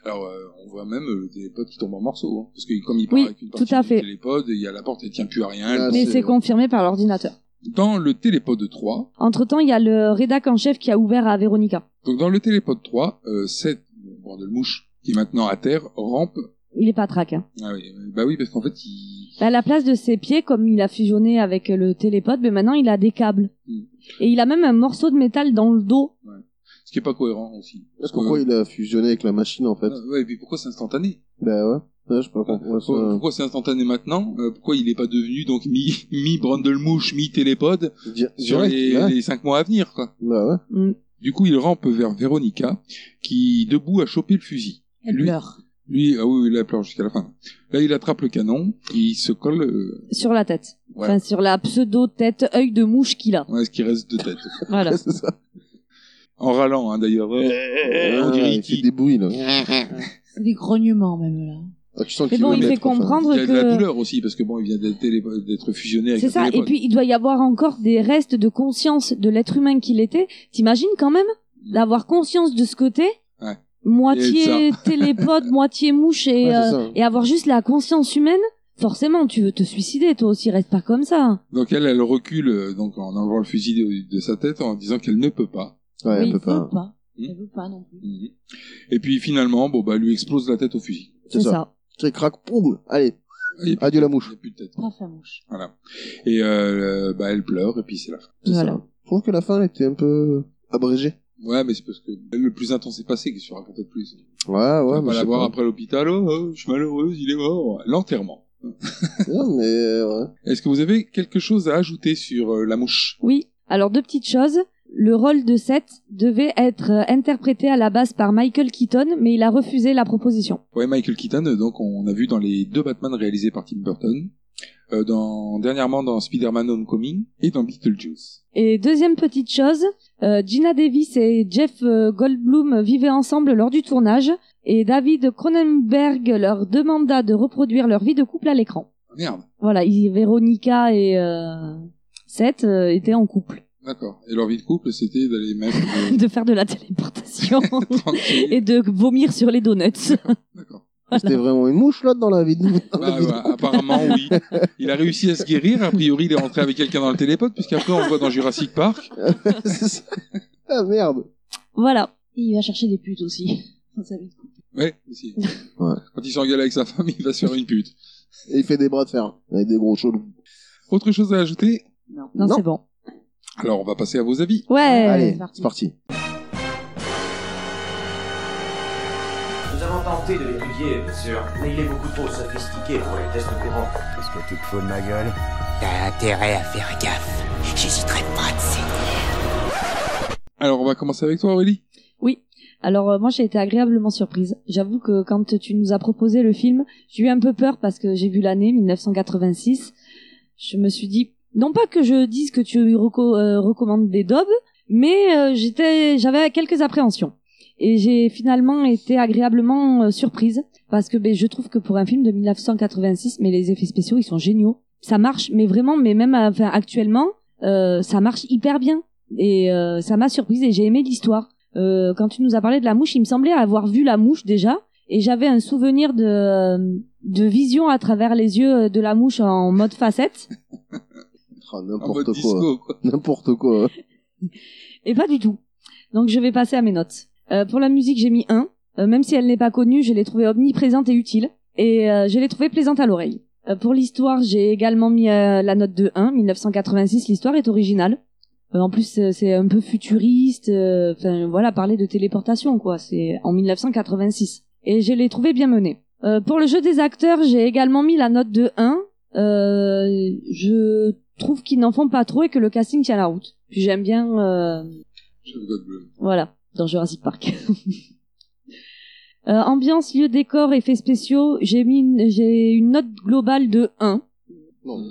Speaker 2: Alors euh, on voit même euh, le télépod qui tombe en morceaux, hein, parce que comme il part
Speaker 7: Oui,
Speaker 2: avec une
Speaker 7: tout
Speaker 2: partie
Speaker 7: à fait.
Speaker 2: du télépod, il y a la porte, elle tient plus à rien.
Speaker 6: Ah,
Speaker 2: elle
Speaker 7: Mais
Speaker 6: c'est-
Speaker 7: c'est confirmé par l'ordinateur.
Speaker 2: tombe. Dans le télépod 3,
Speaker 7: Entre temps, il y a le rédac en chef qui a ouvert à Véronica.
Speaker 2: donc dans le télépod 3, euh, cette bordel mouche qui est maintenant à terre rampe.
Speaker 7: Il est pas traque, hein.
Speaker 2: Ah oui, euh, bah oui, parce qu'en fait il
Speaker 7: Bah, à la place de ses pieds, comme il a fusionné avec le télépode, mais maintenant il a des câbles.
Speaker 2: Mm.
Speaker 7: Et il a même un morceau de métal dans le dos.
Speaker 2: ce qui est pas cohérent aussi.
Speaker 6: Parce que Pourquoi il a fusionné avec la machine, en fait
Speaker 2: Ah, ouais, et puis pourquoi c'est instantané
Speaker 6: Ben ouais. Ouais, je sais pas pourquoi ça-
Speaker 2: Pourquoi, pourquoi c'est instantané maintenant Euh, Pourquoi il n'est pas devenu donc mi mi brandelmouche, mi télépod
Speaker 6: Di-
Speaker 2: sur
Speaker 6: direct,
Speaker 2: les,
Speaker 6: ouais.
Speaker 2: les cinq mois à venir quoi
Speaker 6: Bah ouais.
Speaker 7: Mm.
Speaker 2: Du coup, il rampe vers Véronica, qui, debout, a chopé le fusil.
Speaker 8: Elle
Speaker 2: Lui-
Speaker 8: pleure.
Speaker 2: Lui, ah oui, il a pleuré jusqu'à la fin. Là, il attrape le canon, et il se colle, euh,
Speaker 7: Sur la tête.
Speaker 2: Ouais.
Speaker 7: Enfin, sur la pseudo-tête, œil de mouche qu'il a.
Speaker 2: ouais, ce qui reste de tête.
Speaker 7: Voilà.
Speaker 6: c'est ça.
Speaker 2: En râlant, hein, d'ailleurs.
Speaker 9: Eh,
Speaker 2: on dirait
Speaker 6: Ouais, il
Speaker 2: Iti.
Speaker 6: fait des bruits, là.
Speaker 8: C'est des grognements même là.
Speaker 6: Ah, tu sens
Speaker 7: Mais
Speaker 6: qu'il
Speaker 7: bon,
Speaker 6: veut
Speaker 7: il fait
Speaker 6: mettre, enfin.
Speaker 7: comprendre
Speaker 2: Il y a de la
Speaker 7: que...
Speaker 2: douleur aussi, parce que bon, il vient d'être télé- d'être fusionné avec
Speaker 7: C'est
Speaker 2: un
Speaker 7: ça, et
Speaker 2: téléphone.
Speaker 7: puis il doit y avoir encore des restes de conscience de l'être humain qu'il était. T'imagines quand même d'avoir conscience de ce côté
Speaker 2: Ouais.
Speaker 7: Moitié télépode, moitié mouche et,
Speaker 6: Ouais,
Speaker 7: euh,
Speaker 6: c'est ça.
Speaker 7: et avoir juste la conscience humaine Forcément, tu veux te suicider, toi aussi, reste pas comme ça.
Speaker 2: Donc elle, elle recule, euh, donc en enlevant le fusil de, de sa tête, en disant qu'elle ne peut pas.
Speaker 6: Ouais,
Speaker 8: Mais
Speaker 6: elle
Speaker 8: il
Speaker 6: peut
Speaker 8: veut
Speaker 6: pas.
Speaker 8: pas.
Speaker 2: Mhm.
Speaker 8: Elle veut pas non plus.
Speaker 2: Mhm. Et puis finalement, bon bah elle lui explose la tête au fusil. Ah,
Speaker 6: C'est
Speaker 7: C'est
Speaker 6: ça.
Speaker 7: ça.
Speaker 6: C'est crac, poum. Allez,
Speaker 2: Il y a plus
Speaker 6: Adieu
Speaker 2: de-
Speaker 6: la mouche.
Speaker 2: il y a plus de tête.
Speaker 8: Pas famouche.
Speaker 2: Voilà. Et euh, bah elle pleure et puis c'est la fin.
Speaker 6: c'est
Speaker 7: Voilà.
Speaker 6: ça. Je trouve que la fin elle était un peu abrégée.
Speaker 2: Ouais, mais c'est parce que le plus intense est passé qu'est-ce que je racontais de plus.
Speaker 6: Ouais, ouais,
Speaker 2: on va
Speaker 6: mais je
Speaker 2: la
Speaker 6: sais
Speaker 2: voir
Speaker 6: pas.
Speaker 2: bah, après l'hôpital. Oh, oh, je suis malheureuse, il est mort. L'enterrement.
Speaker 6: Non, mais euh, ouais.
Speaker 2: Est-ce que vous avez quelque chose à ajouter sur euh, la mouche
Speaker 7: Oui. Alors deux petites choses. Le rôle de Seth devait être euh, interprété à la base par Michael Keaton, mais il a refusé la proposition.
Speaker 2: Ouais, Michael Keaton. euh, Donc on a vu dans les deux Batman réalisés par Tim Burton, euh, dans dernièrement dans Spider-Man Homecoming et dans Beetlejuice.
Speaker 7: Et deuxième petite chose, euh, Gina Davis et Jeff euh, Goldblum vivaient ensemble lors du tournage, et David Cronenberg leur demanda de reproduire leur vie de couple à l'écran.
Speaker 2: Ah, Merde.
Speaker 7: Voilà, ils, Véronica et euh, Seth euh, étaient en couple,
Speaker 2: D'accord. Et leur vie de couple, c'était d'aller mettre des-
Speaker 7: de faire de la téléportation
Speaker 2: tranquille.
Speaker 7: et de vomir sur les donuts.
Speaker 2: D'accord.
Speaker 6: C'était vraiment une mouche là dans la vie de dans la
Speaker 2: Bah,
Speaker 6: vie de-
Speaker 2: ouais, apparemment, oui. Il a réussi à se guérir. A priori, il est rentré avec quelqu'un dans le télépod, puisqu'après, on le voit dans Jurassic Park.
Speaker 6: C'est ça. Ah merde.
Speaker 7: Voilà.
Speaker 8: Et il va chercher des putes aussi. Dans sa vie.
Speaker 2: Ouais, aussi.
Speaker 6: Ouais.
Speaker 2: Quand il s'engueule avec sa femme, il va se faire une pute.
Speaker 6: Et il fait des bras de fer hein, avec des gros chauds.
Speaker 2: Autre chose à ajouter
Speaker 8: Non.
Speaker 7: Non,
Speaker 6: Non.
Speaker 7: c'est bon.
Speaker 2: Alors, on va passer à vos avis.
Speaker 7: Ouais.
Speaker 6: Allez,
Speaker 8: c'est parti.
Speaker 6: c'est parti.
Speaker 9: Nous avons tenté de l'étudier, bien sûr, mais il est beaucoup trop sophistiqué pour les tests courants.
Speaker 10: Qu'est-ce que tu te fous de ma gueule T'as intérêt à faire gaffe. J'hésiterai pas de ces
Speaker 2: Alors, on va commencer avec toi, Aurélie.
Speaker 7: Alors euh, moi j'ai été agréablement surprise. J'avoue que quand tu nous as proposé le film, j'ai eu un peu peur parce que j'ai vu l'année 1986. Je me suis dit non pas que je dise que tu reco- euh, recommandes des daubes, mais euh, j'étais j'avais quelques appréhensions. Et j'ai finalement été agréablement euh, surprise parce que ben, je trouve que pour un film de 1986, mais les effets spéciaux ils sont géniaux. Ça marche, mais vraiment, mais même euh, enfin, actuellement, euh, ça marche hyper bien. Et euh, ça m'a surprise et j'ai aimé l'histoire. Euh, quand tu nous as parlé de la mouche, il me semblait avoir vu la mouche déjà, et j'avais un souvenir de, de vision à travers les yeux de la mouche en mode facette,
Speaker 6: Oh,
Speaker 2: En mode
Speaker 6: N'importe quoi.
Speaker 2: disco, Mm. quoi.
Speaker 6: N'importe quoi.
Speaker 7: et pas du tout. Donc je vais passer à mes notes. Euh, pour la musique, j'ai mis 1. même si elle n'est pas connue, je l'ai trouvée omniprésente et utile, et euh, je l'ai trouvée plaisante à l'oreille. Euh, pour l'histoire, j'ai également mis euh, la note de 1, 1986, l'histoire est originale. Euh, en plus, euh, c'est un peu futuriste. euh, Enfin, voilà, parler de téléportation, quoi. C'est en 1986. Et je l'ai trouvé bien mené. Euh, pour le jeu des acteurs, j'ai également mis la note de 1. Euh, je trouve qu'ils n'en font pas trop et que le casting tient la route. Puis j'aime bien, euh,
Speaker 2: Jeff Goldblum.
Speaker 7: voilà, dans Jurassic Park. Euh, ambiance, lieu, décor, effets spéciaux, j'ai mis, une- j'ai une note globale de 1.
Speaker 6: Non.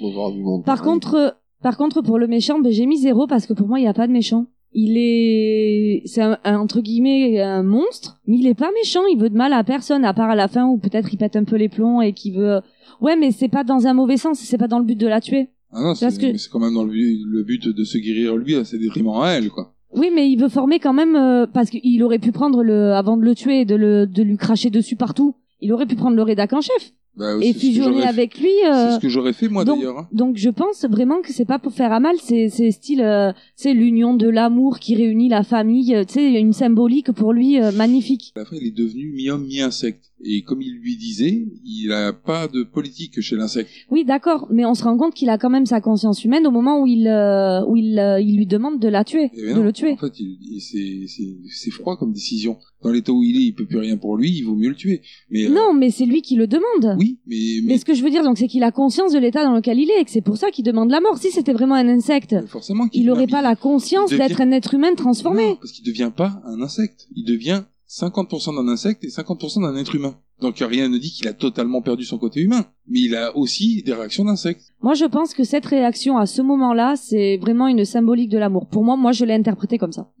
Speaker 6: Bon, voir du monde.
Speaker 7: Par
Speaker 6: Ouais.
Speaker 7: contre, euh, par contre, pour le méchant, ben, j'ai mis zéro parce que pour moi, il n'y a pas de méchant. Il est, c'est un, un, entre guillemets un monstre, mais il est pas méchant. Il veut de mal à personne, à part à la fin où peut-être il pète un peu les plombs et qu'il veut. Ouais, mais c'est pas dans un mauvais sens. C'est pas dans le but de la tuer.
Speaker 2: Ah non, c'est
Speaker 7: Parce que-
Speaker 2: mais c'est quand même dans le, but- le but de se guérir lui, là, c'est déprimant à elle, quoi.
Speaker 7: Oui, mais il veut former quand même euh, parce qu'il aurait pu prendre le avant de le tuer et de le de lui cracher dessus partout. Il aurait pu prendre le rédac en chef
Speaker 2: Bah,
Speaker 7: et
Speaker 2: c'est ce que
Speaker 7: fusionner
Speaker 2: j'aurais fait.
Speaker 7: avec lui. euh,
Speaker 2: C'est ce que j'aurais fait, moi,
Speaker 7: donc-
Speaker 2: d'ailleurs. hein.
Speaker 7: Donc je pense vraiment que c'est pas pour faire à mal, c'est c'est style euh, c'est l'union de l'amour qui réunit la famille, euh, tu sais une symbolique pour lui euh, magnifique.
Speaker 2: À la fin, il est devenu mi-homme, mi-insecte. Et comme il lui disait, il a pas de politique chez l'insecte.
Speaker 7: Oui, d'accord, mais on se rend compte qu'il a quand même sa conscience humaine au moment où il euh, où il euh, il lui demande de la tuer,
Speaker 2: Eh ben
Speaker 7: de
Speaker 2: non.
Speaker 7: le tuer.
Speaker 2: En fait, il- il- c'est- c'est c'est froid comme décision. Dans l'état où il est, il peut plus rien pour lui, il vaut mieux le tuer. Mais euh,
Speaker 7: Non, mais c'est lui qui le demande.
Speaker 2: oui, mais,
Speaker 7: Mais ce que je veux dire donc c'est qu'il a conscience de l'état dans lequel il est et que c'est pour ça qu'il demande la mort. Si c'était vraiment un insecte,
Speaker 2: mais forcément qu'il
Speaker 7: il
Speaker 2: non,
Speaker 7: n'aurait
Speaker 2: mais
Speaker 7: pas la conscience
Speaker 2: il devient-
Speaker 7: d'être un être humain transformé.
Speaker 2: Non, parce qu'il devient pas un insecte. Il devient 50% d'un insecte et 50% d'un être humain. Donc rien ne dit qu'il a totalement perdu son côté humain. Mais il a aussi des réactions d'insecte.
Speaker 7: Moi, je pense que cette réaction à ce moment-là, c'est vraiment une symbolique de l'amour. Pour moi, moi, je l'ai interprété comme ça.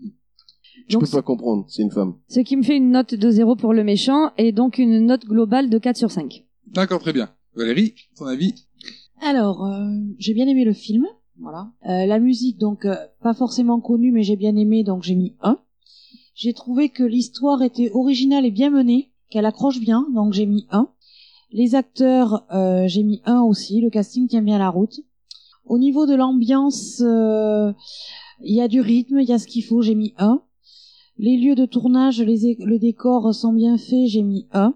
Speaker 6: je
Speaker 7: Donc,
Speaker 6: peux pas comprendre. C'est une femme.
Speaker 7: ce qui me fait une note de 0 pour le méchant et donc une note globale de 4 sur 5.
Speaker 2: D'accord, très bien. Valérie, ton avis
Speaker 8: Alors, euh, j'ai bien aimé le film. Voilà. Euh, la musique, donc, euh, pas forcément connue, mais j'ai bien aimé, donc j'ai mis 1. J'ai trouvé que l'histoire était originale et bien menée, qu'elle accroche bien, donc j'ai mis 1. Les acteurs, euh, j'ai mis 1 aussi. Le casting tient bien la route. Au niveau de l'ambiance, euh, il y a du rythme, il y a ce qu'il faut, j'ai mis 1. Les lieux de tournage, les é- le décor sont bien faits, j'ai mis 1.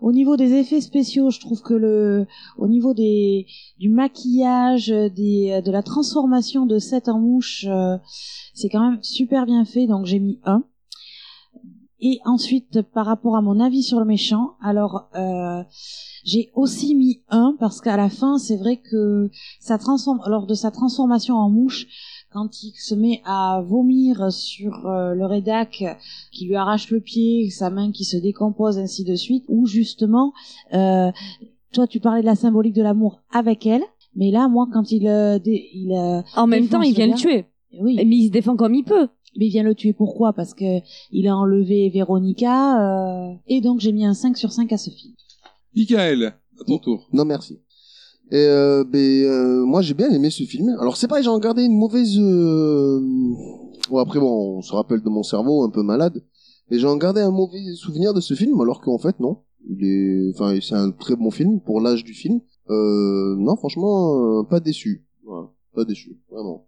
Speaker 8: Au niveau des effets spéciaux, je trouve que le, au niveau des, du maquillage, des, euh, de la transformation de Seth en mouche, euh, c'est quand même super bien fait, donc j'ai mis 1. Et ensuite, par rapport à mon avis sur le méchant, alors euh, j'ai aussi mis 1 parce qu'à la fin, c'est vrai que sa transform- lors de sa transformation en mouche, quand il se met à vomir sur euh, le rédac qui lui arrache le pied, sa main qui se décompose, ainsi de suite, ou justement, euh, toi tu parlais de la symbolique de l'amour avec elle, mais là, moi, quand il... euh, dé- il euh,
Speaker 7: En même temps, il vient le
Speaker 8: défonce
Speaker 7: tuer.
Speaker 8: oui,
Speaker 7: Mais il se défend comme il peut.
Speaker 8: mais il vient le tuer pourquoi Parce que il a enlevé Véronica, euh, et donc j'ai mis un 5 sur 5 à ce film.
Speaker 2: Michael, à ton tour.
Speaker 6: Non, merci. Et euh, ben, euh, moi, j'ai bien aimé ce film. Alors, c'est pareil, j'ai regardé une mauvaise... euh, Bon, après, bon, on se rappelle de mon cerveau un peu malade. Mais j'ai regardé un mauvais souvenir de ce film, alors qu'en fait, non. Il est... Enfin, c'est un très bon film, pour l'âge du film. Euh, non, franchement, euh, pas déçu. Voilà, pas déçu, vraiment.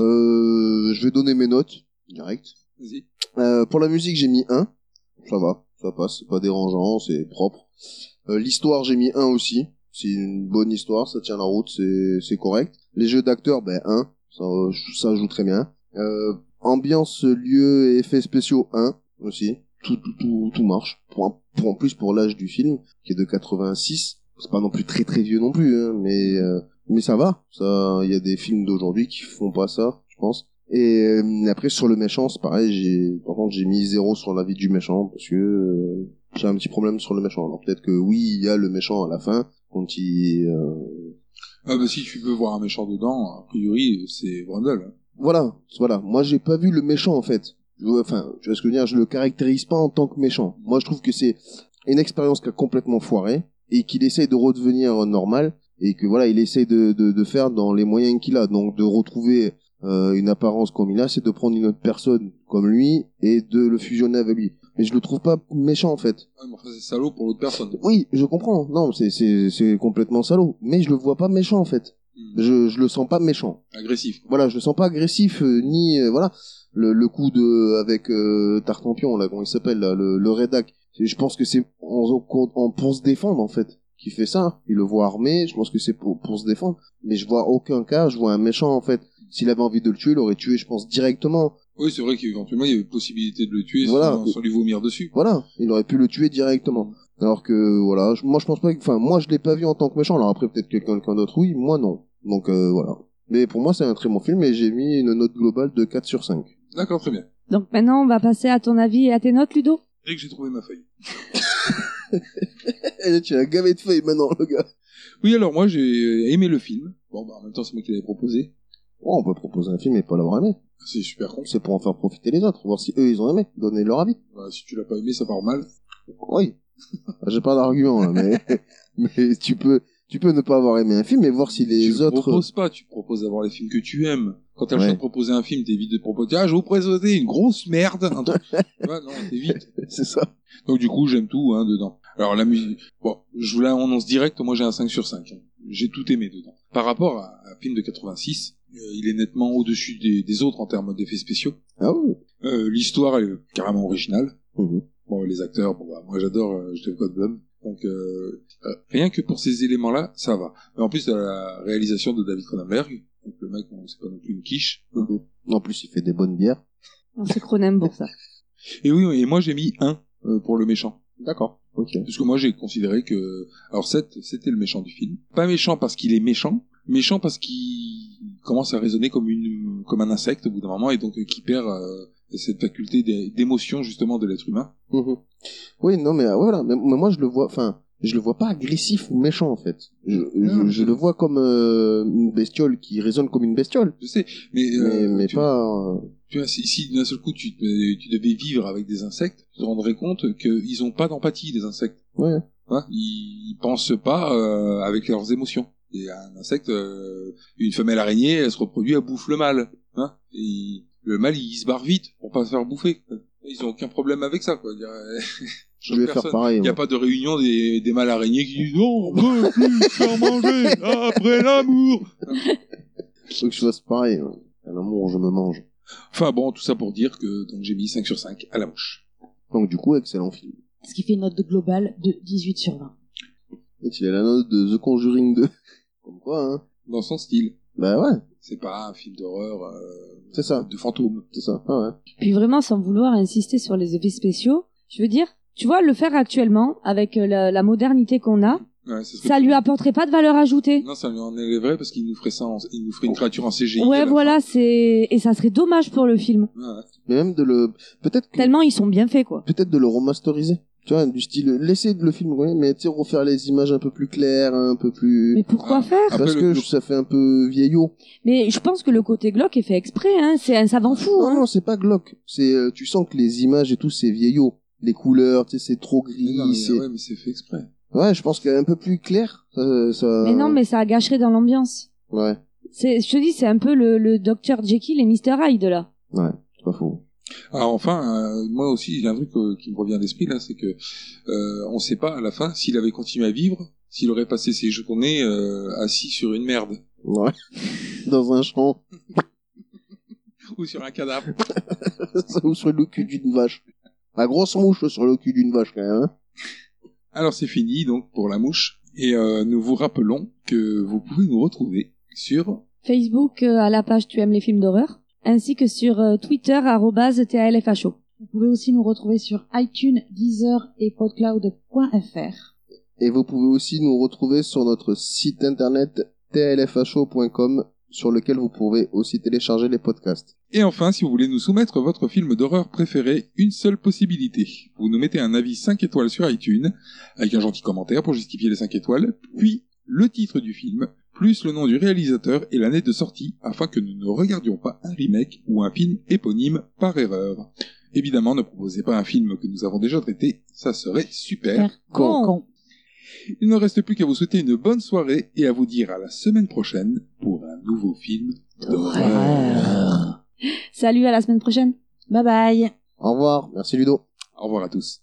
Speaker 6: Euh, je vais donner mes notes, direct.
Speaker 2: Vas-y.
Speaker 6: Euh, pour la musique, j'ai mis 1. Ça va, ça passe, c'est pas dérangeant, c'est propre. Euh, L'histoire, j'ai mis 1 aussi. C'est une bonne histoire, ça tient la route, c'est c'est correct. Les jeux d'acteurs, ben 1. Ça, euh, ça joue très bien. Euh, ambiance, lieu et effets spéciaux, 1 aussi. Tout, tout, tout, tout marche. Pour, un- pour en plus, pour l'âge du film, qui est de 86, c'est pas non plus très très vieux non plus, hein, mais euh, mais ça va. Ça, il y a des films d'aujourd'hui qui font pas ça, je pense. Et euh, après sur le méchant, c'est pareil. J'ai par contre j'ai mis zéro sur la vie du méchant parce que euh, j'ai un petit problème sur le méchant. Alors peut-être que oui, il y a le méchant à la fin quand il euh,
Speaker 2: Ah bah si tu peux voir un méchant dedans, a priori c'est Brundle. hein.
Speaker 6: voilà, voilà. Moi j'ai pas vu le méchant en fait. Je vois- Enfin, tu vois ce que je veux dire. Je le caractérise pas en tant que méchant. Moi je trouve que c'est une expérience qui a complètement foiré et qu'il essaye de redevenir euh, normal et que voilà, il essaye de, de, de faire dans les moyens qu'il a, donc de retrouver euh, une apparence comme il a, c'est de prendre une autre personne comme lui et de le fusionner avec lui. Mais je le trouve pas méchant en fait.
Speaker 2: Ah, mais enfin c'est salaud pour l'autre personne.
Speaker 6: Oui, je comprends. Non, c'est c'est c'est complètement salaud. Mais je le vois pas méchant en fait.
Speaker 2: Hmm.
Speaker 6: Je je le sens pas méchant
Speaker 2: Agressif. quoi.
Speaker 6: voilà, je le sens pas agressif euh, ni euh, voilà le, le coup de avec euh, Tartampion là comment il s'appelle là, le, le Redac. Je pense que c'est en, en- pour se défendre en fait qui fait ça. Il le voit armé, je pense que c'est pour, pour se défendre. Mais je vois aucun cas, je vois un méchant en fait. S'il avait envie de le tuer, il l'aurait tué, je pense directement.
Speaker 2: Oui c'est vrai qu'éventuellement il y avait possibilité de le tuer
Speaker 6: Voilà.
Speaker 2: sans, sans lui vomir dessus.
Speaker 6: Voilà, il aurait pu le tuer directement. Alors que voilà, je- moi je pense pas, que- enfin moi je l'ai pas vu en tant que méchant. Alors après peut-être que quelqu'un d'autre oui, moi non. Donc euh, voilà. Mais pour moi c'est un très bon film et j'ai mis une note globale de 4 sur 5.
Speaker 2: D'accord très bien.
Speaker 7: Donc maintenant, on va passer à ton avis et à tes notes, Ludo.
Speaker 2: Dès que j'ai trouvé ma feuille.
Speaker 6: Eh, tu as gavé de feuilles maintenant, le gars.
Speaker 2: Oui alors moi j'ai aimé le film. Bon bah en même temps c'est moi qui l'avais proposé.
Speaker 6: Oh, on peut proposer un film et pas l'avoir aimé.
Speaker 2: C'est super con.
Speaker 6: C'est pour en faire profiter les autres, voir si eux ils ont aimé, donner leur avis.
Speaker 2: Bah, si tu l'as pas aimé ça part mal.
Speaker 6: Oui. J'ai pas d'argument, là, mais, mais tu peux, tu peux ne pas avoir aimé un film et voir si les
Speaker 2: tu le
Speaker 6: autres.
Speaker 2: proposes pas, tu proposes d'avoir les films que tu aimes. Quand t'as le
Speaker 6: Ouais.
Speaker 2: choix de proposer un film, t'évites de proposer. Ah, je vais vous présenter une grosse merde. Un truc. Tu vois, non, t'évites.
Speaker 6: C'est ça.
Speaker 2: Donc du coup, j'aime tout hein, dedans. Alors la musique, bon, je vous la annonce direct, moi j'ai un 5 sur 5. hein. J'ai tout aimé dedans. Par rapport à à un film de 86, euh, il est nettement au-dessus des, des autres en termes d'effets spéciaux.
Speaker 6: Ah oui.
Speaker 2: Euh, L'histoire, elle est carrément originale.
Speaker 6: Mhm.
Speaker 2: Bon, les acteurs, bon, bah, moi j'adore euh, Jeff Goldblum. Donc euh, euh, rien que pour ces éléments-là, ça va. Mais en plus, t'as la réalisation de David Cronenberg, donc le mec, bon, c'est pas non plus une quiche. hein.
Speaker 6: En plus, il fait des bonnes bières.
Speaker 7: Non, C'est Cronenbourg, ça.
Speaker 2: Et oui, et moi j'ai mis 1 pour le méchant.
Speaker 6: D'accord. Ok.
Speaker 2: Parce que moi j'ai considéré que... Alors Seth, c'était le méchant du film. Pas méchant parce qu'il est méchant, méchant parce qu'il commence à raisonner comme, une... comme un insecte au bout d'un moment, et donc euh, qui perd euh, cette faculté d'é- d'émotion justement de l'être humain.
Speaker 6: Mhm. Oui, non, mais euh, voilà. Mais, mais moi, je le vois, enfin, je le vois pas agressif ou méchant, en fait. Je, je,
Speaker 2: Non.
Speaker 6: je le vois comme euh, une bestiole qui résonne comme une bestiole.
Speaker 2: Je sais, mais...
Speaker 6: Mais,
Speaker 2: euh,
Speaker 6: mais
Speaker 2: tu-
Speaker 6: pas. euh,
Speaker 2: Tu vois, si, si d'un seul coup tu, te- tu devais vivre avec des insectes, tu te rendrais compte qu'ils ont pas d'empathie, les insectes.
Speaker 6: Ouais.
Speaker 2: Hein ils, ils pensent pas euh, avec leurs émotions. Et un insecte, euh, une femelle araignée, elle se reproduit, elle bouffe le mâle. Hein Et il- le mâle, il se barre vite pour pas se faire bouffer. Ils ont aucun problème avec ça, quoi. Je dirais,
Speaker 6: Je vais faire
Speaker 2: personne.
Speaker 6: pareil.
Speaker 2: Il n'y a
Speaker 6: ouais.
Speaker 2: pas de réunion des, des mâles araignées qui disent oh, on veut plus se faire manger hein, après l'amour.
Speaker 6: Faut que je fasse pareil. ouais. À hein. l'amour, je me mange.
Speaker 2: Enfin bon, tout ça pour dire que donc j'ai mis 5 sur 5 à la mouche.
Speaker 6: Donc du coup, excellent film.
Speaker 8: Ce qui fait une note globale de 18 sur 20.
Speaker 6: Et il a la note de The Conjuring 2. Comme quoi, hein.
Speaker 2: Dans son style.
Speaker 6: Bah ouais,
Speaker 2: C'est pas un film d'horreur euh,
Speaker 6: c'est ça,
Speaker 2: de fantômes.
Speaker 6: c'est ça. Ah ouais.
Speaker 7: Puis vraiment, sans vouloir insister sur les effets spéciaux, je veux dire, tu vois, le faire actuellement, avec euh, la, la modernité qu'on a,
Speaker 2: Ouais, c'est ce que
Speaker 7: ça
Speaker 2: tu-
Speaker 7: lui apporterait pas de valeur ajoutée.
Speaker 2: Non, ça lui en élèverait parce qu'il nous ferait ça, en- il nous ferait une créature en CGI. à
Speaker 7: Ouais,
Speaker 2: la
Speaker 7: voilà, c'est et ça serait dommage pour le film.
Speaker 2: fin. Ouais, ouais.
Speaker 6: Mais même de le, peut-être que-
Speaker 7: Tellement ils sont bien faits, quoi.
Speaker 6: peut-être de le remasteriser. Tu vois, du style, laisser le film rouler, mais tu sais, refaire les images un peu plus claires, un peu plus...
Speaker 7: Mais pourquoi
Speaker 2: Ah.
Speaker 7: faire
Speaker 6: Parce
Speaker 2: Après,
Speaker 6: que
Speaker 2: le-
Speaker 6: ça fait un peu vieillot.
Speaker 7: Mais je pense que le côté glauque est fait exprès, hein. C'est un savant fou,
Speaker 6: Non,
Speaker 7: hein.
Speaker 6: non, c'est pas glauque. C'est, euh, tu sens que les images et tout, c'est vieillot. Les couleurs, tu sais, c'est trop
Speaker 2: Mais
Speaker 6: gris.
Speaker 2: non, mais,
Speaker 6: c'est...
Speaker 2: ouais, mais c'est fait exprès.
Speaker 6: Ouais, je pense qu'un peu plus clair, ça, ça-
Speaker 7: Mais non, mais ça gâcherait dans l'ambiance.
Speaker 6: Ouais,
Speaker 7: C'est, je te dis, c'est un peu le, le Dr Jekyll et Mr Hyde là.
Speaker 6: c'est pas faux.
Speaker 2: Alors enfin, euh, moi aussi, il y a un truc euh, qui me revient à l'esprit là, c'est que euh, on sait pas à la fin s'il avait continué à vivre, s'il aurait passé ses journées euh, assis sur une merde
Speaker 6: Ouais. Dans un champ,
Speaker 2: ou sur un cadavre.
Speaker 6: ou sur le cul d'une vache. La grosse mouche sur le cul d'une vache, quand même. hein.
Speaker 2: Alors c'est fini donc pour la mouche et euh, nous vous rappelons que vous pouvez nous retrouver sur
Speaker 7: Facebook euh, à la page Tu aimes les films d'horreur, ainsi que sur euh, Twitter arrobase TALFHO.
Speaker 8: Vous pouvez aussi nous retrouver sur iTunes, Deezer et podcloud.fr.
Speaker 6: Et vous pouvez aussi nous retrouver sur notre site internet tlfho.com sur lequel vous pourrez aussi télécharger les podcasts.
Speaker 2: et enfin si vous voulez nous soumettre votre film d'horreur préféré, une seule possibilité. Vous nous mettez un avis 5 étoiles sur iTunes avec un gentil commentaire pour justifier les 5 étoiles, puis le titre du film plus le nom du réalisateur et l'année de sortie afin que nous ne regardions pas un remake ou un film éponyme par erreur. Évidemment, ne proposez pas un film que nous avons déjà traité, ça serait super.
Speaker 7: Con.
Speaker 8: Con.
Speaker 2: Il ne reste plus qu'à vous souhaiter une bonne soirée et à vous dire à la semaine prochaine pour un nouveau film d'horreur.
Speaker 7: Salut, à la semaine prochaine.
Speaker 8: Bye bye.
Speaker 6: Au revoir, merci Ludo.
Speaker 2: Au revoir à tous.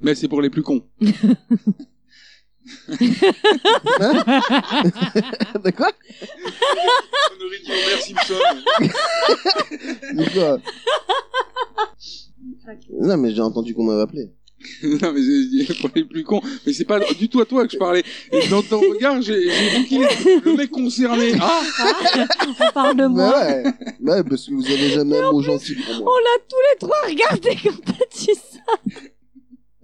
Speaker 2: Mais c'est pour les plus cons.
Speaker 6: Hein De quoi
Speaker 2: On aurait dit Homer Simpson.
Speaker 6: De quoi Non, mais j'ai entendu qu'on m'avait appelé.
Speaker 2: non, mais j'ai dit, pour les plus cons, mais c'est pas du tout à toi que je parlais. Et dans ton regard, j'ai j'ai bouclé le mec concerné. Ah
Speaker 8: On parle de
Speaker 6: Bah
Speaker 8: moi.
Speaker 6: ouais. Bah ouais, parce que vous avez jamais un mot gentil pour
Speaker 7: On
Speaker 6: moi.
Speaker 7: l'a tous les trois regardé quand t'as dit ça.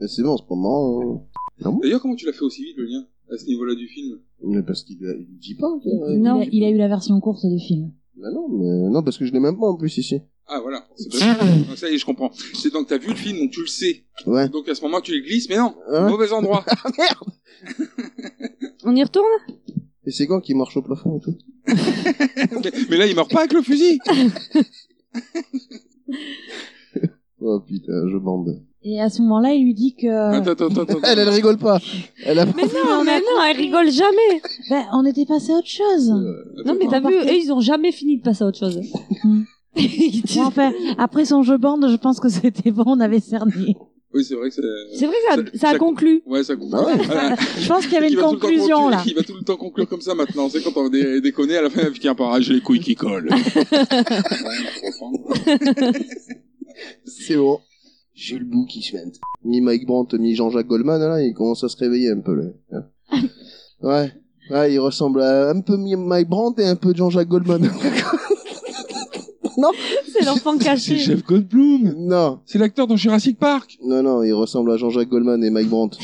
Speaker 6: Mais c'est bon, c'est pas marrant. hein. Non,
Speaker 2: D'ailleurs, comment tu l'as fait aussi vite, le lien, à ce niveau-là du film
Speaker 6: mais parce qu'il a- il dit pas. qu'il a-
Speaker 8: Il
Speaker 7: Non.
Speaker 8: a, il a eu la version courte du film.
Speaker 6: Bah non, mais non, parce que je l'ai même pas en plus ici.
Speaker 2: Ah, voilà. C'est
Speaker 6: Mmh.
Speaker 2: pas- Ça y est, je comprends. C'est donc, t'as vu le film, donc tu le sais.
Speaker 6: Ouais.
Speaker 2: Donc, à ce moment, tu les glisses, mais non,
Speaker 6: Hein
Speaker 2: mauvais endroit.
Speaker 6: Ah merde
Speaker 7: On y retourne
Speaker 6: Et c'est quand qu'il marche au plafond et tout
Speaker 2: mais, mais là, il meurt pas avec le fusil.
Speaker 6: Oh putain, je bande.
Speaker 8: Et à ce moment-là, il lui dit
Speaker 7: Ah
Speaker 8: que
Speaker 7: bah.
Speaker 2: Attends, attends, attends. attends.
Speaker 6: Ah. Elle, elle rigole pas. Elle a...
Speaker 7: Mais non, mais non, elle rigole jamais.
Speaker 8: ben, on était passé à autre chose.
Speaker 7: Non, mais t'as vu, eux, ils ont jamais fini de passer à autre chose. Ils disent-
Speaker 8: Bon, enfin, après son jeu bande, je pense que c'était bon, on avait cerné.
Speaker 2: Oui, c'est vrai que c'est...
Speaker 7: C'est vrai que ça,
Speaker 2: Ça-
Speaker 7: ça conclut.
Speaker 2: Ouais, ça compte.
Speaker 6: Bah ouais.
Speaker 2: Voilà.
Speaker 8: Je pense qu'il y avait
Speaker 2: Qui
Speaker 8: une
Speaker 2: va tout le temps
Speaker 8: conclusion
Speaker 2: conclure-
Speaker 8: là.
Speaker 2: Qui va tout le temps conclure comme ça maintenant. C'est quand on dé- déconne à la fin, qui par ah, j'ai les couilles qui collent. Ouais, je comprends.
Speaker 6: C'est bon. J'ai le bout qui se vente. Mi Mike Brandt, mi Jean-Jacques Goldman, là, il commence à se réveiller un peu, là. Hein. Ouais. Ouais, il ressemble à un peu mi Mike Brandt et un peu Jean-Jacques Goldman.
Speaker 7: C'est l'enfant
Speaker 2: C'est
Speaker 7: caché.
Speaker 2: Jeff Goldblum.
Speaker 6: non.
Speaker 2: C'est l'acteur dans Jurassic Park.
Speaker 6: Non, non, il ressemble à Jean-Jacques Goldman et Mike Brandt.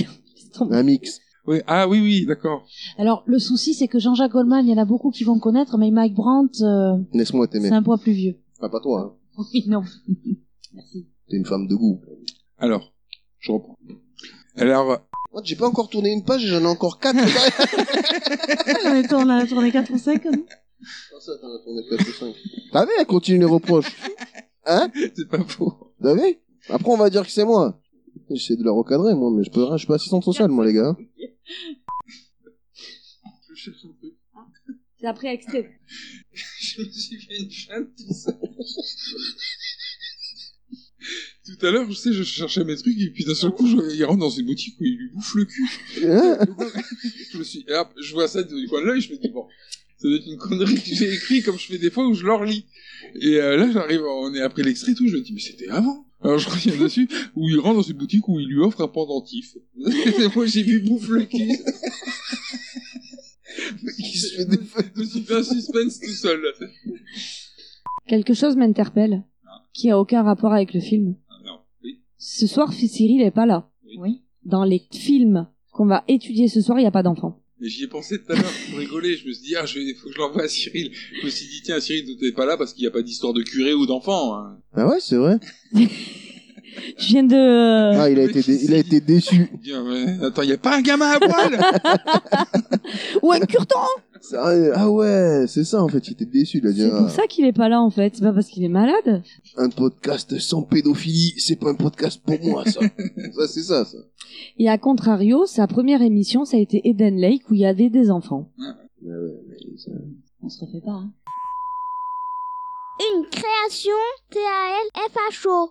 Speaker 6: Un mix.
Speaker 2: Oui. Ah oui, oui, d'accord.
Speaker 8: Alors le souci, c'est que Jean-Jacques Goldman, il y en a beaucoup qui vont connaître, mais Mike Brandt, euh,
Speaker 6: Laisse-moi
Speaker 8: c'est
Speaker 6: t'aimer.
Speaker 8: un poids plus vieux.
Speaker 6: Ah, pas toi, hein.
Speaker 8: Oui, non. Merci.
Speaker 6: T'es une femme de goût.
Speaker 2: Alors, je reprends. Alors,
Speaker 6: What, j'ai pas encore tourné une page et j'en ai encore quatre.
Speaker 8: on, est, on a tourné 4 ou hein. 5.
Speaker 6: Ça, t'en as tourné quatre ou cinq. T'as vu, elle continue les reproches. Hein
Speaker 2: c'est pas faux.
Speaker 6: T'as vu Après, on va dire que c'est moi. J'essaie de la recadrer, moi, mais je peux rien, je suis pas assistante sociale, moi, les gars.
Speaker 2: Je cherche un truc.
Speaker 7: C'est après extrait.
Speaker 2: Je me suis fait une chatte tout seul. Tout à l'heure, je sais, je cherchais mes trucs, et puis d'un seul coup, je- il rentre dans une boutique où il lui bouffe le cul.
Speaker 6: Hein
Speaker 2: je me suis, et hop, je vois ça du coin de l'œil, je me dis bon, ça doit être une connerie que j'ai écrit comme je fais des fois où je leur lis. Et euh, là, j'arrive, on est après l'extrait et tout, je me dis mais c'était avant. Alors je reviens dessus, où il rentre dans une boutique où il lui offre un pendentif. Et moi j'ai vu bouffe le cul.
Speaker 6: Il se fait des feux.
Speaker 2: Je me suis fait un suspense tout seul.
Speaker 7: Quelque chose m'interpelle, qui a aucun rapport avec le film.
Speaker 2: Ah, Non, oui,
Speaker 7: Ce soir, Cyril est pas là.
Speaker 8: Oui.
Speaker 7: Dans les films qu'on va étudier ce soir, il n'y a pas d'enfant.
Speaker 2: mais j'y ai pensé tout à l'heure pour rigoler. Je me suis dit ah, je vais, faut que je l'envoie à Cyril. Je me suis dit tiens Cyril, t'es pas là parce qu'il n'y a pas d'histoire de curé ou d'enfant. hein.
Speaker 6: Ah ouais, c'est vrai.
Speaker 7: Je viens de...
Speaker 6: Ah, il a été, dé- il a été déçu.
Speaker 2: Tiens, ouais, Attends, il n'y a pas un gamin à poil
Speaker 7: Ou un curton
Speaker 6: Sérieux Ah ouais, c'est ça, en fait, il était déçu. Il a dit,
Speaker 7: C'est pour
Speaker 6: ah,
Speaker 7: ça qu'il est pas là, en fait. C'est pas parce qu'il est malade.
Speaker 6: un podcast sans pédophilie, c'est pas un podcast pour moi, ça. ça, c'est ça, ça.
Speaker 7: Et à contrario, sa première émission, ça a été Eden Lake, où il y avait des enfants.
Speaker 6: Ah
Speaker 8: On se refait pas. hein.
Speaker 11: Une création T-A-L-F-H-O.